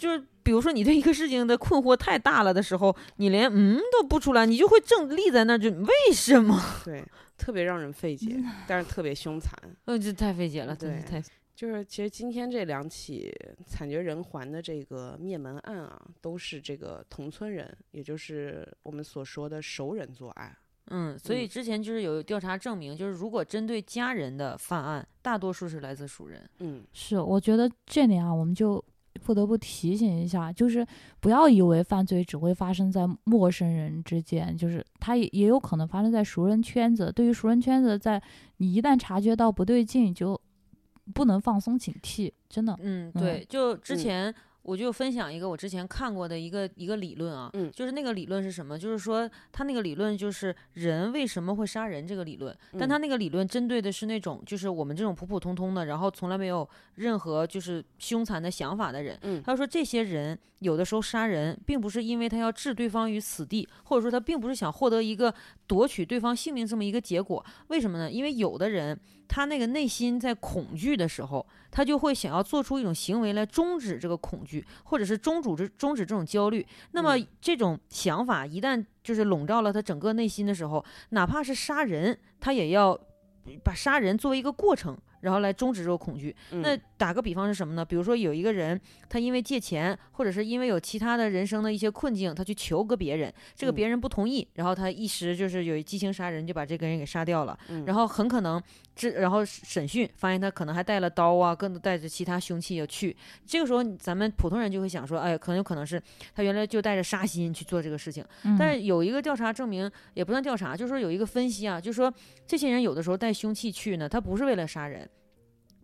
[SPEAKER 3] 就是比如说你对一个事情的困惑太大了的时候，你连嗯都不出来，你就会正立在那儿，就为什么？
[SPEAKER 2] 对， 特别让人费解，但是特别凶残。
[SPEAKER 3] 嗯，这太费解了，真是
[SPEAKER 2] 对
[SPEAKER 3] 太
[SPEAKER 2] 就是其实今天这两起惨绝人寰的这个灭门案啊，都是这个同村人，也就是我们所说的熟人作案。
[SPEAKER 3] 嗯，所以
[SPEAKER 2] 嗯
[SPEAKER 3] 之前就是有调查证明，就是如果针对家人的犯案，大多数是来自熟人。
[SPEAKER 2] 嗯，
[SPEAKER 1] 是，我觉得这里啊，我们就不得不提醒一下，就是不要以为犯罪只会发生在陌生人之间，就是它也也有可能发生在熟人圈子。对于熟人圈子，在你一旦察觉到不对劲，就不能放松警惕，真的。
[SPEAKER 3] 嗯，
[SPEAKER 1] 嗯
[SPEAKER 3] 对，就之
[SPEAKER 2] 嗯
[SPEAKER 3] 前我就分享一个我之前看过的一个一个理论啊，
[SPEAKER 2] 嗯
[SPEAKER 3] 就是那个理论是什么？就是说他那个理论就是人为什么会杀人这个理论，但他那个理论针对的是那种就是我们这种普普通通的，然后从来没有任何就是凶残的想法的人。
[SPEAKER 2] 嗯
[SPEAKER 3] 他说这些人有的时候杀人，并不是因为他要置对方于死地，或者说他并不是想获得一个夺取对方性命这么一个结果。为什么呢？因为有的人他那个内心在恐惧的时候，他就会想要做出一种行为来终止这个恐惧，或者是终止这终止这种焦虑。那么
[SPEAKER 2] 嗯
[SPEAKER 3] 这种想法一旦就是笼罩了他整个内心的时候，哪怕是杀人，他也要把杀人作为一个过程，然后来终止这个恐惧。
[SPEAKER 2] 嗯
[SPEAKER 3] 那打个比方是什么呢？比如说有一个人，他因为借钱，或者是因为有其他的人生的一些困境，他去求个别人，这个
[SPEAKER 2] 嗯
[SPEAKER 3] 别人不同意，然后他一时就是有激情杀人，就把这个人给杀掉了。
[SPEAKER 2] 嗯
[SPEAKER 3] 然后很可能这，然后审讯发现他可能还带了刀啊，更带着其他凶器要去。这个时候咱们普通人就会想说，哎，可能有可能是他原来就带着杀心去做这个事情。
[SPEAKER 1] 嗯、
[SPEAKER 3] 但是有一个调查证明，也不算调查，就是说有一个分析啊，就是说这些人有的时候带凶器去呢，他不是为了杀人，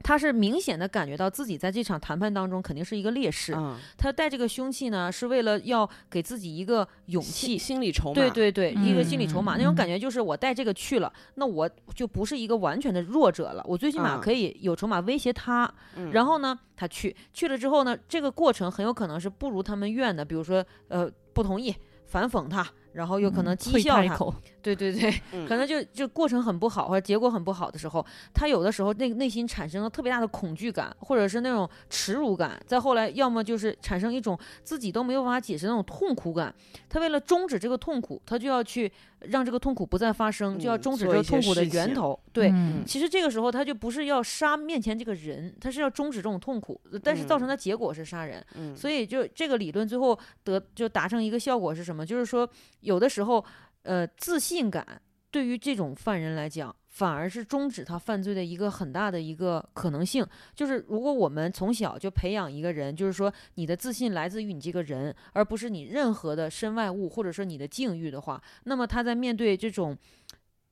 [SPEAKER 3] 他是明显的感觉到自己在这场谈判当中肯定是一个劣势，
[SPEAKER 2] 啊，
[SPEAKER 3] 他带这个凶器呢是为了要给自己一个勇
[SPEAKER 2] 心
[SPEAKER 3] 气。
[SPEAKER 2] 心理筹码，
[SPEAKER 3] 对对对，一个心理筹码，
[SPEAKER 1] 嗯
[SPEAKER 3] 那种感觉就是我带这个去了，那我就不是一个完全的弱者了，我最起码
[SPEAKER 2] 嗯
[SPEAKER 3] 可以有筹码威胁他，
[SPEAKER 2] 嗯，
[SPEAKER 3] 然后呢，他去去了之后呢，这个过程很有可能是不如他们愿的，比如说呃不同意，反讽他，然后有可能讥
[SPEAKER 1] 啐
[SPEAKER 3] 笑
[SPEAKER 1] 他一
[SPEAKER 3] 他，
[SPEAKER 1] 嗯口，
[SPEAKER 3] 对对对，
[SPEAKER 2] 嗯
[SPEAKER 3] 可能就就过程很不好或者结果很不好的时候，他有的时候内内心产生了特别大的恐惧感，或者是那种耻辱感，再后来要么就是产生一种自己都没有办法解释的那种痛苦感。他为了终止这个痛苦，他就要去让这个痛苦不再发生，就要
[SPEAKER 2] 嗯
[SPEAKER 3] 终止这
[SPEAKER 2] 做
[SPEAKER 3] 个
[SPEAKER 2] 一些
[SPEAKER 3] 痛苦的
[SPEAKER 2] 事情
[SPEAKER 3] 源头。对，
[SPEAKER 1] 嗯
[SPEAKER 3] 其实这个时候他就不是要杀面前这个人，他是要终止这种痛苦，呃但是造成的结果是杀人。
[SPEAKER 2] 嗯，
[SPEAKER 3] 所以就这个理论最后得就达成一个效果是什么？就是说有的时候，呃，自信感对于这种犯人来讲反而是终止他犯罪的一个很大的一个可能性。就是如果我们从小就培养一个人，就是说你的自信来自于你这个人，而不是你任何的身外物或者说你的境遇的话，那么他在面对这种。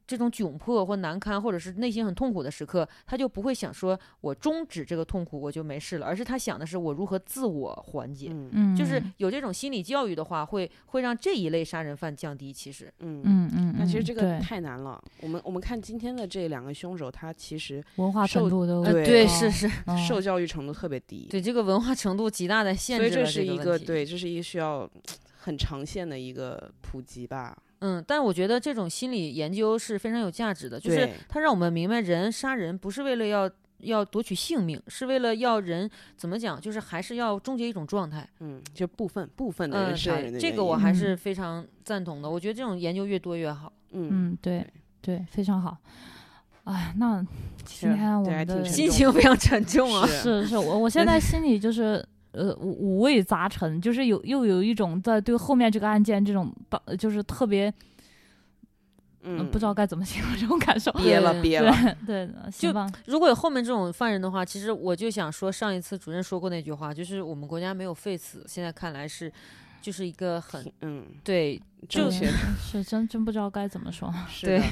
[SPEAKER 3] 这种窘迫或难堪，或者是内心很痛苦的时刻，他就不会想说我终止这个痛苦，我就没事了，而是他想的是我如何自我缓解。
[SPEAKER 2] 嗯
[SPEAKER 1] 嗯，
[SPEAKER 3] 就是有这种心理教育的话，会会让这一类杀人犯降低。其实，
[SPEAKER 2] 嗯
[SPEAKER 1] 嗯嗯，
[SPEAKER 2] 那其实这个
[SPEAKER 1] 对
[SPEAKER 2] 太难了。我们我们看今天的这两个凶手，他其实
[SPEAKER 1] 文化程
[SPEAKER 2] 受
[SPEAKER 1] 度都
[SPEAKER 2] 呃对
[SPEAKER 3] 对，
[SPEAKER 1] 哦
[SPEAKER 3] 是是，
[SPEAKER 1] 嗯
[SPEAKER 2] 受教育程度特别低，
[SPEAKER 3] 对这个文化程度极大的限
[SPEAKER 2] 所以
[SPEAKER 3] 制
[SPEAKER 2] 这
[SPEAKER 3] 了
[SPEAKER 2] 是一
[SPEAKER 3] 个
[SPEAKER 2] 个
[SPEAKER 3] 问题。
[SPEAKER 2] 对，这是一个需要很长线的一个普及吧。
[SPEAKER 3] 嗯，但我觉得这种心理研究是非常有价值的，就是
[SPEAKER 2] 对
[SPEAKER 3] 它让我们明白，人杀人不是为了要要夺取性命，是为了要人怎么讲，就是还是要终结一种状态。
[SPEAKER 2] 嗯，就部分部分的
[SPEAKER 3] 嗯，
[SPEAKER 2] 人杀人的
[SPEAKER 3] 对，这
[SPEAKER 2] 原
[SPEAKER 3] 个我
[SPEAKER 2] 因
[SPEAKER 3] 还
[SPEAKER 1] 嗯
[SPEAKER 3] 是非常赞同的。我觉得这种研究越多越好。
[SPEAKER 2] 嗯，
[SPEAKER 1] 嗯，对
[SPEAKER 2] 对
[SPEAKER 1] 对，非常好。哎，那今
[SPEAKER 2] 是
[SPEAKER 1] 天我
[SPEAKER 2] 对还
[SPEAKER 1] 们的
[SPEAKER 2] 挺 沉
[SPEAKER 3] 心
[SPEAKER 2] 重
[SPEAKER 3] 情非常沉重啊。
[SPEAKER 2] 是
[SPEAKER 1] 是是，我我现在心里就是呃五五味杂陈，就是有又有一种在对后面这个案件这种当就是特别、呃
[SPEAKER 2] 嗯，
[SPEAKER 1] 不知道该怎么形容这种感受。
[SPEAKER 2] 憋了
[SPEAKER 3] 对
[SPEAKER 2] 憋
[SPEAKER 1] 对
[SPEAKER 2] 了，
[SPEAKER 1] 对，行吧，
[SPEAKER 3] 如果有后面这种犯人的话，其实我就想说，上一次主任说过那句话，就是我们国家没有废死，现在看来是，就是一个很
[SPEAKER 2] 嗯，
[SPEAKER 3] 对
[SPEAKER 2] 正
[SPEAKER 3] 就
[SPEAKER 2] 确 的
[SPEAKER 1] 是真真不知道该怎么说。
[SPEAKER 2] 是
[SPEAKER 3] 对
[SPEAKER 2] 的，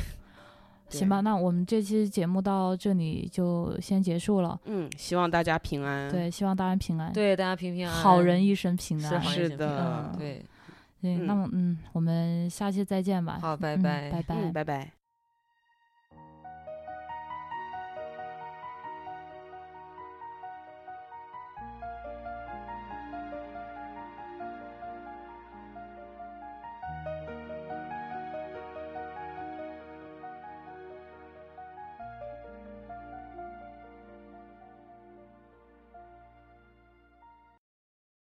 [SPEAKER 1] 行吧，那我们这期节目到这里就先结束了。
[SPEAKER 2] 嗯，希望大家平安。，
[SPEAKER 1] 对，希望大家平安，
[SPEAKER 3] 对大家平平安安，
[SPEAKER 1] 好人一生平
[SPEAKER 3] 嗯是
[SPEAKER 1] 安。
[SPEAKER 3] 好人
[SPEAKER 2] 是
[SPEAKER 3] 平
[SPEAKER 2] 的
[SPEAKER 3] 安
[SPEAKER 1] 嗯
[SPEAKER 3] 对，
[SPEAKER 1] 对，那
[SPEAKER 2] 嗯
[SPEAKER 1] 么嗯，我们下期再见吧。
[SPEAKER 3] 好，拜
[SPEAKER 1] 嗯
[SPEAKER 3] 拜
[SPEAKER 1] 拜。拜
[SPEAKER 2] 嗯，。拜拜。